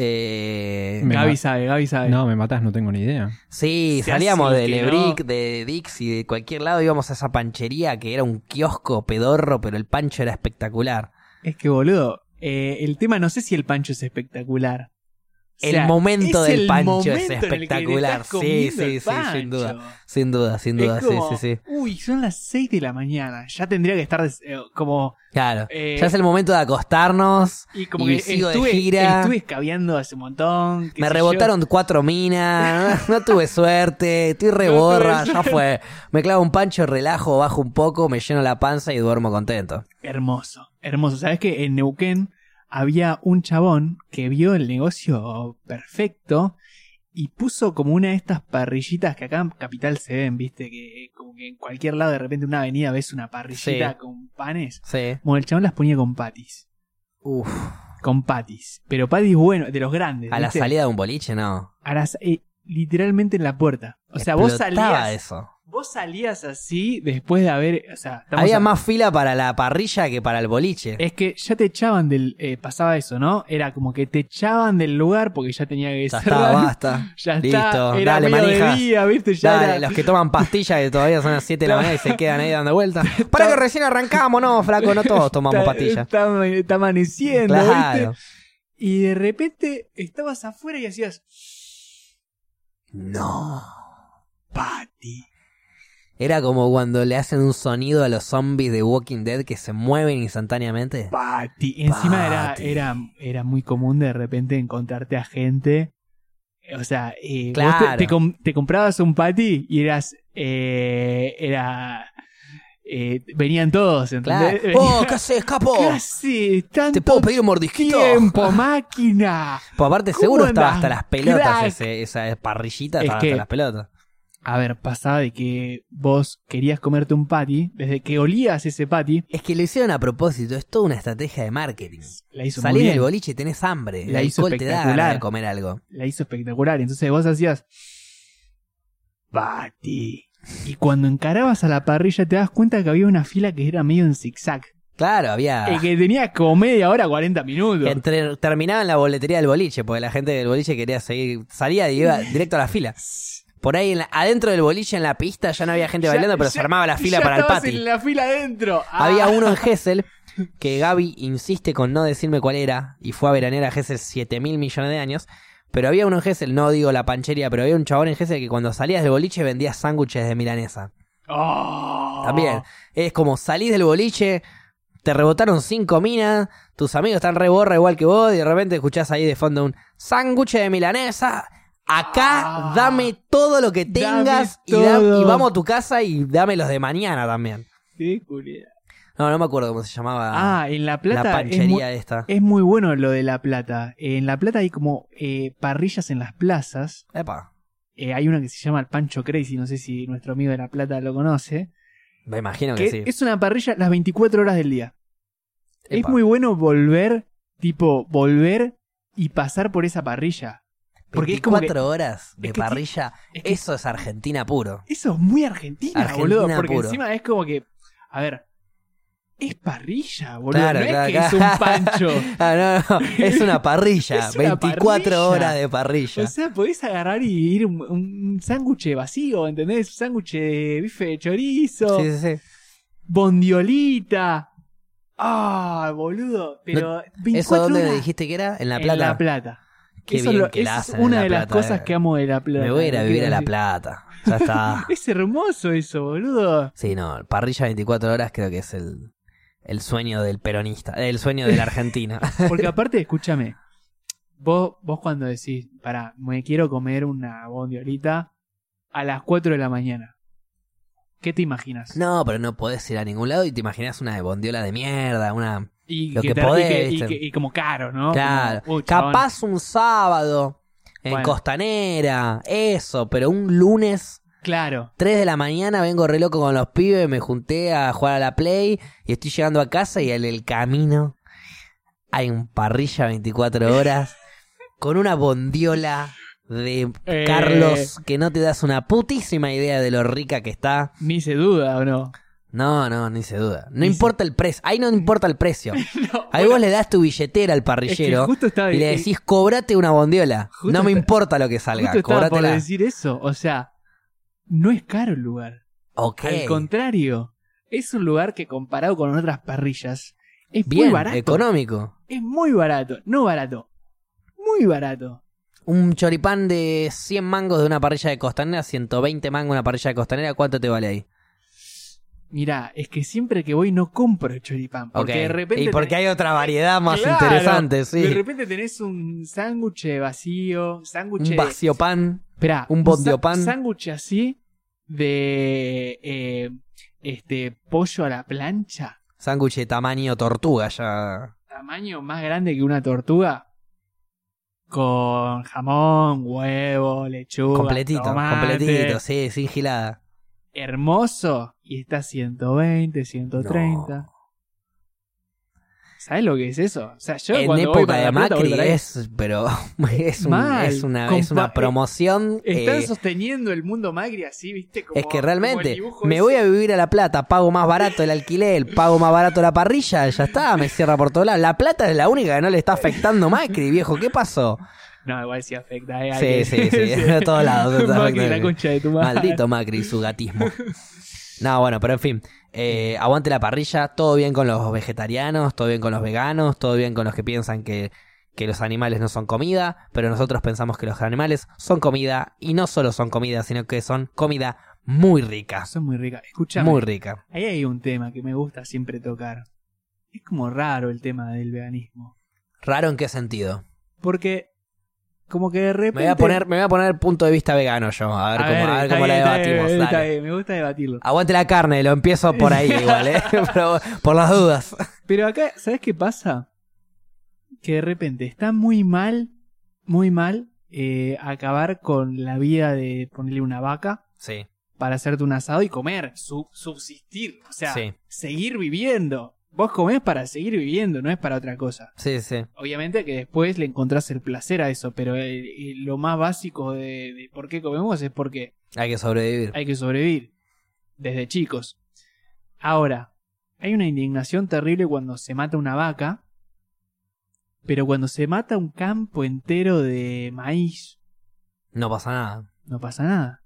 [SPEAKER 1] Eh,
[SPEAKER 3] Me-
[SPEAKER 2] Gaby sabe, Gaby sabe.
[SPEAKER 3] No, me matás, no tengo ni idea.
[SPEAKER 1] sí,
[SPEAKER 2] se
[SPEAKER 1] salíamos
[SPEAKER 2] hace
[SPEAKER 1] de
[SPEAKER 2] que
[SPEAKER 1] Lebrick,
[SPEAKER 2] no.
[SPEAKER 1] de Dixie, de cualquier lado íbamos a esa panchería que era un kiosco pedorro, pero el pancho era espectacular.
[SPEAKER 2] Es que boludo. eh, el tema, no sé si el pancho es espectacular. O
[SPEAKER 1] El
[SPEAKER 2] sea,
[SPEAKER 1] momento
[SPEAKER 2] es
[SPEAKER 1] del
[SPEAKER 2] el
[SPEAKER 1] pancho
[SPEAKER 2] momento en el
[SPEAKER 1] es
[SPEAKER 2] que te
[SPEAKER 1] espectacular.
[SPEAKER 2] estás
[SPEAKER 1] Sí,
[SPEAKER 2] comiendo
[SPEAKER 1] sí,
[SPEAKER 2] el
[SPEAKER 1] sí, sin
[SPEAKER 2] pancho.
[SPEAKER 1] duda. Sin duda, sin
[SPEAKER 2] Es
[SPEAKER 1] duda,
[SPEAKER 2] como,
[SPEAKER 1] sí, sí, sí.
[SPEAKER 2] Uy, son las 6 de la mañana. Ya tendría que estar des- eh, como.
[SPEAKER 1] Claro.
[SPEAKER 2] eh,
[SPEAKER 1] ya es el momento de acostarnos.
[SPEAKER 2] Y como
[SPEAKER 1] y
[SPEAKER 2] que
[SPEAKER 1] sigo de
[SPEAKER 2] estuve,
[SPEAKER 1] gira.
[SPEAKER 2] estuve escabeando hace un montón. qué
[SPEAKER 1] Me
[SPEAKER 2] sé
[SPEAKER 1] rebotaron cuatro minas, no, no tuve suerte, estoy
[SPEAKER 2] No tuve
[SPEAKER 1] reborra, ya
[SPEAKER 2] suerte.
[SPEAKER 1] fue. Me clavo un pancho, relajo, bajo un poco, me lleno la panza y duermo contento.
[SPEAKER 2] yo. Hermoso, hermoso. Sabes que en Neuquén había un chabón que vio el negocio perfecto y puso como una de estas parrillitas que acá en Capital se ven, viste, que como que en cualquier lado de repente en una avenida ves una parrillita
[SPEAKER 1] Sí.
[SPEAKER 2] con panes.
[SPEAKER 1] Sí.
[SPEAKER 2] Bueno, el chabón las ponía con patis.
[SPEAKER 1] Uf.
[SPEAKER 2] con patis. Pero patis bueno, de los grandes.
[SPEAKER 1] A la
[SPEAKER 2] ¿viste?
[SPEAKER 1] salida de un boliche, no.
[SPEAKER 2] A las- eh, literalmente en la puerta. O sea, vos
[SPEAKER 1] Explotaba
[SPEAKER 2] salías.
[SPEAKER 1] eso.
[SPEAKER 2] Vos salías así después de haber. O sea, estamos
[SPEAKER 1] Había
[SPEAKER 2] a-
[SPEAKER 1] más fila para la parrilla que para el boliche.
[SPEAKER 2] Es que ya te echaban del. eh, pasaba eso, ¿no? Era como que te echaban del lugar porque ya tenía que
[SPEAKER 1] ya está,
[SPEAKER 2] cerrar.
[SPEAKER 1] basta.
[SPEAKER 2] <laughs> Ya está,
[SPEAKER 1] Listo,
[SPEAKER 2] era
[SPEAKER 1] dale,
[SPEAKER 2] medio de
[SPEAKER 1] manijas.
[SPEAKER 2] día, ¿viste? Ya
[SPEAKER 1] Dale,
[SPEAKER 2] era-
[SPEAKER 1] los que toman pastillas que todavía son las 7 de
[SPEAKER 2] <laughs>
[SPEAKER 1] la mañana y se quedan ahí dando vueltas. Para que recién arrancamos, no, flaco, no todos tomamos
[SPEAKER 2] está-
[SPEAKER 1] pastillas.
[SPEAKER 2] Está, está amaneciendo,
[SPEAKER 1] Claro.
[SPEAKER 2] ¿viste? Y de repente estabas afuera y hacías.
[SPEAKER 1] No.
[SPEAKER 2] Pati.
[SPEAKER 1] Era como cuando le hacen un sonido a los zombies de Walking Dead que se mueven instantáneamente.
[SPEAKER 2] Pati. Encima era,
[SPEAKER 1] Pati.
[SPEAKER 2] era, era muy común de repente encontrarte a gente. O sea, eh, vos
[SPEAKER 1] Claro.
[SPEAKER 2] te, te com- te comprabas un pati y eras. eh, era. eh, venían todos,
[SPEAKER 1] Claro.
[SPEAKER 2] ¿entendés?
[SPEAKER 1] ¡Oh,
[SPEAKER 2] Venía-
[SPEAKER 1] qué haces, capo!
[SPEAKER 2] ¿Qué haces? Tanto
[SPEAKER 1] ¿Te puedo pedir un mordisquito?
[SPEAKER 2] tiempo, máquina.
[SPEAKER 1] Pues aparte,
[SPEAKER 2] ¿Cómo
[SPEAKER 1] seguro estaba
[SPEAKER 2] andás,
[SPEAKER 1] hasta las pelotas
[SPEAKER 2] crack?
[SPEAKER 1] ese- esa parrillita,
[SPEAKER 2] Es
[SPEAKER 1] estaba
[SPEAKER 2] que-
[SPEAKER 1] hasta las pelotas.
[SPEAKER 2] a ver, pasaba de que vos querías comerte un patty, desde que olías ese patty,
[SPEAKER 1] Es que lo hicieron a propósito, es toda una estrategia de marketing.
[SPEAKER 2] la hizo muy
[SPEAKER 1] Salís del
[SPEAKER 2] bien,
[SPEAKER 1] boliche y tenés hambre. El
[SPEAKER 2] La hizo
[SPEAKER 1] alcohol te da ganas
[SPEAKER 2] espectacular.
[SPEAKER 1] de comer algo.
[SPEAKER 2] la hizo espectacular. Entonces vos hacías patty. Y cuando encarabas a la parrilla te das cuenta que había una fila que era medio en zigzag.
[SPEAKER 1] Claro, había.
[SPEAKER 2] Y que tenía como media hora 40 minutos.
[SPEAKER 1] que entre- terminaba en la boletería del boliche, porque la gente del boliche quería seguir. Salía y iba directo a la fila. Por ahí, en la- adentro del boliche, en la pista, ya no había gente
[SPEAKER 2] Ya-
[SPEAKER 1] bailando, pero
[SPEAKER 2] ya-
[SPEAKER 1] se armaba la fila
[SPEAKER 2] ya
[SPEAKER 1] para el
[SPEAKER 2] estabas
[SPEAKER 1] patio.
[SPEAKER 2] en la fila adentro. Ah.
[SPEAKER 1] Había uno en Gessel que Gaby insiste con no decirme cuál era y fue a veranear a Gessel 7 mil millones de años. Pero había uno en Gessel, no digo la panchería, pero había un chabón en Gessel que cuando salías del boliche vendía sándwiches de milanesa.
[SPEAKER 2] Oh.
[SPEAKER 1] También. Es como salís del boliche, te rebotaron cinco minas, tus amigos están re borra igual que vos y de repente escuchás ahí de fondo un sándwich de milanesa. Acá
[SPEAKER 2] Ah.
[SPEAKER 1] dame todo lo que tengas y, da-
[SPEAKER 2] todo.
[SPEAKER 1] y vamos a tu casa y dame los de mañana también.
[SPEAKER 2] Qué culiao.
[SPEAKER 1] No, no me acuerdo cómo se llamaba.
[SPEAKER 2] Ah, en La Plata
[SPEAKER 1] la
[SPEAKER 2] es, muy,
[SPEAKER 1] panchería esta.
[SPEAKER 2] es muy bueno lo de La Plata. Eh, En La Plata hay como eh, parrillas en las plazas.
[SPEAKER 1] Epa,
[SPEAKER 2] Eh, hay una que se llama el Pancho Crazy, no sé si nuestro amigo de La Plata lo conoce.
[SPEAKER 1] me imagino que,
[SPEAKER 2] Que
[SPEAKER 1] sí.
[SPEAKER 2] es una parrilla las 24 horas del día. Es
[SPEAKER 1] Epa.
[SPEAKER 2] muy bueno volver, tipo, volver y pasar por esa parrilla. Porque es como que-
[SPEAKER 1] 24 horas de
[SPEAKER 2] es que-
[SPEAKER 1] parrilla,
[SPEAKER 2] es que-
[SPEAKER 1] eso es Argentina
[SPEAKER 2] <laughs>
[SPEAKER 1] puro.
[SPEAKER 2] Eso es muy Argentina,
[SPEAKER 1] Argentina
[SPEAKER 2] boludo. Porque
[SPEAKER 1] puro.
[SPEAKER 2] encima es como que. A ver. Es parrilla, boludo.
[SPEAKER 1] Claro,
[SPEAKER 2] no es
[SPEAKER 1] claro,
[SPEAKER 2] que
[SPEAKER 1] claro.
[SPEAKER 2] es un pancho.
[SPEAKER 1] <laughs> Ah, no, no, es una parrilla,
[SPEAKER 2] <laughs> Es una
[SPEAKER 1] 24
[SPEAKER 2] parrilla.
[SPEAKER 1] horas de parrilla.
[SPEAKER 2] O sea, podés agarrar y ir un, un sándwich vacío, ¿entendés? Un sándwich de bife de chorizo,
[SPEAKER 1] Sí, sí, sí.
[SPEAKER 2] bondiolita. Ah, boludo. Pero. 24
[SPEAKER 1] ¿Eso dónde
[SPEAKER 2] horas
[SPEAKER 1] dijiste que era? En La
[SPEAKER 2] en
[SPEAKER 1] Plata.
[SPEAKER 2] La Plata.
[SPEAKER 1] Qué
[SPEAKER 2] Eso
[SPEAKER 1] bien
[SPEAKER 2] lo-
[SPEAKER 1] que la
[SPEAKER 2] esa es
[SPEAKER 1] hacen en
[SPEAKER 2] una
[SPEAKER 1] La
[SPEAKER 2] de las
[SPEAKER 1] Plata,
[SPEAKER 2] cosas
[SPEAKER 1] eh.
[SPEAKER 2] que amo de La Plata.
[SPEAKER 1] Me voy a ir a
[SPEAKER 2] te
[SPEAKER 1] vivir
[SPEAKER 2] quiero
[SPEAKER 1] a La
[SPEAKER 2] decir.
[SPEAKER 1] Plata. Ya
[SPEAKER 2] <laughs>
[SPEAKER 1] está.
[SPEAKER 2] Es hermoso eso, boludo.
[SPEAKER 1] Sí, no, parrilla 24 horas creo que es el, el sueño del peronista, el sueño de la
[SPEAKER 2] <laughs>
[SPEAKER 1] Argentina. <laughs>
[SPEAKER 2] Porque aparte, escúchame, vos, vos cuando decís, pará, me quiero comer una bondiolita a las 4 de la mañana, ¿qué te imaginas?
[SPEAKER 1] no, pero no podés ir a ningún lado y te imaginás una bondiola de mierda, una
[SPEAKER 2] y,
[SPEAKER 1] lo que
[SPEAKER 2] te- y
[SPEAKER 1] podés,
[SPEAKER 2] que- y
[SPEAKER 1] viste.
[SPEAKER 2] que- y como caro, ¿no?
[SPEAKER 1] Claro.
[SPEAKER 2] Como, uy, chabón.
[SPEAKER 1] Capaz un sábado en
[SPEAKER 2] Bueno.
[SPEAKER 1] Costanera, eso, pero un lunes
[SPEAKER 2] Claro.
[SPEAKER 1] 3 de la mañana vengo re loco con los pibes, me junté a jugar a la Play y estoy llegando a casa y en el camino hay un parrilla 24 horas con una bondiola de
[SPEAKER 2] Eh.
[SPEAKER 1] Carlos que no te das una putísima idea de lo rica que está.
[SPEAKER 2] Ni se duda,
[SPEAKER 1] <laughs>
[SPEAKER 2] ¿o no?
[SPEAKER 1] No, no, ni se duda. No
[SPEAKER 2] Ni se-
[SPEAKER 1] importa el precio, ahí no importa el
[SPEAKER 2] <laughs>
[SPEAKER 1] precio.
[SPEAKER 2] No,
[SPEAKER 1] Ahí
[SPEAKER 2] bueno,
[SPEAKER 1] vos le das tu billetera al
[SPEAKER 2] es que
[SPEAKER 1] parrillero.
[SPEAKER 2] justo estaba,
[SPEAKER 1] Y le
[SPEAKER 2] eh,
[SPEAKER 1] decís, cobrate una bondiola.
[SPEAKER 2] Justo
[SPEAKER 1] No me
[SPEAKER 2] está-
[SPEAKER 1] importa lo que
[SPEAKER 2] justo
[SPEAKER 1] salga,
[SPEAKER 2] estaba por
[SPEAKER 1] cobratela.
[SPEAKER 2] decir eso, o sea, no es caro el lugar.
[SPEAKER 1] Ok.
[SPEAKER 2] Al contrario, es un lugar que comparado con otras parrillas, es muy
[SPEAKER 1] Bien,
[SPEAKER 2] barato.
[SPEAKER 1] económico.
[SPEAKER 2] Es muy barato, no barato. Muy barato.
[SPEAKER 1] Un choripán de 100 mangos de una parrilla de costanera, 120 mangos de una parrilla de costanera, ¿cuánto te vale ahí?
[SPEAKER 2] Mirá, es que siempre que voy no compro choripán. Porque
[SPEAKER 1] Ok.
[SPEAKER 2] de repente.
[SPEAKER 1] y porque
[SPEAKER 2] tenés-
[SPEAKER 1] hay otra variedad más
[SPEAKER 2] Claro,
[SPEAKER 1] interesante,
[SPEAKER 2] De
[SPEAKER 1] sí.
[SPEAKER 2] repente tenés un sándwich vacío, sándwich.
[SPEAKER 1] Un vacío pan.
[SPEAKER 2] Esperá,
[SPEAKER 1] un
[SPEAKER 2] sa-
[SPEAKER 1] bondiopan.
[SPEAKER 2] sándwich así de. eh, este, pollo a la plancha.
[SPEAKER 1] Sándwich de tamaño tortuga ya.
[SPEAKER 2] Tamaño más grande que una tortuga. Con jamón, huevo, lechuga.
[SPEAKER 1] completito,
[SPEAKER 2] tomate.
[SPEAKER 1] completito, sí, sin gilada.
[SPEAKER 2] hermoso y está 120, 130.
[SPEAKER 1] No.
[SPEAKER 2] ¿Sabes lo que es eso? O sea, yo
[SPEAKER 1] en
[SPEAKER 2] cuando voy
[SPEAKER 1] época
[SPEAKER 2] para
[SPEAKER 1] de
[SPEAKER 2] La Plata, voy
[SPEAKER 1] Macri
[SPEAKER 2] para ahí.
[SPEAKER 1] es, pero <laughs> es, un-
[SPEAKER 2] Mal. eh,
[SPEAKER 1] es una, es una
[SPEAKER 2] Compa-
[SPEAKER 1] promoción.
[SPEAKER 2] Están
[SPEAKER 1] eh,
[SPEAKER 2] sosteniendo el mundo Magri así, ¿viste? Como,
[SPEAKER 1] Es que
[SPEAKER 2] como el
[SPEAKER 1] realmente
[SPEAKER 2] dibujo
[SPEAKER 1] me
[SPEAKER 2] ese.
[SPEAKER 1] voy a vivir a La Plata, pago más barato el alquiler, pago más barato la parrilla, ya está, me cierra por todos lados. La Plata es la única que no le está afectando Macri, viejo, ¿qué pasó?
[SPEAKER 2] No, igual sí afecta. eh,
[SPEAKER 1] Sí,
[SPEAKER 2] hay que-
[SPEAKER 1] sí, sí,
[SPEAKER 2] <laughs>
[SPEAKER 1] <laughs> de todos lados, de todos
[SPEAKER 2] Macri,
[SPEAKER 1] lados.
[SPEAKER 2] la concha de tu madre.
[SPEAKER 1] Maldito Macri y su gatismo. No, bueno, pero en fin, eh, aguante la parrilla, todo bien con los vegetarianos, todo bien con los veganos, todo bien con los que piensan que, que los animales no son comida, pero nosotros pensamos que los animales son comida y no solo son comida, sino que son comida muy rica,
[SPEAKER 2] Son muy ricas. Escúchame,
[SPEAKER 1] muy rica.
[SPEAKER 2] ahí hay un tema que me gusta siempre tocar. Es como raro el tema del veganismo.
[SPEAKER 1] ¿Raro en qué sentido?
[SPEAKER 2] Porque, como que de repente.
[SPEAKER 1] Me voy a poner, me voy a poner punto de vista vegano yo, a ver
[SPEAKER 2] A
[SPEAKER 1] cómo, a ver
[SPEAKER 2] está
[SPEAKER 1] cómo la
[SPEAKER 2] bien, está bien,
[SPEAKER 1] debatimos.
[SPEAKER 2] está
[SPEAKER 1] dale.
[SPEAKER 2] bien, me gusta debatirlo.
[SPEAKER 1] Aguante la carne, lo empiezo por ahí igual, ¿eh? <laughs> Pero por las dudas.
[SPEAKER 2] Pero acá, ¿sabes qué pasa? Que de repente está muy mal, muy mal eh, acabar con la vida de ponerle una vaca
[SPEAKER 1] Sí,
[SPEAKER 2] para hacerte un asado y comer, su- subsistir, o sea,
[SPEAKER 1] sí,
[SPEAKER 2] seguir viviendo. Vos comés para seguir viviendo, no es para otra cosa.
[SPEAKER 1] sí, sí.
[SPEAKER 2] Obviamente que después le encontrás el placer a eso, pero el- el- lo más básico de, de por qué comemos es porque
[SPEAKER 1] Hay que sobrevivir.
[SPEAKER 2] hay que sobrevivir desde chicos. Ahora, hay una indignación terrible cuando se mata una vaca, pero cuando se mata un campo entero de maíz,
[SPEAKER 1] No pasa nada.
[SPEAKER 2] no pasa nada.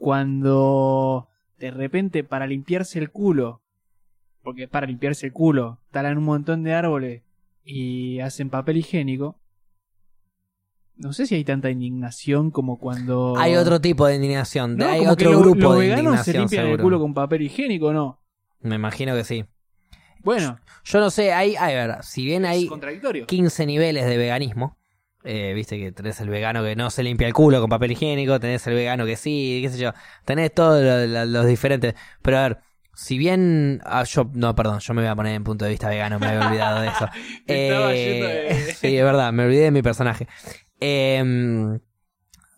[SPEAKER 2] Cuando de repente para limpiarse el culo, porque para limpiarse el culo, talan un montón de árboles y hacen papel higiénico, no sé si hay tanta indignación como cuando...
[SPEAKER 1] Hay otro tipo de indignación.
[SPEAKER 2] Oh. No,
[SPEAKER 1] hay
[SPEAKER 2] como que
[SPEAKER 1] otro
[SPEAKER 2] lo-
[SPEAKER 1] grupo
[SPEAKER 2] los
[SPEAKER 1] de
[SPEAKER 2] veganos se
[SPEAKER 1] indignación.
[SPEAKER 2] limpian el
[SPEAKER 1] seguro.
[SPEAKER 2] culo con papel higiénico, ¿no?
[SPEAKER 1] Me imagino que sí.
[SPEAKER 2] Bueno,
[SPEAKER 1] Yo no sé, hay, hay, a ver, si bien hay
[SPEAKER 2] es contradictorio.
[SPEAKER 1] 15 niveles de veganismo, eh, viste que tenés el vegano que no se limpia el culo con papel higiénico, tenés el vegano que sí, qué sé yo, tenés todos lo- lo- los diferentes. Pero a ver, si bien... ah, yo, no, perdón, yo me voy a poner en punto de vista vegano, me había olvidado de eso.
[SPEAKER 2] <laughs> Te estaba
[SPEAKER 1] Eh,
[SPEAKER 2] yendo
[SPEAKER 1] <laughs>
[SPEAKER 2] de-
[SPEAKER 1] Sí, es verdad, me olvidé de mi personaje. Eh,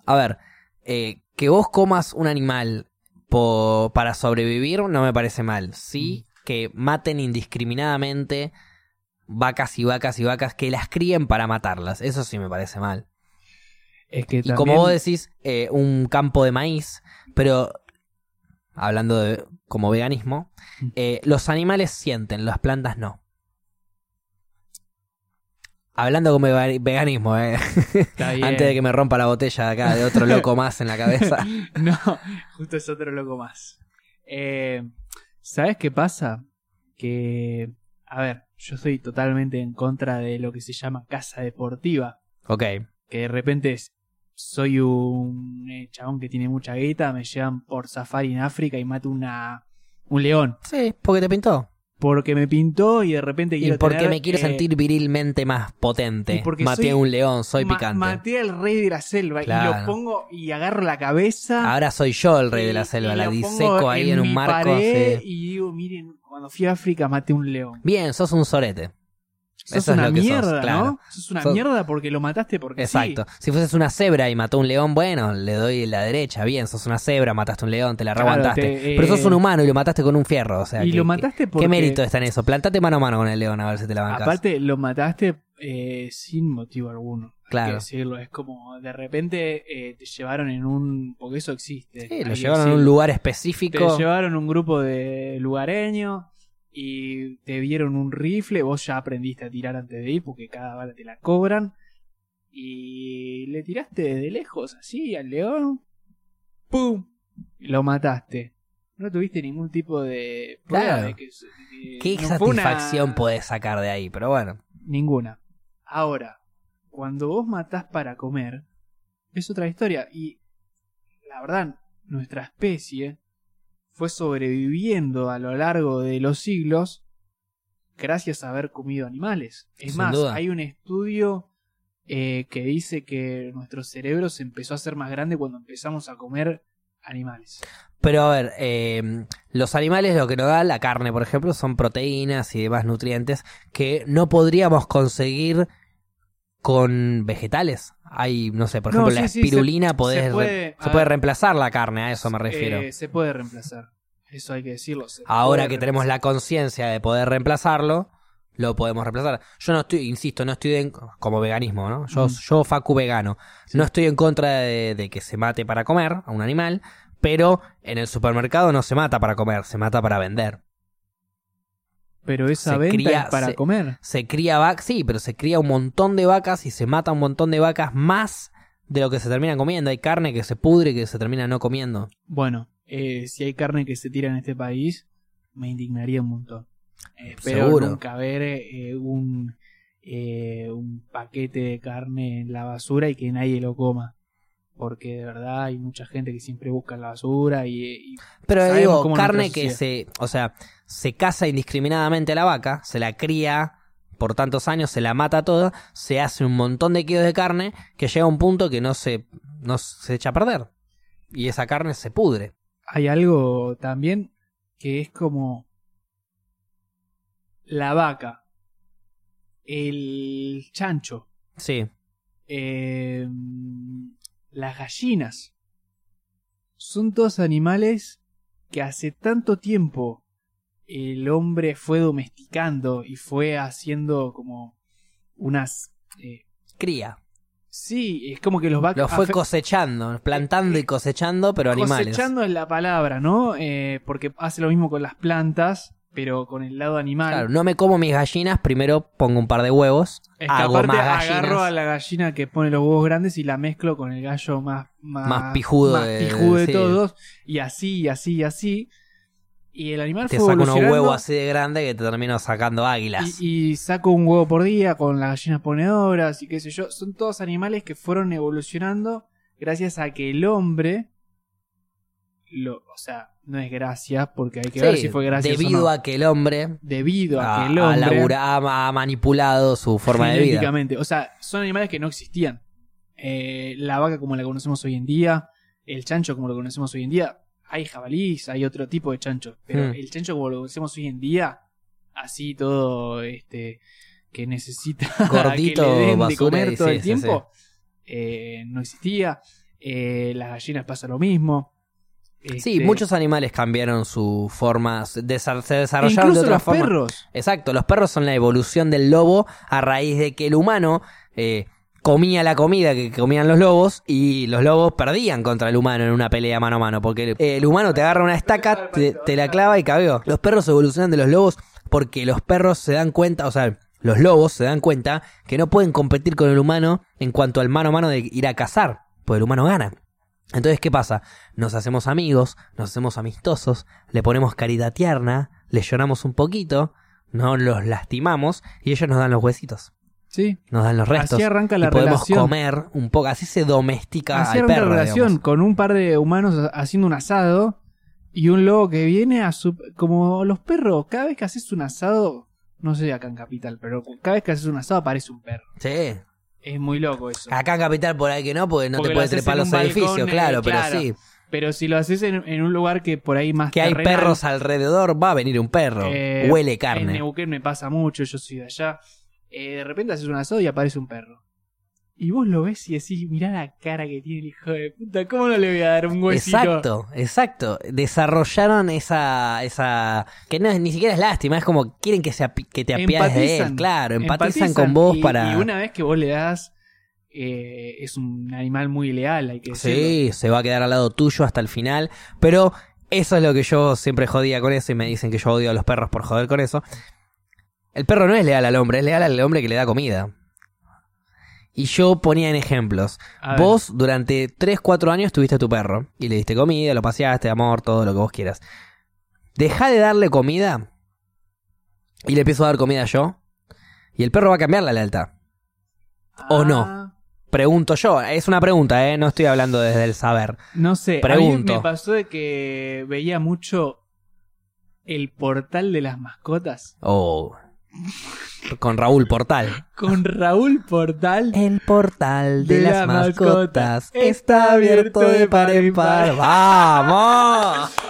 [SPEAKER 1] a ver, eh, que vos comas un animal po- para sobrevivir no me parece mal. Sí,
[SPEAKER 2] Mm.
[SPEAKER 1] que maten indiscriminadamente vacas y vacas y vacas, que las críen para matarlas. Eso sí me parece mal.
[SPEAKER 2] Es que
[SPEAKER 1] Y
[SPEAKER 2] también-
[SPEAKER 1] como vos decís, eh, un campo de maíz, pero hablando de como veganismo,
[SPEAKER 2] Mm.
[SPEAKER 1] eh, los animales sienten, las plantas no. Hablando como vega- veganismo, eh, <laughs>
[SPEAKER 2] Está bien.
[SPEAKER 1] antes de que me rompa la botella de acá de
[SPEAKER 2] <laughs>
[SPEAKER 1] otro loco más en la cabeza.
[SPEAKER 2] No, justo es otro loco más. Eh, ¿Sabes qué pasa? Que, a ver, yo estoy totalmente en contra de lo que se llama casa deportiva.
[SPEAKER 1] Ok,
[SPEAKER 2] Que de repente es- soy un eh, chabón que tiene mucha guita, me llevan por safari en África y mato una, un león.
[SPEAKER 1] sí, porque te pintó.
[SPEAKER 2] Porque me pintó y de repente
[SPEAKER 1] Y
[SPEAKER 2] quiero
[SPEAKER 1] porque
[SPEAKER 2] tener,
[SPEAKER 1] me quiero
[SPEAKER 2] eh,
[SPEAKER 1] sentir virilmente más
[SPEAKER 2] y
[SPEAKER 1] potente.
[SPEAKER 2] porque
[SPEAKER 1] Maté
[SPEAKER 2] soy-
[SPEAKER 1] un león, soy
[SPEAKER 2] ma-
[SPEAKER 1] picante.
[SPEAKER 2] Maté al rey de la selva y
[SPEAKER 1] Claro. Ah,
[SPEAKER 2] lo pongo y agarro la cabeza.
[SPEAKER 1] Ahora soy yo el rey
[SPEAKER 2] Y-
[SPEAKER 1] de la selva,
[SPEAKER 2] y
[SPEAKER 1] la
[SPEAKER 2] lo pongo
[SPEAKER 1] diseco ahí en, un
[SPEAKER 2] mi
[SPEAKER 1] marco.
[SPEAKER 2] pared
[SPEAKER 1] sí.
[SPEAKER 2] Y digo, miren, cuando fui a África maté un león.
[SPEAKER 1] Bien, sos un sorete.
[SPEAKER 2] Sos
[SPEAKER 1] Eso es
[SPEAKER 2] una
[SPEAKER 1] lo que sos,
[SPEAKER 2] mierda,
[SPEAKER 1] claro.
[SPEAKER 2] ¿no? Sos una
[SPEAKER 1] Sos-
[SPEAKER 2] mierda porque lo mataste porque
[SPEAKER 1] Exacto.
[SPEAKER 2] sí.
[SPEAKER 1] Si fueses una cebra y mató un león, bueno, le doy la derecha. Bien, sos una cebra, mataste un león, te la
[SPEAKER 2] Claro,
[SPEAKER 1] rebantaste.
[SPEAKER 2] te, eh,
[SPEAKER 1] Pero sos un humano y lo mataste con un fierro. O sea,
[SPEAKER 2] y
[SPEAKER 1] que-
[SPEAKER 2] lo
[SPEAKER 1] que-
[SPEAKER 2] mataste
[SPEAKER 1] ¿Qué,
[SPEAKER 2] porque...
[SPEAKER 1] mérito está en eso? Plantate mano a mano con el león a ver si te la bancas.
[SPEAKER 2] Aparte, lo mataste eh, sin motivo alguno. hay
[SPEAKER 1] Claro.
[SPEAKER 2] que decirlo. Es como, de repente, eh, te llevaron en un... Porque eso existe.
[SPEAKER 1] Sí,
[SPEAKER 2] hay
[SPEAKER 1] lo
[SPEAKER 2] que
[SPEAKER 1] llevaron a un
[SPEAKER 2] decirlo.
[SPEAKER 1] lugar
[SPEAKER 2] Te
[SPEAKER 1] específico.
[SPEAKER 2] llevaron un grupo de lugareños y te dieron un rifle, vos ya aprendiste a tirar antes de ir porque cada bala te la cobran. Y le tiraste desde lejos, así, al león. ¡Pum! Lo mataste. No tuviste ningún tipo de prueba
[SPEAKER 1] Claro.
[SPEAKER 2] de que, de que
[SPEAKER 1] ¿Qué
[SPEAKER 2] no fue una-
[SPEAKER 1] satisfacción podés sacar de ahí? Pero bueno,
[SPEAKER 2] Ninguna. Ahora, cuando vos matás para comer, es otra historia. Y la verdad, nuestra especie fue sobreviviendo a lo largo de los siglos gracias a haber comido animales. Es
[SPEAKER 1] Sin
[SPEAKER 2] más,
[SPEAKER 1] duda.
[SPEAKER 2] hay un estudio eh, que dice que nuestro cerebro se empezó a hacer más grande cuando empezamos a comer animales.
[SPEAKER 1] pero a ver, eh, los animales lo que nos da la carne, por ejemplo, son proteínas y demás nutrientes que no podríamos conseguir con vegetales. Hay, no sé, por
[SPEAKER 2] No,
[SPEAKER 1] ejemplo,
[SPEAKER 2] sí,
[SPEAKER 1] la
[SPEAKER 2] sí, se-
[SPEAKER 1] espirulina podés
[SPEAKER 2] se puede-
[SPEAKER 1] Se
[SPEAKER 2] a
[SPEAKER 1] puede
[SPEAKER 2] ver,
[SPEAKER 1] reemplazar la carne, a eso me refiero.
[SPEAKER 2] eh, se puede reemplazar. Eso hay que decirlo. se
[SPEAKER 1] Ahora
[SPEAKER 2] puede
[SPEAKER 1] que tenemos la conciencia de poder reemplazarlo, lo podemos reemplazar. Yo no estoy, insisto, no estoy en- como veganismo, ¿no? Yo,
[SPEAKER 2] Ujú.
[SPEAKER 1] yo Facu vegano.
[SPEAKER 2] Sí.
[SPEAKER 1] No estoy en contra de, de que se mate para comer a un animal, pero en el supermercado no se mata para comer, se mata para vender.
[SPEAKER 2] Pero esa
[SPEAKER 1] Se
[SPEAKER 2] venta
[SPEAKER 1] cría-
[SPEAKER 2] es para
[SPEAKER 1] se-
[SPEAKER 2] comer.
[SPEAKER 1] Se cría vacas, sí, pero se cría un montón de vacas y se mata un montón de vacas más de lo que se termina comiendo. Hay carne que se pudre y que se termina no comiendo.
[SPEAKER 2] Bueno, eh, si hay carne que se tira en este país, me indignaría un montón. Eh, espero
[SPEAKER 1] Seguro.
[SPEAKER 2] nunca ver eh, un, eh, un paquete de carne en la basura y que nadie lo coma. Porque de verdad hay mucha gente que siempre busca en la basura y, y-
[SPEAKER 1] Pero
[SPEAKER 2] Sabemos
[SPEAKER 1] digo,
[SPEAKER 2] cómo nuestra
[SPEAKER 1] carne que
[SPEAKER 2] sociedad.
[SPEAKER 1] se, o sea, se caza indiscriminadamente a la vaca, se la cría por tantos años, se la mata toda, se hace un montón de kilos de carne que llega a un punto que no se, no se echa a perder. Y esa carne se pudre.
[SPEAKER 2] hay algo también que es como la vaca, el chancho,
[SPEAKER 1] Sí,
[SPEAKER 2] eh, las gallinas Em, son todos animales que hace tanto tiempo el hombre fue domesticando y fue haciendo como unas... eh,
[SPEAKER 1] Cría.
[SPEAKER 2] sí, es como que los va
[SPEAKER 1] Lo fue
[SPEAKER 2] afe- eh,
[SPEAKER 1] cosechando, plantando y cosechando, pero animales.
[SPEAKER 2] Cosechando es la palabra, ¿no? Eh, porque hace lo mismo con las plantas, pero con el lado animal.
[SPEAKER 1] Claro, no me como mis gallinas, primero pongo un par de huevos,
[SPEAKER 2] Es que
[SPEAKER 1] hago
[SPEAKER 2] aparte
[SPEAKER 1] más
[SPEAKER 2] agarro
[SPEAKER 1] gallinas.
[SPEAKER 2] a la gallina que pone los huevos grandes y la mezclo con el gallo más, más,
[SPEAKER 1] Más pijudo
[SPEAKER 2] más
[SPEAKER 1] de-
[SPEAKER 2] pijudo de
[SPEAKER 1] sí.
[SPEAKER 2] todos. Y así, y así, y así. Y el animal
[SPEAKER 1] Te
[SPEAKER 2] fue
[SPEAKER 1] saco unos
[SPEAKER 2] evolucionando
[SPEAKER 1] huevos así de grande que te termino sacando águilas.
[SPEAKER 2] Y, y saco un huevo por día con las gallinas ponedoras y qué sé yo. Son todos animales que fueron evolucionando gracias a que el hombre. Lo, o sea, no es gracias porque hay que ver
[SPEAKER 1] Sí,
[SPEAKER 2] si fue gracias
[SPEAKER 1] debido
[SPEAKER 2] o no.
[SPEAKER 1] a que el hombre
[SPEAKER 2] debido a,
[SPEAKER 1] ha-
[SPEAKER 2] que el
[SPEAKER 1] ha,
[SPEAKER 2] hombre.
[SPEAKER 1] labura- ha- ha manipulado su forma de vida.
[SPEAKER 2] Genéticamente. O sea, son animales que no existían. Eh, la vaca como la conocemos hoy en día, el chancho como lo conocemos hoy en día, hay jabalís, hay otro tipo de chancho, pero
[SPEAKER 1] Mm.
[SPEAKER 2] el chancho como lo conocemos hoy en día, así todo este que necesita <laughs>
[SPEAKER 1] Gordito,
[SPEAKER 2] que le den de
[SPEAKER 1] basura,
[SPEAKER 2] comer
[SPEAKER 1] y
[SPEAKER 2] todo
[SPEAKER 1] sí,
[SPEAKER 2] el
[SPEAKER 1] sí, sí.
[SPEAKER 2] tiempo, eh, no existía. Eh, las gallinas pasa lo mismo.
[SPEAKER 1] Sí,
[SPEAKER 2] Este,
[SPEAKER 1] muchos animales cambiaron su forma, se desa- se desarrollaron
[SPEAKER 2] incluso
[SPEAKER 1] de otra
[SPEAKER 2] los
[SPEAKER 1] forma.
[SPEAKER 2] perros.
[SPEAKER 1] Exacto, los perros son la evolución del lobo a raíz de que el humano eh, comía la comida que comían los lobos y los lobos perdían contra el humano en una pelea mano a mano, porque el, el humano te agarra una estaca, te, te la clava y cabeó. Los perros evolucionan de los lobos porque los perros se dan cuenta, o sea, los lobos se dan cuenta que no pueden competir con el humano en cuanto al mano a mano de ir a cazar, pues el humano gana. Entonces, ¿qué pasa? Nos hacemos amigos, nos hacemos amistosos, le ponemos carita tierna, le lloramos un poquito, no los lastimamos y ellos nos dan los huesitos,
[SPEAKER 2] Sí,
[SPEAKER 1] nos dan los restos.
[SPEAKER 2] así arranca
[SPEAKER 1] y
[SPEAKER 2] la
[SPEAKER 1] podemos
[SPEAKER 2] relación.
[SPEAKER 1] comer un poco, así se domestica
[SPEAKER 2] hacer
[SPEAKER 1] al
[SPEAKER 2] una
[SPEAKER 1] perro.
[SPEAKER 2] relación
[SPEAKER 1] digamos.
[SPEAKER 2] con un par de humanos ha- haciendo un asado y un lobo que viene a su... Como los perros, cada vez que haces un asado, no sé acá en Capital, pero cada vez que haces un asado aparece un perro.
[SPEAKER 1] Sí.
[SPEAKER 2] Es muy loco eso.
[SPEAKER 1] Acá en Capital por ahí que no, porque no
[SPEAKER 2] Porque
[SPEAKER 1] te
[SPEAKER 2] lo
[SPEAKER 1] puedes
[SPEAKER 2] haces
[SPEAKER 1] trepar
[SPEAKER 2] en
[SPEAKER 1] los
[SPEAKER 2] un balcón,
[SPEAKER 1] edificios,
[SPEAKER 2] eh,
[SPEAKER 1] claro,
[SPEAKER 2] claro.
[SPEAKER 1] pero sí.
[SPEAKER 2] Pero si lo haces en, en un lugar que por ahí más...
[SPEAKER 1] Que hay
[SPEAKER 2] terrenal,
[SPEAKER 1] perros alrededor, va a venir un perro.
[SPEAKER 2] eh,
[SPEAKER 1] Huele
[SPEAKER 2] En
[SPEAKER 1] carne.
[SPEAKER 2] Neuquén me pasa mucho, yo soy de allá. Eh, de repente haces un asado y aparece un perro. Y vos lo ves y decís, mirá la cara que tiene el hijo de puta, ¿cómo no le voy a dar un huesito?
[SPEAKER 1] Exacto, exacto. Desarrollaron esa, esa que no es ni siquiera es lástima, es como quieren que, se api- que te apiades de él,
[SPEAKER 2] Empatizan.
[SPEAKER 1] claro, empatizan, con vos
[SPEAKER 2] y-
[SPEAKER 1] para
[SPEAKER 2] Y una vez que vos le das, eh, es un animal muy leal, hay que decirlo.
[SPEAKER 1] Sí, se va a quedar al lado tuyo hasta el final, pero eso es lo que yo siempre jodía con eso y me dicen que yo odio a los perros por joder con eso. El perro no es leal al hombre, es leal al hombre que le da comida. Y yo ponía en ejemplos.
[SPEAKER 2] A ver,
[SPEAKER 1] Vos durante 3, 4 años tuviste a tu perro y le diste comida, lo paseaste, amor, todo lo que vos quieras. Deja de darle comida y le empiezo a dar comida yo y el perro va a cambiar la lealtad. o no.
[SPEAKER 2] ah,
[SPEAKER 1] Pregunto yo, es una pregunta, ¿eh? no estoy hablando desde el saber.
[SPEAKER 2] No sé,
[SPEAKER 1] Pregunto.
[SPEAKER 2] a mí me pasó de que veía mucho el portal de las mascotas
[SPEAKER 1] Oh. Con Raúl Portal. <laughs>
[SPEAKER 2] con Raúl Portal.
[SPEAKER 1] El portal de,
[SPEAKER 2] De
[SPEAKER 1] las
[SPEAKER 2] la
[SPEAKER 1] mascotas
[SPEAKER 2] mascota
[SPEAKER 1] está abierto de par en par. ¡Vamos! <laughs>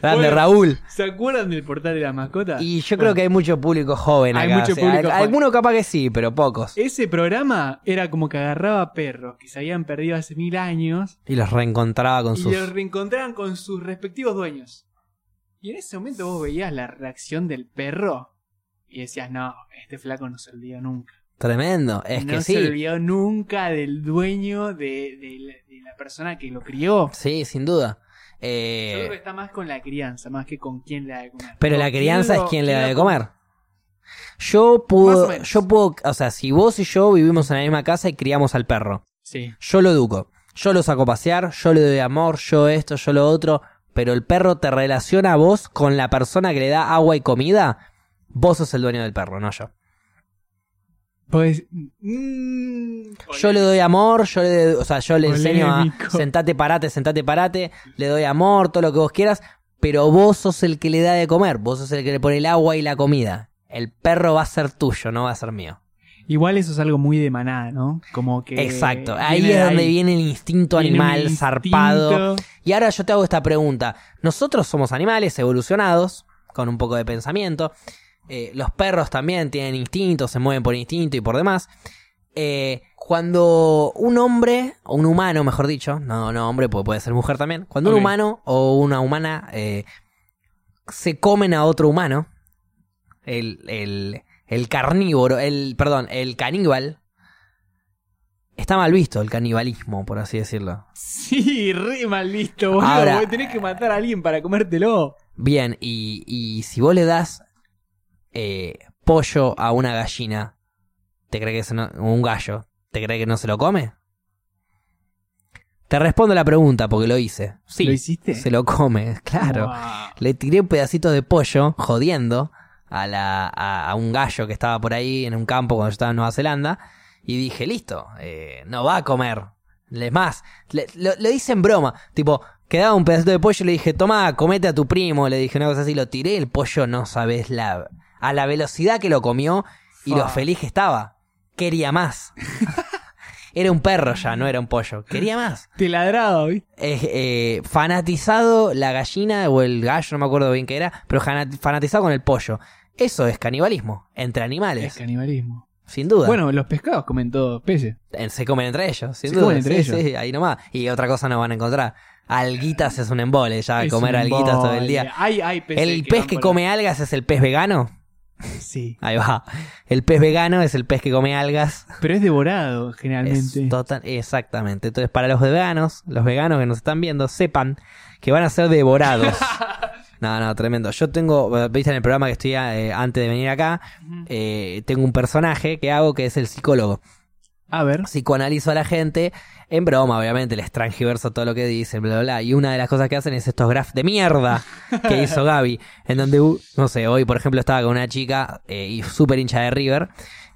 [SPEAKER 1] Grande
[SPEAKER 2] Bueno.
[SPEAKER 1] Raúl.
[SPEAKER 2] ¿Se acuerdan del portal de las mascotas?
[SPEAKER 1] Y yo creo que hay mucho público joven
[SPEAKER 2] Hay
[SPEAKER 1] acá.
[SPEAKER 2] mucho
[SPEAKER 1] o sea,
[SPEAKER 2] público
[SPEAKER 1] al-
[SPEAKER 2] joven.
[SPEAKER 1] Alguno capaz que sí, pero pocos.
[SPEAKER 2] Ese programa era como que agarraba perros que se habían perdido hace mil años
[SPEAKER 1] Y los reencontraba con
[SPEAKER 2] y
[SPEAKER 1] sus.
[SPEAKER 2] los reencontraban con sus respectivos dueños. Y en ese momento vos veías la reacción del perro y decías, no, este flaco no se olvidó nunca.
[SPEAKER 1] Tremendo. Es
[SPEAKER 2] no
[SPEAKER 1] que
[SPEAKER 2] se
[SPEAKER 1] sí.
[SPEAKER 2] olvidó nunca del dueño de, de la, de la persona que lo crió.
[SPEAKER 1] Sí, sin duda.
[SPEAKER 2] Yo creo que
[SPEAKER 1] Eh,
[SPEAKER 2] está más con la crianza, más que con quién le da de comer.
[SPEAKER 1] pero
[SPEAKER 2] Con
[SPEAKER 1] la
[SPEAKER 2] quién
[SPEAKER 1] crianza es
[SPEAKER 2] lo-
[SPEAKER 1] quien le da
[SPEAKER 2] lo-
[SPEAKER 1] de comer. Yo
[SPEAKER 2] Más o
[SPEAKER 1] puedo,
[SPEAKER 2] menos.
[SPEAKER 1] yo puedo, o sea, si vos y yo vivimos en la misma casa y criamos al perro,
[SPEAKER 2] Sí,
[SPEAKER 1] yo lo educo, yo lo saco a pasear, yo le doy amor, yo esto, yo lo otro, pero el perro te relaciona a vos con la persona que le da agua y comida, vos sos el dueño del perro, no yo.
[SPEAKER 2] pues... mm,
[SPEAKER 1] Yo le doy amor, yo le, o sea, yo le enseño a
[SPEAKER 2] Polémico.
[SPEAKER 1] sentate, parate, sentate, parate, le doy amor, todo lo que vos quieras, pero vos sos el que le da de comer, vos sos el que le pone el agua y la comida. El perro va a ser tuyo, no va a ser mío.
[SPEAKER 2] Igual eso es algo muy de manada, ¿no? Como que...
[SPEAKER 1] Exacto, ahí
[SPEAKER 2] Eh, viene
[SPEAKER 1] es
[SPEAKER 2] de
[SPEAKER 1] donde
[SPEAKER 2] ahí.
[SPEAKER 1] viene el instinto
[SPEAKER 2] Viene un
[SPEAKER 1] animal zarpado.
[SPEAKER 2] instinto.
[SPEAKER 1] Y ahora yo te hago esta pregunta. Nosotros somos animales evolucionados, con un poco de pensamiento. Eh, los perros también tienen instinto, se mueven por instinto y por demás. eh, cuando un hombre, o un humano, mejor dicho, no, no hombre, porque puede ser mujer también, cuando
[SPEAKER 2] Ok.
[SPEAKER 1] un humano o una humana eh, se comen a otro humano, el, el, el carnívoro, el, perdón, el caníbal, está mal visto el canibalismo, por así decirlo.
[SPEAKER 2] Sí, re mal listo, boludo.
[SPEAKER 1] Ahora-
[SPEAKER 2] vos tenés que matar a alguien para comértelo.
[SPEAKER 1] Bien, y, y si vos le das eh, pollo a una gallina, ¿te cree que se no- un gallo, ¿te cree que no se lo come? Te respondo la pregunta porque lo hice. Sí,
[SPEAKER 2] ¿Lo hiciste?
[SPEAKER 1] se lo come, <laughs> claro.
[SPEAKER 2] Guau.
[SPEAKER 1] Le tiré pedacitos de pollo, jodiendo, a, la, a, a un gallo que estaba por ahí en un campo cuando yo estaba en Nueva Zelanda. Y dije, listo, eh, no va a comer. Es más, le, lo, lo hice en broma. Tipo, quedaba un pedacito de pollo y le dije, toma, comete a tu primo. Le dije una cosa así, lo tiré, el pollo no sabes la... A la velocidad que lo comió y lo
[SPEAKER 2] Fa.
[SPEAKER 1] feliz que estaba. Quería más. era un perro ya, no era un pollo. Quería más
[SPEAKER 2] Te ladraba, ¿viste?
[SPEAKER 1] es, eh, fanatizado la gallina o el gallo, no me acuerdo bien qué era, pero jana- fanatizado con el pollo. Eso es canibalismo, entre
[SPEAKER 2] Es
[SPEAKER 1] animales,
[SPEAKER 2] canibalismo.
[SPEAKER 1] sin duda.
[SPEAKER 2] Bueno, los pescados comen todo, peces.
[SPEAKER 1] Eh, se comen entre ellos, sin
[SPEAKER 2] Se
[SPEAKER 1] duda.
[SPEAKER 2] comen entre
[SPEAKER 1] Sí,
[SPEAKER 2] ellos.
[SPEAKER 1] sí, ahí nomás. Y otra cosa no van a encontrar. Alguitas es un embole, ya
[SPEAKER 2] Es
[SPEAKER 1] comer
[SPEAKER 2] un
[SPEAKER 1] alguitas todo el día.
[SPEAKER 2] embole. Hay, hay peces
[SPEAKER 1] el pez
[SPEAKER 2] van
[SPEAKER 1] que
[SPEAKER 2] por-
[SPEAKER 1] come algas es el pez vegano.
[SPEAKER 2] Sí.
[SPEAKER 1] Ahí va. El pez vegano es el pez que come algas.
[SPEAKER 2] Pero es devorado,
[SPEAKER 1] Es
[SPEAKER 2] generalmente.
[SPEAKER 1] total- exactamente. Entonces, para los veganos, los veganos que nos están viendo, sepan que van a ser devorados. no, no, tremendo. Yo tengo, eh, viste en el programa que estoy eh, antes de venir acá,
[SPEAKER 2] Ujú.
[SPEAKER 1] eh, tengo un personaje que hago que es el psicólogo.
[SPEAKER 2] A ver.
[SPEAKER 1] Psicoanalizo a la gente, en broma, obviamente, les transgiverso todo lo que dicen, bla, bla, bla. Y una de las cosas que hacen es estos graphs de mierda que hizo Gaby, en donde, uh, no sé, hoy, por ejemplo, estaba con una chica eh, y súper hincha de River.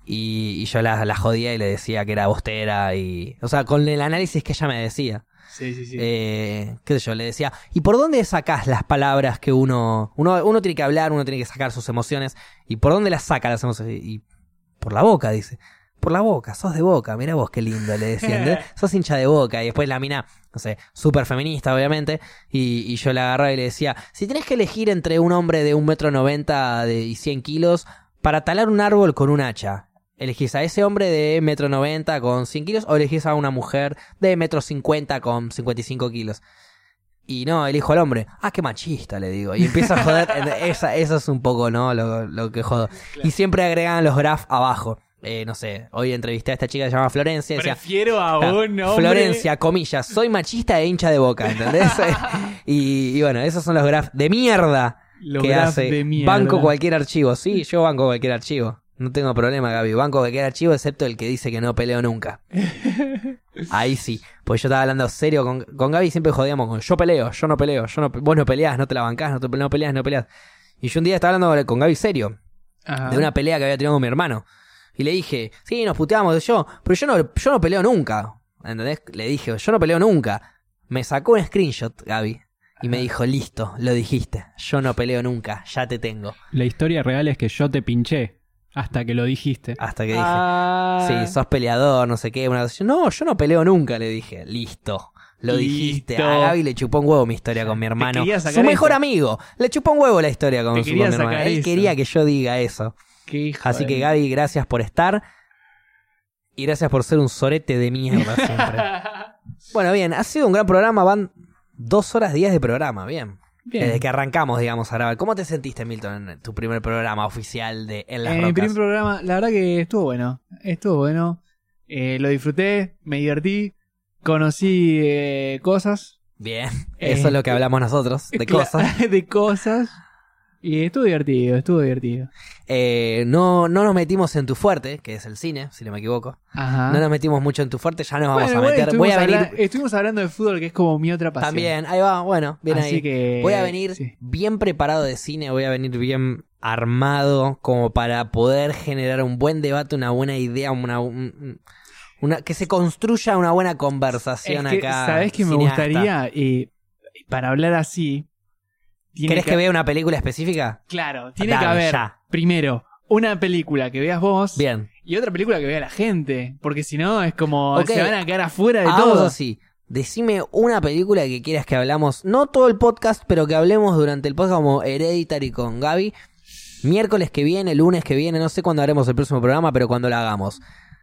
[SPEAKER 1] Y, y yo la, la jodía y le decía que era bostera y... O sea, con el análisis que ella me decía.
[SPEAKER 2] Sí, sí, sí.
[SPEAKER 1] Eh, qué sé yo, le decía, ¿y por dónde sacás las palabras que uno, uno... Uno tiene que hablar, uno tiene que sacar sus emociones. ¿Y por dónde las saca las emociones? Y por la boca, dice. Por la boca, sos de boca, mira vos qué lindo, le
[SPEAKER 2] <laughs>
[SPEAKER 1] decía, ¿entendés? Sos hincha de boca. Y después la mina, no sé, súper feminista, obviamente. Y, y yo la agarraba y le decía, si tenés que elegir entre un hombre de un metro noventa de- y 100 kilos para talar un árbol con un hacha, ¿elegís a ese hombre de metro noventa con 100 kilos o elegís a una mujer de metro cincuenta con 55 kilos? Y no, elijo al hombre. Ah, qué machista, le digo. Y empiezo a
[SPEAKER 2] <laughs>
[SPEAKER 1] joder. Esa, eso es un poco, ¿no? Lo, lo que jodo. Y siempre agregaban los graphs abajo. Eh, no sé, hoy entrevisté a esta chica que se llama Florencia. y decía,
[SPEAKER 2] Prefiero a
[SPEAKER 1] Claro,
[SPEAKER 2] un hombre.
[SPEAKER 1] Florencia, comillas, soy machista e hincha de boca,
[SPEAKER 2] <laughs>
[SPEAKER 1] ¿entendés? <laughs> y, y bueno, esos son los graphs de mierda
[SPEAKER 2] Los
[SPEAKER 1] que
[SPEAKER 2] graf
[SPEAKER 1] hace.
[SPEAKER 2] de mierda.
[SPEAKER 1] banco cualquier archivo. Sí, yo banco cualquier archivo. No tengo problema, Gaby. Banco cualquier archivo excepto el que dice que no peleo
[SPEAKER 2] <laughs>
[SPEAKER 1] nunca. Ahí sí. Pues yo estaba hablando serio con, con Gaby y siempre jodíamos con yo peleo, yo no peleo, yo no, pe- vos no peleás, no te la bancás, no, te, no peleás, no peleás. Y yo un día estaba hablando con Gaby serio
[SPEAKER 2] Ajá.
[SPEAKER 1] de una pelea que había tenido con mi hermano. Y le dije, sí, nos puteamos yo, pero yo no, yo no peleo nunca. ¿Entendés? Le dije, yo no peleo nunca. Me sacó un screenshot, Gaby, y me dijo, listo, lo dijiste, yo no peleo nunca, ya te tengo.
[SPEAKER 3] La historia real es que yo te pinché hasta que lo dijiste.
[SPEAKER 1] Hasta que dije,
[SPEAKER 2] Ah.
[SPEAKER 1] sí, sos peleador, no sé qué. Una... cosa así. No, yo no peleo nunca, le dije, listo. Lo dijiste.
[SPEAKER 2] Listo.
[SPEAKER 1] A Gaby le chupó un huevo mi historia con mi hermano.
[SPEAKER 2] quería
[SPEAKER 1] Su
[SPEAKER 2] sacar
[SPEAKER 1] mejor
[SPEAKER 2] eso.
[SPEAKER 1] amigo. Le chupó un huevo la historia con,
[SPEAKER 2] Te
[SPEAKER 1] su, con mi
[SPEAKER 2] quería
[SPEAKER 1] hermano.
[SPEAKER 2] sacar
[SPEAKER 1] Él
[SPEAKER 2] eso.
[SPEAKER 1] quería que yo diga eso.
[SPEAKER 2] Qué hijo
[SPEAKER 1] Así
[SPEAKER 2] de-
[SPEAKER 1] que Gaby, gracias por estar. Y gracias por ser un sorete de
[SPEAKER 2] <laughs>
[SPEAKER 1] mierda siempre. bueno, bien, ha sido un gran programa. Van dos horas diez de programa, bien.
[SPEAKER 2] Bien.
[SPEAKER 1] Desde que arrancamos, digamos, a grabar. ¿Cómo te sentiste, Milton, en tu primer programa oficial de En las
[SPEAKER 2] Eh, mi
[SPEAKER 1] Rocas?
[SPEAKER 2] primer programa, la verdad que estuvo bueno. Estuvo bueno. Eh, lo disfruté, me divertí, conocí eh, cosas.
[SPEAKER 1] Bien,
[SPEAKER 2] Eh,
[SPEAKER 1] eso es
[SPEAKER 2] <laughs>
[SPEAKER 1] lo que hablamos nosotros, de
[SPEAKER 2] Cla-
[SPEAKER 1] cosas.
[SPEAKER 2] <laughs> de cosas. Y estuvo divertido, estuvo divertido.
[SPEAKER 1] Eh, no, no nos metimos en tu fuerte, que es el cine, si no me equivoco.
[SPEAKER 2] Ajá.
[SPEAKER 1] No nos metimos mucho en tu fuerte, ya nos vamos
[SPEAKER 2] Ah. Bueno,
[SPEAKER 1] a
[SPEAKER 2] bueno,
[SPEAKER 1] meter. Voy a
[SPEAKER 2] estuvimos
[SPEAKER 1] venir
[SPEAKER 2] habla- estuvimos hablando de fútbol, que es como mi otra pasión.
[SPEAKER 1] también. Ahí va, bueno, bien
[SPEAKER 2] Así
[SPEAKER 1] ahí.
[SPEAKER 2] que.
[SPEAKER 1] Voy a venir
[SPEAKER 2] Eh, sí.
[SPEAKER 1] bien preparado de cine, voy a venir bien armado como para poder generar un buen debate, una buena idea, una, un- una- que se construya una buena conversación
[SPEAKER 2] Es que,
[SPEAKER 1] acá.
[SPEAKER 2] ¿Sabes qué me
[SPEAKER 1] cineasta?
[SPEAKER 2] gustaría? Eh, para hablar así. tiene
[SPEAKER 1] ¿Querés que... vea una película específica?
[SPEAKER 2] Claro, tiene
[SPEAKER 1] Dale,
[SPEAKER 2] que haber
[SPEAKER 1] ya.
[SPEAKER 2] primero una película que veas vos
[SPEAKER 1] Bien.
[SPEAKER 2] y otra película que vea la gente. Porque si no, es como
[SPEAKER 1] Ok.
[SPEAKER 2] se van a quedar afuera de
[SPEAKER 1] Hagamos
[SPEAKER 2] todo.
[SPEAKER 1] Ah, así. Decime una película que quieras que hablamos, no todo el podcast, pero que hablemos durante el podcast como Hereditary con Gaby. Miércoles que viene, lunes que viene, no sé cuándo haremos el próximo programa, pero cuando lo hagamos.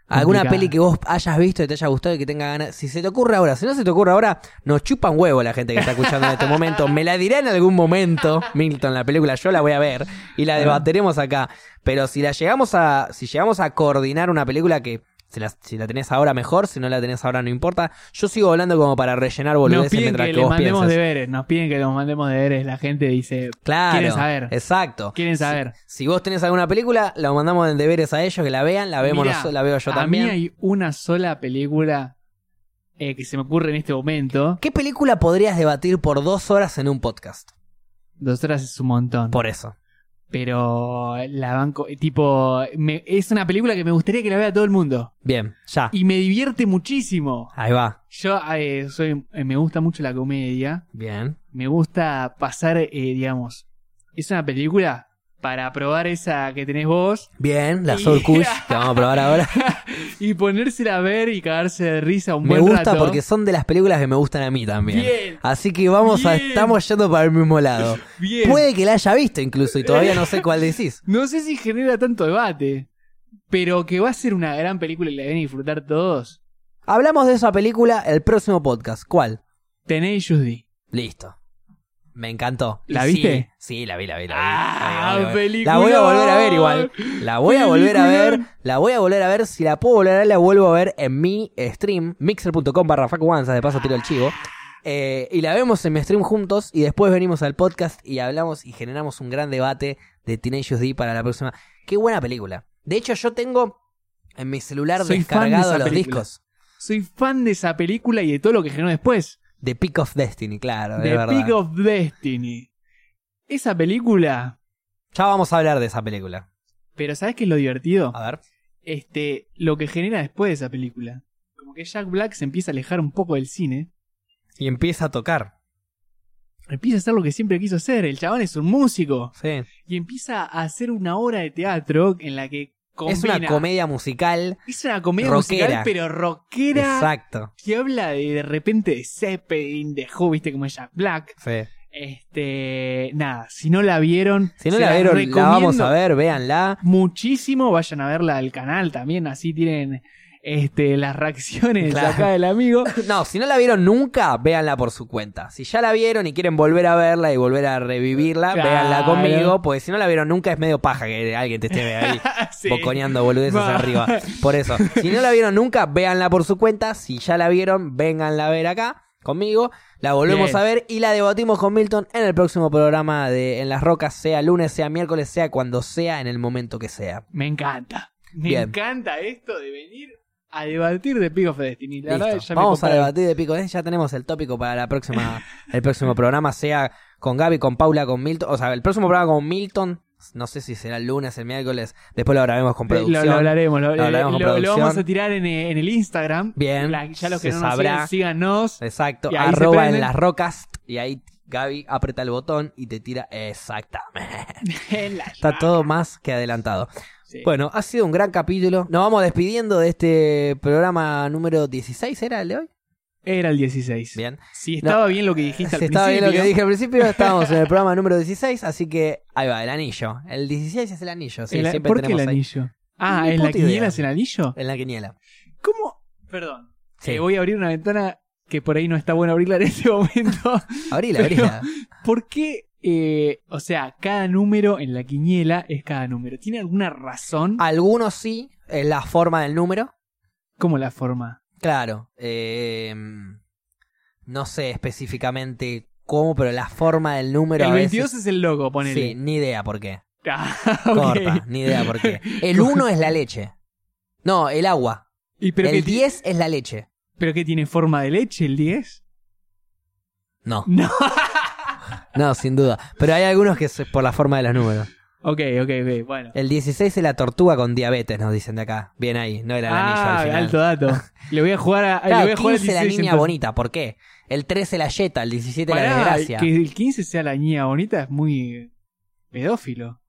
[SPEAKER 1] Alguna
[SPEAKER 2] Complicada.
[SPEAKER 1] peli que vos hayas visto y te haya gustado y que tenga ganas. Si se te ocurre ahora, si no se te ocurre ahora, nos chupan huevo la gente que está escuchando en este momento. Me la dirá en algún momento, Milton, la película, yo la voy a ver y la debatiremos acá. Pero si la llegamos a, si llegamos a coordinar una película que si la, si la tenés ahora mejor, si no la tenés ahora no importa. Yo sigo hablando como para rellenar
[SPEAKER 2] Nos
[SPEAKER 1] boludeces
[SPEAKER 2] piden
[SPEAKER 1] mientras
[SPEAKER 2] que
[SPEAKER 1] que,
[SPEAKER 2] le
[SPEAKER 1] vos
[SPEAKER 2] mandemos
[SPEAKER 1] piensas.
[SPEAKER 2] deberes, nos piden que nos mandemos deberes. La gente dice,
[SPEAKER 1] Claro.
[SPEAKER 2] Quieren saber.
[SPEAKER 1] Exacto.
[SPEAKER 2] quieren saber.
[SPEAKER 1] Si vos tenés alguna película, la mandamos en deberes a ellos, que la vean, la vemos
[SPEAKER 2] Mirá,
[SPEAKER 1] nosotros, la veo yo
[SPEAKER 2] a
[SPEAKER 1] también.
[SPEAKER 2] mí hay una sola película eh, que se me ocurre en este momento.
[SPEAKER 1] ¿Qué película podrías debatir por dos horas en un podcast?
[SPEAKER 2] Dos horas es un montón.
[SPEAKER 1] Por eso.
[SPEAKER 2] Pero la banco, eh, tipo, me- es una película que me gustaría que la vea todo el mundo.
[SPEAKER 1] Bien, ya.
[SPEAKER 2] Y me divierte muchísimo.
[SPEAKER 1] Ahí va.
[SPEAKER 2] Yo eh, soy, eh, me gusta mucho la comedia.
[SPEAKER 1] Bien.
[SPEAKER 2] Me gusta pasar, eh, digamos, es una película para probar esa que tenés vos
[SPEAKER 1] Bien, la
[SPEAKER 2] Y-
[SPEAKER 1] Soul
[SPEAKER 2] <laughs>
[SPEAKER 1] Kush, que vamos a probar ahora.
[SPEAKER 2] y ponérsela a ver y cagarse de risa un
[SPEAKER 1] Me
[SPEAKER 2] buen
[SPEAKER 1] gusta
[SPEAKER 2] rato.
[SPEAKER 1] porque son de las películas que me gustan a mí también.
[SPEAKER 2] Bien,
[SPEAKER 1] Así que vamos a.
[SPEAKER 2] Bien.
[SPEAKER 1] Estamos yendo para el mismo lado.
[SPEAKER 2] bien.
[SPEAKER 1] Puede que la haya visto incluso y todavía no sé cuál decís.
[SPEAKER 2] No sé si genera tanto debate, pero que va a ser una gran película y la deben disfrutar todos.
[SPEAKER 1] Hablamos de esa película el próximo podcast. ¿Cuál?
[SPEAKER 2] Tenacious D.
[SPEAKER 1] Listo. Me encantó.
[SPEAKER 2] ¿La
[SPEAKER 1] Sí,
[SPEAKER 2] viste?
[SPEAKER 1] Sí, la vi, la vi, la vi.
[SPEAKER 2] Ah,
[SPEAKER 1] La vi, la vi, la vi.
[SPEAKER 2] película.
[SPEAKER 1] La voy a volver a ver igual. La voy a volver a ver, la voy a volver a ver, si la puedo volver a ver, la vuelvo a ver en mi stream, mixer.com barra facuanza, de paso tiro el chivo. Eh, y la vemos en mi stream juntos y después venimos al podcast y hablamos y generamos un gran debate de Teenage D para la próxima. Qué buena película. De hecho, yo tengo en mi celular
[SPEAKER 2] Soy fan de
[SPEAKER 1] descargado
[SPEAKER 2] esa
[SPEAKER 1] los
[SPEAKER 2] película.
[SPEAKER 1] discos
[SPEAKER 2] Soy fan de esa película y de todo lo que generó después.
[SPEAKER 1] de Peak of Destiny, claro, de
[SPEAKER 2] The
[SPEAKER 1] verdad.
[SPEAKER 2] Peak of Destiny. Esa película.
[SPEAKER 1] Ya vamos a hablar de esa película.
[SPEAKER 2] Pero ¿sabes qué es lo divertido?
[SPEAKER 1] A ver.
[SPEAKER 2] Este, lo que genera después de esa película. Como que Jack Black se empieza a alejar un poco del cine.
[SPEAKER 1] Y empieza a tocar.
[SPEAKER 2] Empieza a hacer lo que siempre quiso hacer. El chabón es un músico.
[SPEAKER 1] Sí.
[SPEAKER 2] Y empieza a hacer una obra de teatro en la que
[SPEAKER 1] Es
[SPEAKER 2] combina.
[SPEAKER 1] una comedia musical.
[SPEAKER 2] Es una comedia
[SPEAKER 1] Rockera.
[SPEAKER 2] musical, pero rockera.
[SPEAKER 1] Exacto.
[SPEAKER 2] Que habla de, de repente de Zeppelin, de Who, viste como es Jack Black.
[SPEAKER 1] Sí.
[SPEAKER 2] Este. Nada, si no la vieron.
[SPEAKER 1] Si no
[SPEAKER 2] se
[SPEAKER 1] la vieron, la
[SPEAKER 2] recomiendo
[SPEAKER 1] vamos a ver, véanla.
[SPEAKER 2] Muchísimo. Vayan a verla al canal también. Así tienen este, las reacciones
[SPEAKER 1] Claro.
[SPEAKER 2] acá <laughs> del amigo.
[SPEAKER 1] No, si no la vieron nunca, véanla por su cuenta. Si ya la vieron y quieren volver a verla y volver a revivirla,
[SPEAKER 2] Claro.
[SPEAKER 1] véanla conmigo, porque si no la vieron nunca es medio paja que alguien te esté ahí
[SPEAKER 2] Sí.
[SPEAKER 1] boconeando boludeces
[SPEAKER 2] Va. <laughs>
[SPEAKER 1] arriba. Por eso, si no la vieron nunca, véanla por su cuenta. Si ya la vieron, vénganla a ver acá conmigo. La volvemos
[SPEAKER 2] Bien.
[SPEAKER 1] a ver y la debatimos con Milton en el próximo programa de En las Rocas, sea lunes, sea miércoles, sea cuando sea, en el momento que sea.
[SPEAKER 2] Me encanta. Me
[SPEAKER 1] Bien.
[SPEAKER 2] encanta esto de venir a debatir de Pick of Destiny. La
[SPEAKER 1] Listo.
[SPEAKER 2] verdad, ya me
[SPEAKER 1] Vamos a
[SPEAKER 2] compraron.
[SPEAKER 1] debatir de pico. eh, Ya tenemos el tópico para la próxima, el próximo programa, sea con Gaby, con Paula, con Milton. O sea, el próximo programa con Milton, no sé si será el lunes, el miércoles, después lo grabemos con
[SPEAKER 2] Lo- Lo,
[SPEAKER 1] producción.
[SPEAKER 2] hablaremos, lo, eh,
[SPEAKER 1] Lo hablaremos con
[SPEAKER 2] lo- lo
[SPEAKER 1] producción.
[SPEAKER 2] vamos a tirar en, eh, en el Instagram.
[SPEAKER 1] Bien,
[SPEAKER 2] La- ya los que
[SPEAKER 1] se
[SPEAKER 2] no nos
[SPEAKER 1] sabrá.
[SPEAKER 2] siguen, síganos.
[SPEAKER 1] Exacto,
[SPEAKER 2] Y ahí se
[SPEAKER 1] arroba en
[SPEAKER 2] prenden.
[SPEAKER 1] las rocas y ahí Gaby aprieta el botón y te tira exactamente.
[SPEAKER 2] <laughs> En la-
[SPEAKER 1] Está todo más que adelantado.
[SPEAKER 2] Sí.
[SPEAKER 1] Bueno, ha sido un gran capítulo. Nos vamos despidiendo de este programa número 16, ¿era el de hoy?
[SPEAKER 2] Era el 16.
[SPEAKER 1] Bien.
[SPEAKER 2] Si estaba bien lo que dijiste
[SPEAKER 1] Si
[SPEAKER 2] al
[SPEAKER 1] estaba bien
[SPEAKER 2] principio.
[SPEAKER 1] lo que dije al
[SPEAKER 2] <laughs>
[SPEAKER 1] principio, estábamos en el programa número 16, así que ahí va, el anillo. El 16 es el anillo, sí,
[SPEAKER 2] El-
[SPEAKER 1] siempre
[SPEAKER 2] ¿Por qué el
[SPEAKER 1] tenemos ahí.
[SPEAKER 2] anillo? Ah,
[SPEAKER 1] Ni
[SPEAKER 2] ¿en la
[SPEAKER 1] puta idea.
[SPEAKER 2] quiniela es el anillo?
[SPEAKER 1] En la quiniela.
[SPEAKER 2] ¿Cómo? Perdón.
[SPEAKER 1] Sí.
[SPEAKER 2] Eh, voy a abrir una ventana que por ahí no está bueno abrirla en
[SPEAKER 1] <laughs>
[SPEAKER 2] este momento. <laughs>
[SPEAKER 1] Abrila,
[SPEAKER 2] Pero-
[SPEAKER 1] abrila.
[SPEAKER 2] ¿Por qué? eh, o sea, cada número en la quiniela es cada número. ¿Tiene alguna razón?
[SPEAKER 1] Ah. Algunos sí, es la forma del número.
[SPEAKER 2] ¿Cómo la forma?
[SPEAKER 1] Claro. eh, no sé específicamente cómo, pero la forma del número
[SPEAKER 2] el
[SPEAKER 1] a
[SPEAKER 2] 22
[SPEAKER 1] veces...
[SPEAKER 2] es el logo,
[SPEAKER 1] Sí,
[SPEAKER 2] ponele.
[SPEAKER 1] ni idea por qué.
[SPEAKER 2] <laughs> Ah, ok.
[SPEAKER 1] Corta, ni idea por qué.
[SPEAKER 2] <laughs>
[SPEAKER 1] El 1 es la leche. No, el agua.
[SPEAKER 2] ¿Y pero,
[SPEAKER 1] el
[SPEAKER 2] que ti-
[SPEAKER 1] 10 es la leche.
[SPEAKER 2] ¿Pero qué tiene forma de leche el 10?
[SPEAKER 1] No,
[SPEAKER 2] <laughs> No.
[SPEAKER 1] no, sin duda. Pero hay algunos que es por la forma de los números.
[SPEAKER 2] ok, ok, ok. Bueno.
[SPEAKER 1] El 16 es la tortuga con diabetes, nos dicen de acá. Bien ahí, no era el anillo
[SPEAKER 2] ah,
[SPEAKER 1] al final. <laughs>
[SPEAKER 2] alto dato. Le voy a jugar a.
[SPEAKER 1] Claro,
[SPEAKER 2] le voy a jugar al
[SPEAKER 1] 15 la
[SPEAKER 2] 16,
[SPEAKER 1] niña
[SPEAKER 2] entonces.
[SPEAKER 1] bonita, ¿por qué? El 13 la yeta, el 17 la
[SPEAKER 2] Pará,
[SPEAKER 1] desgracia.
[SPEAKER 2] Que el 15 sea la niña bonita es muy pedófilo.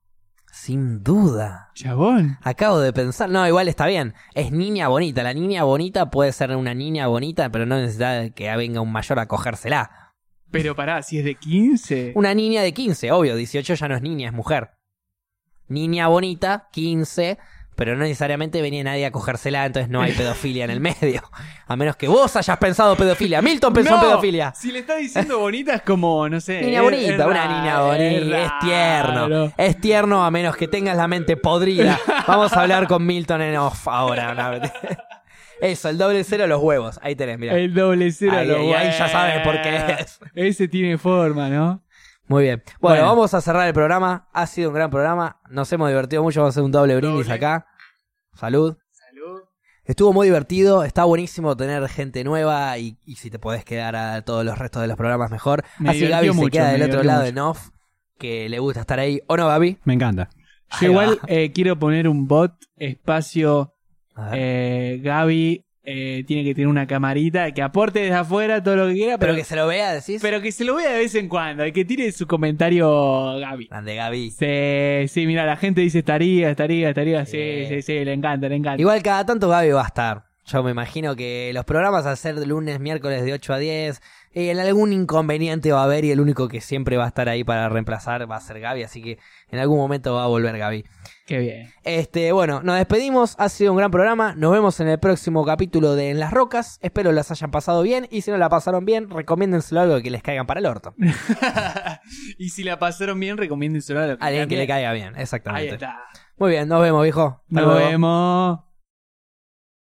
[SPEAKER 1] Sin duda.
[SPEAKER 2] Chabón.
[SPEAKER 1] Acabo de pensar, no, igual está bien. Es niña bonita. La niña bonita puede ser una niña bonita, pero no necesita que venga un mayor a cogérsela.
[SPEAKER 2] Pero pará, si es de 15.
[SPEAKER 1] Una niña de 15, obvio, 18 ya no es niña, es mujer. Niña bonita, 15, pero no necesariamente venía nadie a cogérsela, entonces no hay pedofilia en el medio. A menos que vos hayas pensado pedofilia. Milton pensó en
[SPEAKER 2] No,
[SPEAKER 1] pedofilia.
[SPEAKER 2] Si le está diciendo bonita es como, no sé.
[SPEAKER 1] Niña
[SPEAKER 2] es-
[SPEAKER 1] bonita,
[SPEAKER 2] es
[SPEAKER 1] una
[SPEAKER 2] raro,
[SPEAKER 1] niña bonita, es, tierno.
[SPEAKER 2] raro.
[SPEAKER 1] Es tierno a menos que tengas la mente podrida. Vamos a hablar con Milton en off ahora. ¿no? Eso, el doble cero los huevos. Ahí tenés, mirá.
[SPEAKER 2] El doble cero.
[SPEAKER 1] Ahí-
[SPEAKER 2] lo
[SPEAKER 1] ahí- ahí ya
[SPEAKER 2] bueno.
[SPEAKER 1] sabes por qué es.
[SPEAKER 2] Ese tiene forma, ¿no?
[SPEAKER 1] Muy bien. Bueno,
[SPEAKER 2] Bueno.
[SPEAKER 1] vamos a cerrar el programa. Ha sido un gran programa. Nos hemos divertido mucho. Vamos a hacer un doble brindis
[SPEAKER 2] Doble.
[SPEAKER 1] acá. Salud.
[SPEAKER 2] Salud.
[SPEAKER 1] Estuvo muy divertido. Está buenísimo tener gente nueva. Y, y si te podés quedar a todos los restos de los programas, mejor.
[SPEAKER 2] Me
[SPEAKER 1] Así Gaby
[SPEAKER 2] divirtió
[SPEAKER 1] se
[SPEAKER 2] mucho,
[SPEAKER 1] queda
[SPEAKER 2] me
[SPEAKER 1] del otro
[SPEAKER 2] divirtió
[SPEAKER 1] lado
[SPEAKER 2] mucho.
[SPEAKER 1] en off. Que le gusta estar ahí. ¿O no, Gaby?
[SPEAKER 3] Me encanta.
[SPEAKER 1] Ahí
[SPEAKER 2] Yo igual
[SPEAKER 1] va.
[SPEAKER 2] eh, quiero poner un bot, espacio,
[SPEAKER 1] A ver.
[SPEAKER 2] eh, Gaby eh, tiene que tener una camarita que aporte desde afuera todo lo que quiera, pero,
[SPEAKER 1] pero que se lo vea, decís.
[SPEAKER 2] pero que se lo vea de vez en cuando, y que tire su comentario Gaby.
[SPEAKER 1] Grande Gaby.
[SPEAKER 2] Sí, sí, mira, la gente dice estaría, estaría, estaría, sí,
[SPEAKER 1] Sí.
[SPEAKER 2] sí, sí, le encanta, le encanta.
[SPEAKER 1] Igual cada tanto Gaby va a estar. Yo me imagino que los programas a ser lunes, miércoles de 8 a 10. eh, en algún inconveniente va a haber y el único que siempre va a estar ahí para reemplazar va a ser Gaby. Así que en algún momento va a volver Gaby.
[SPEAKER 2] Qué bien.
[SPEAKER 1] Este, bueno, nos despedimos. Ha sido un gran programa. Nos vemos en el próximo capítulo de En las Rocas. Espero las hayan pasado bien. Y si no la pasaron bien, recomiéndenselo a algo que les caigan para el orto.
[SPEAKER 2] <laughs> y si la pasaron bien, recomiéndenselo a lo que
[SPEAKER 1] A alguien que le
[SPEAKER 2] cambie.
[SPEAKER 1] caiga bien,
[SPEAKER 2] Ahí
[SPEAKER 1] exactamente.
[SPEAKER 2] está.
[SPEAKER 1] Muy bien, nos vemos, viejo. Hasta
[SPEAKER 2] Nos
[SPEAKER 1] luego.
[SPEAKER 2] vemos.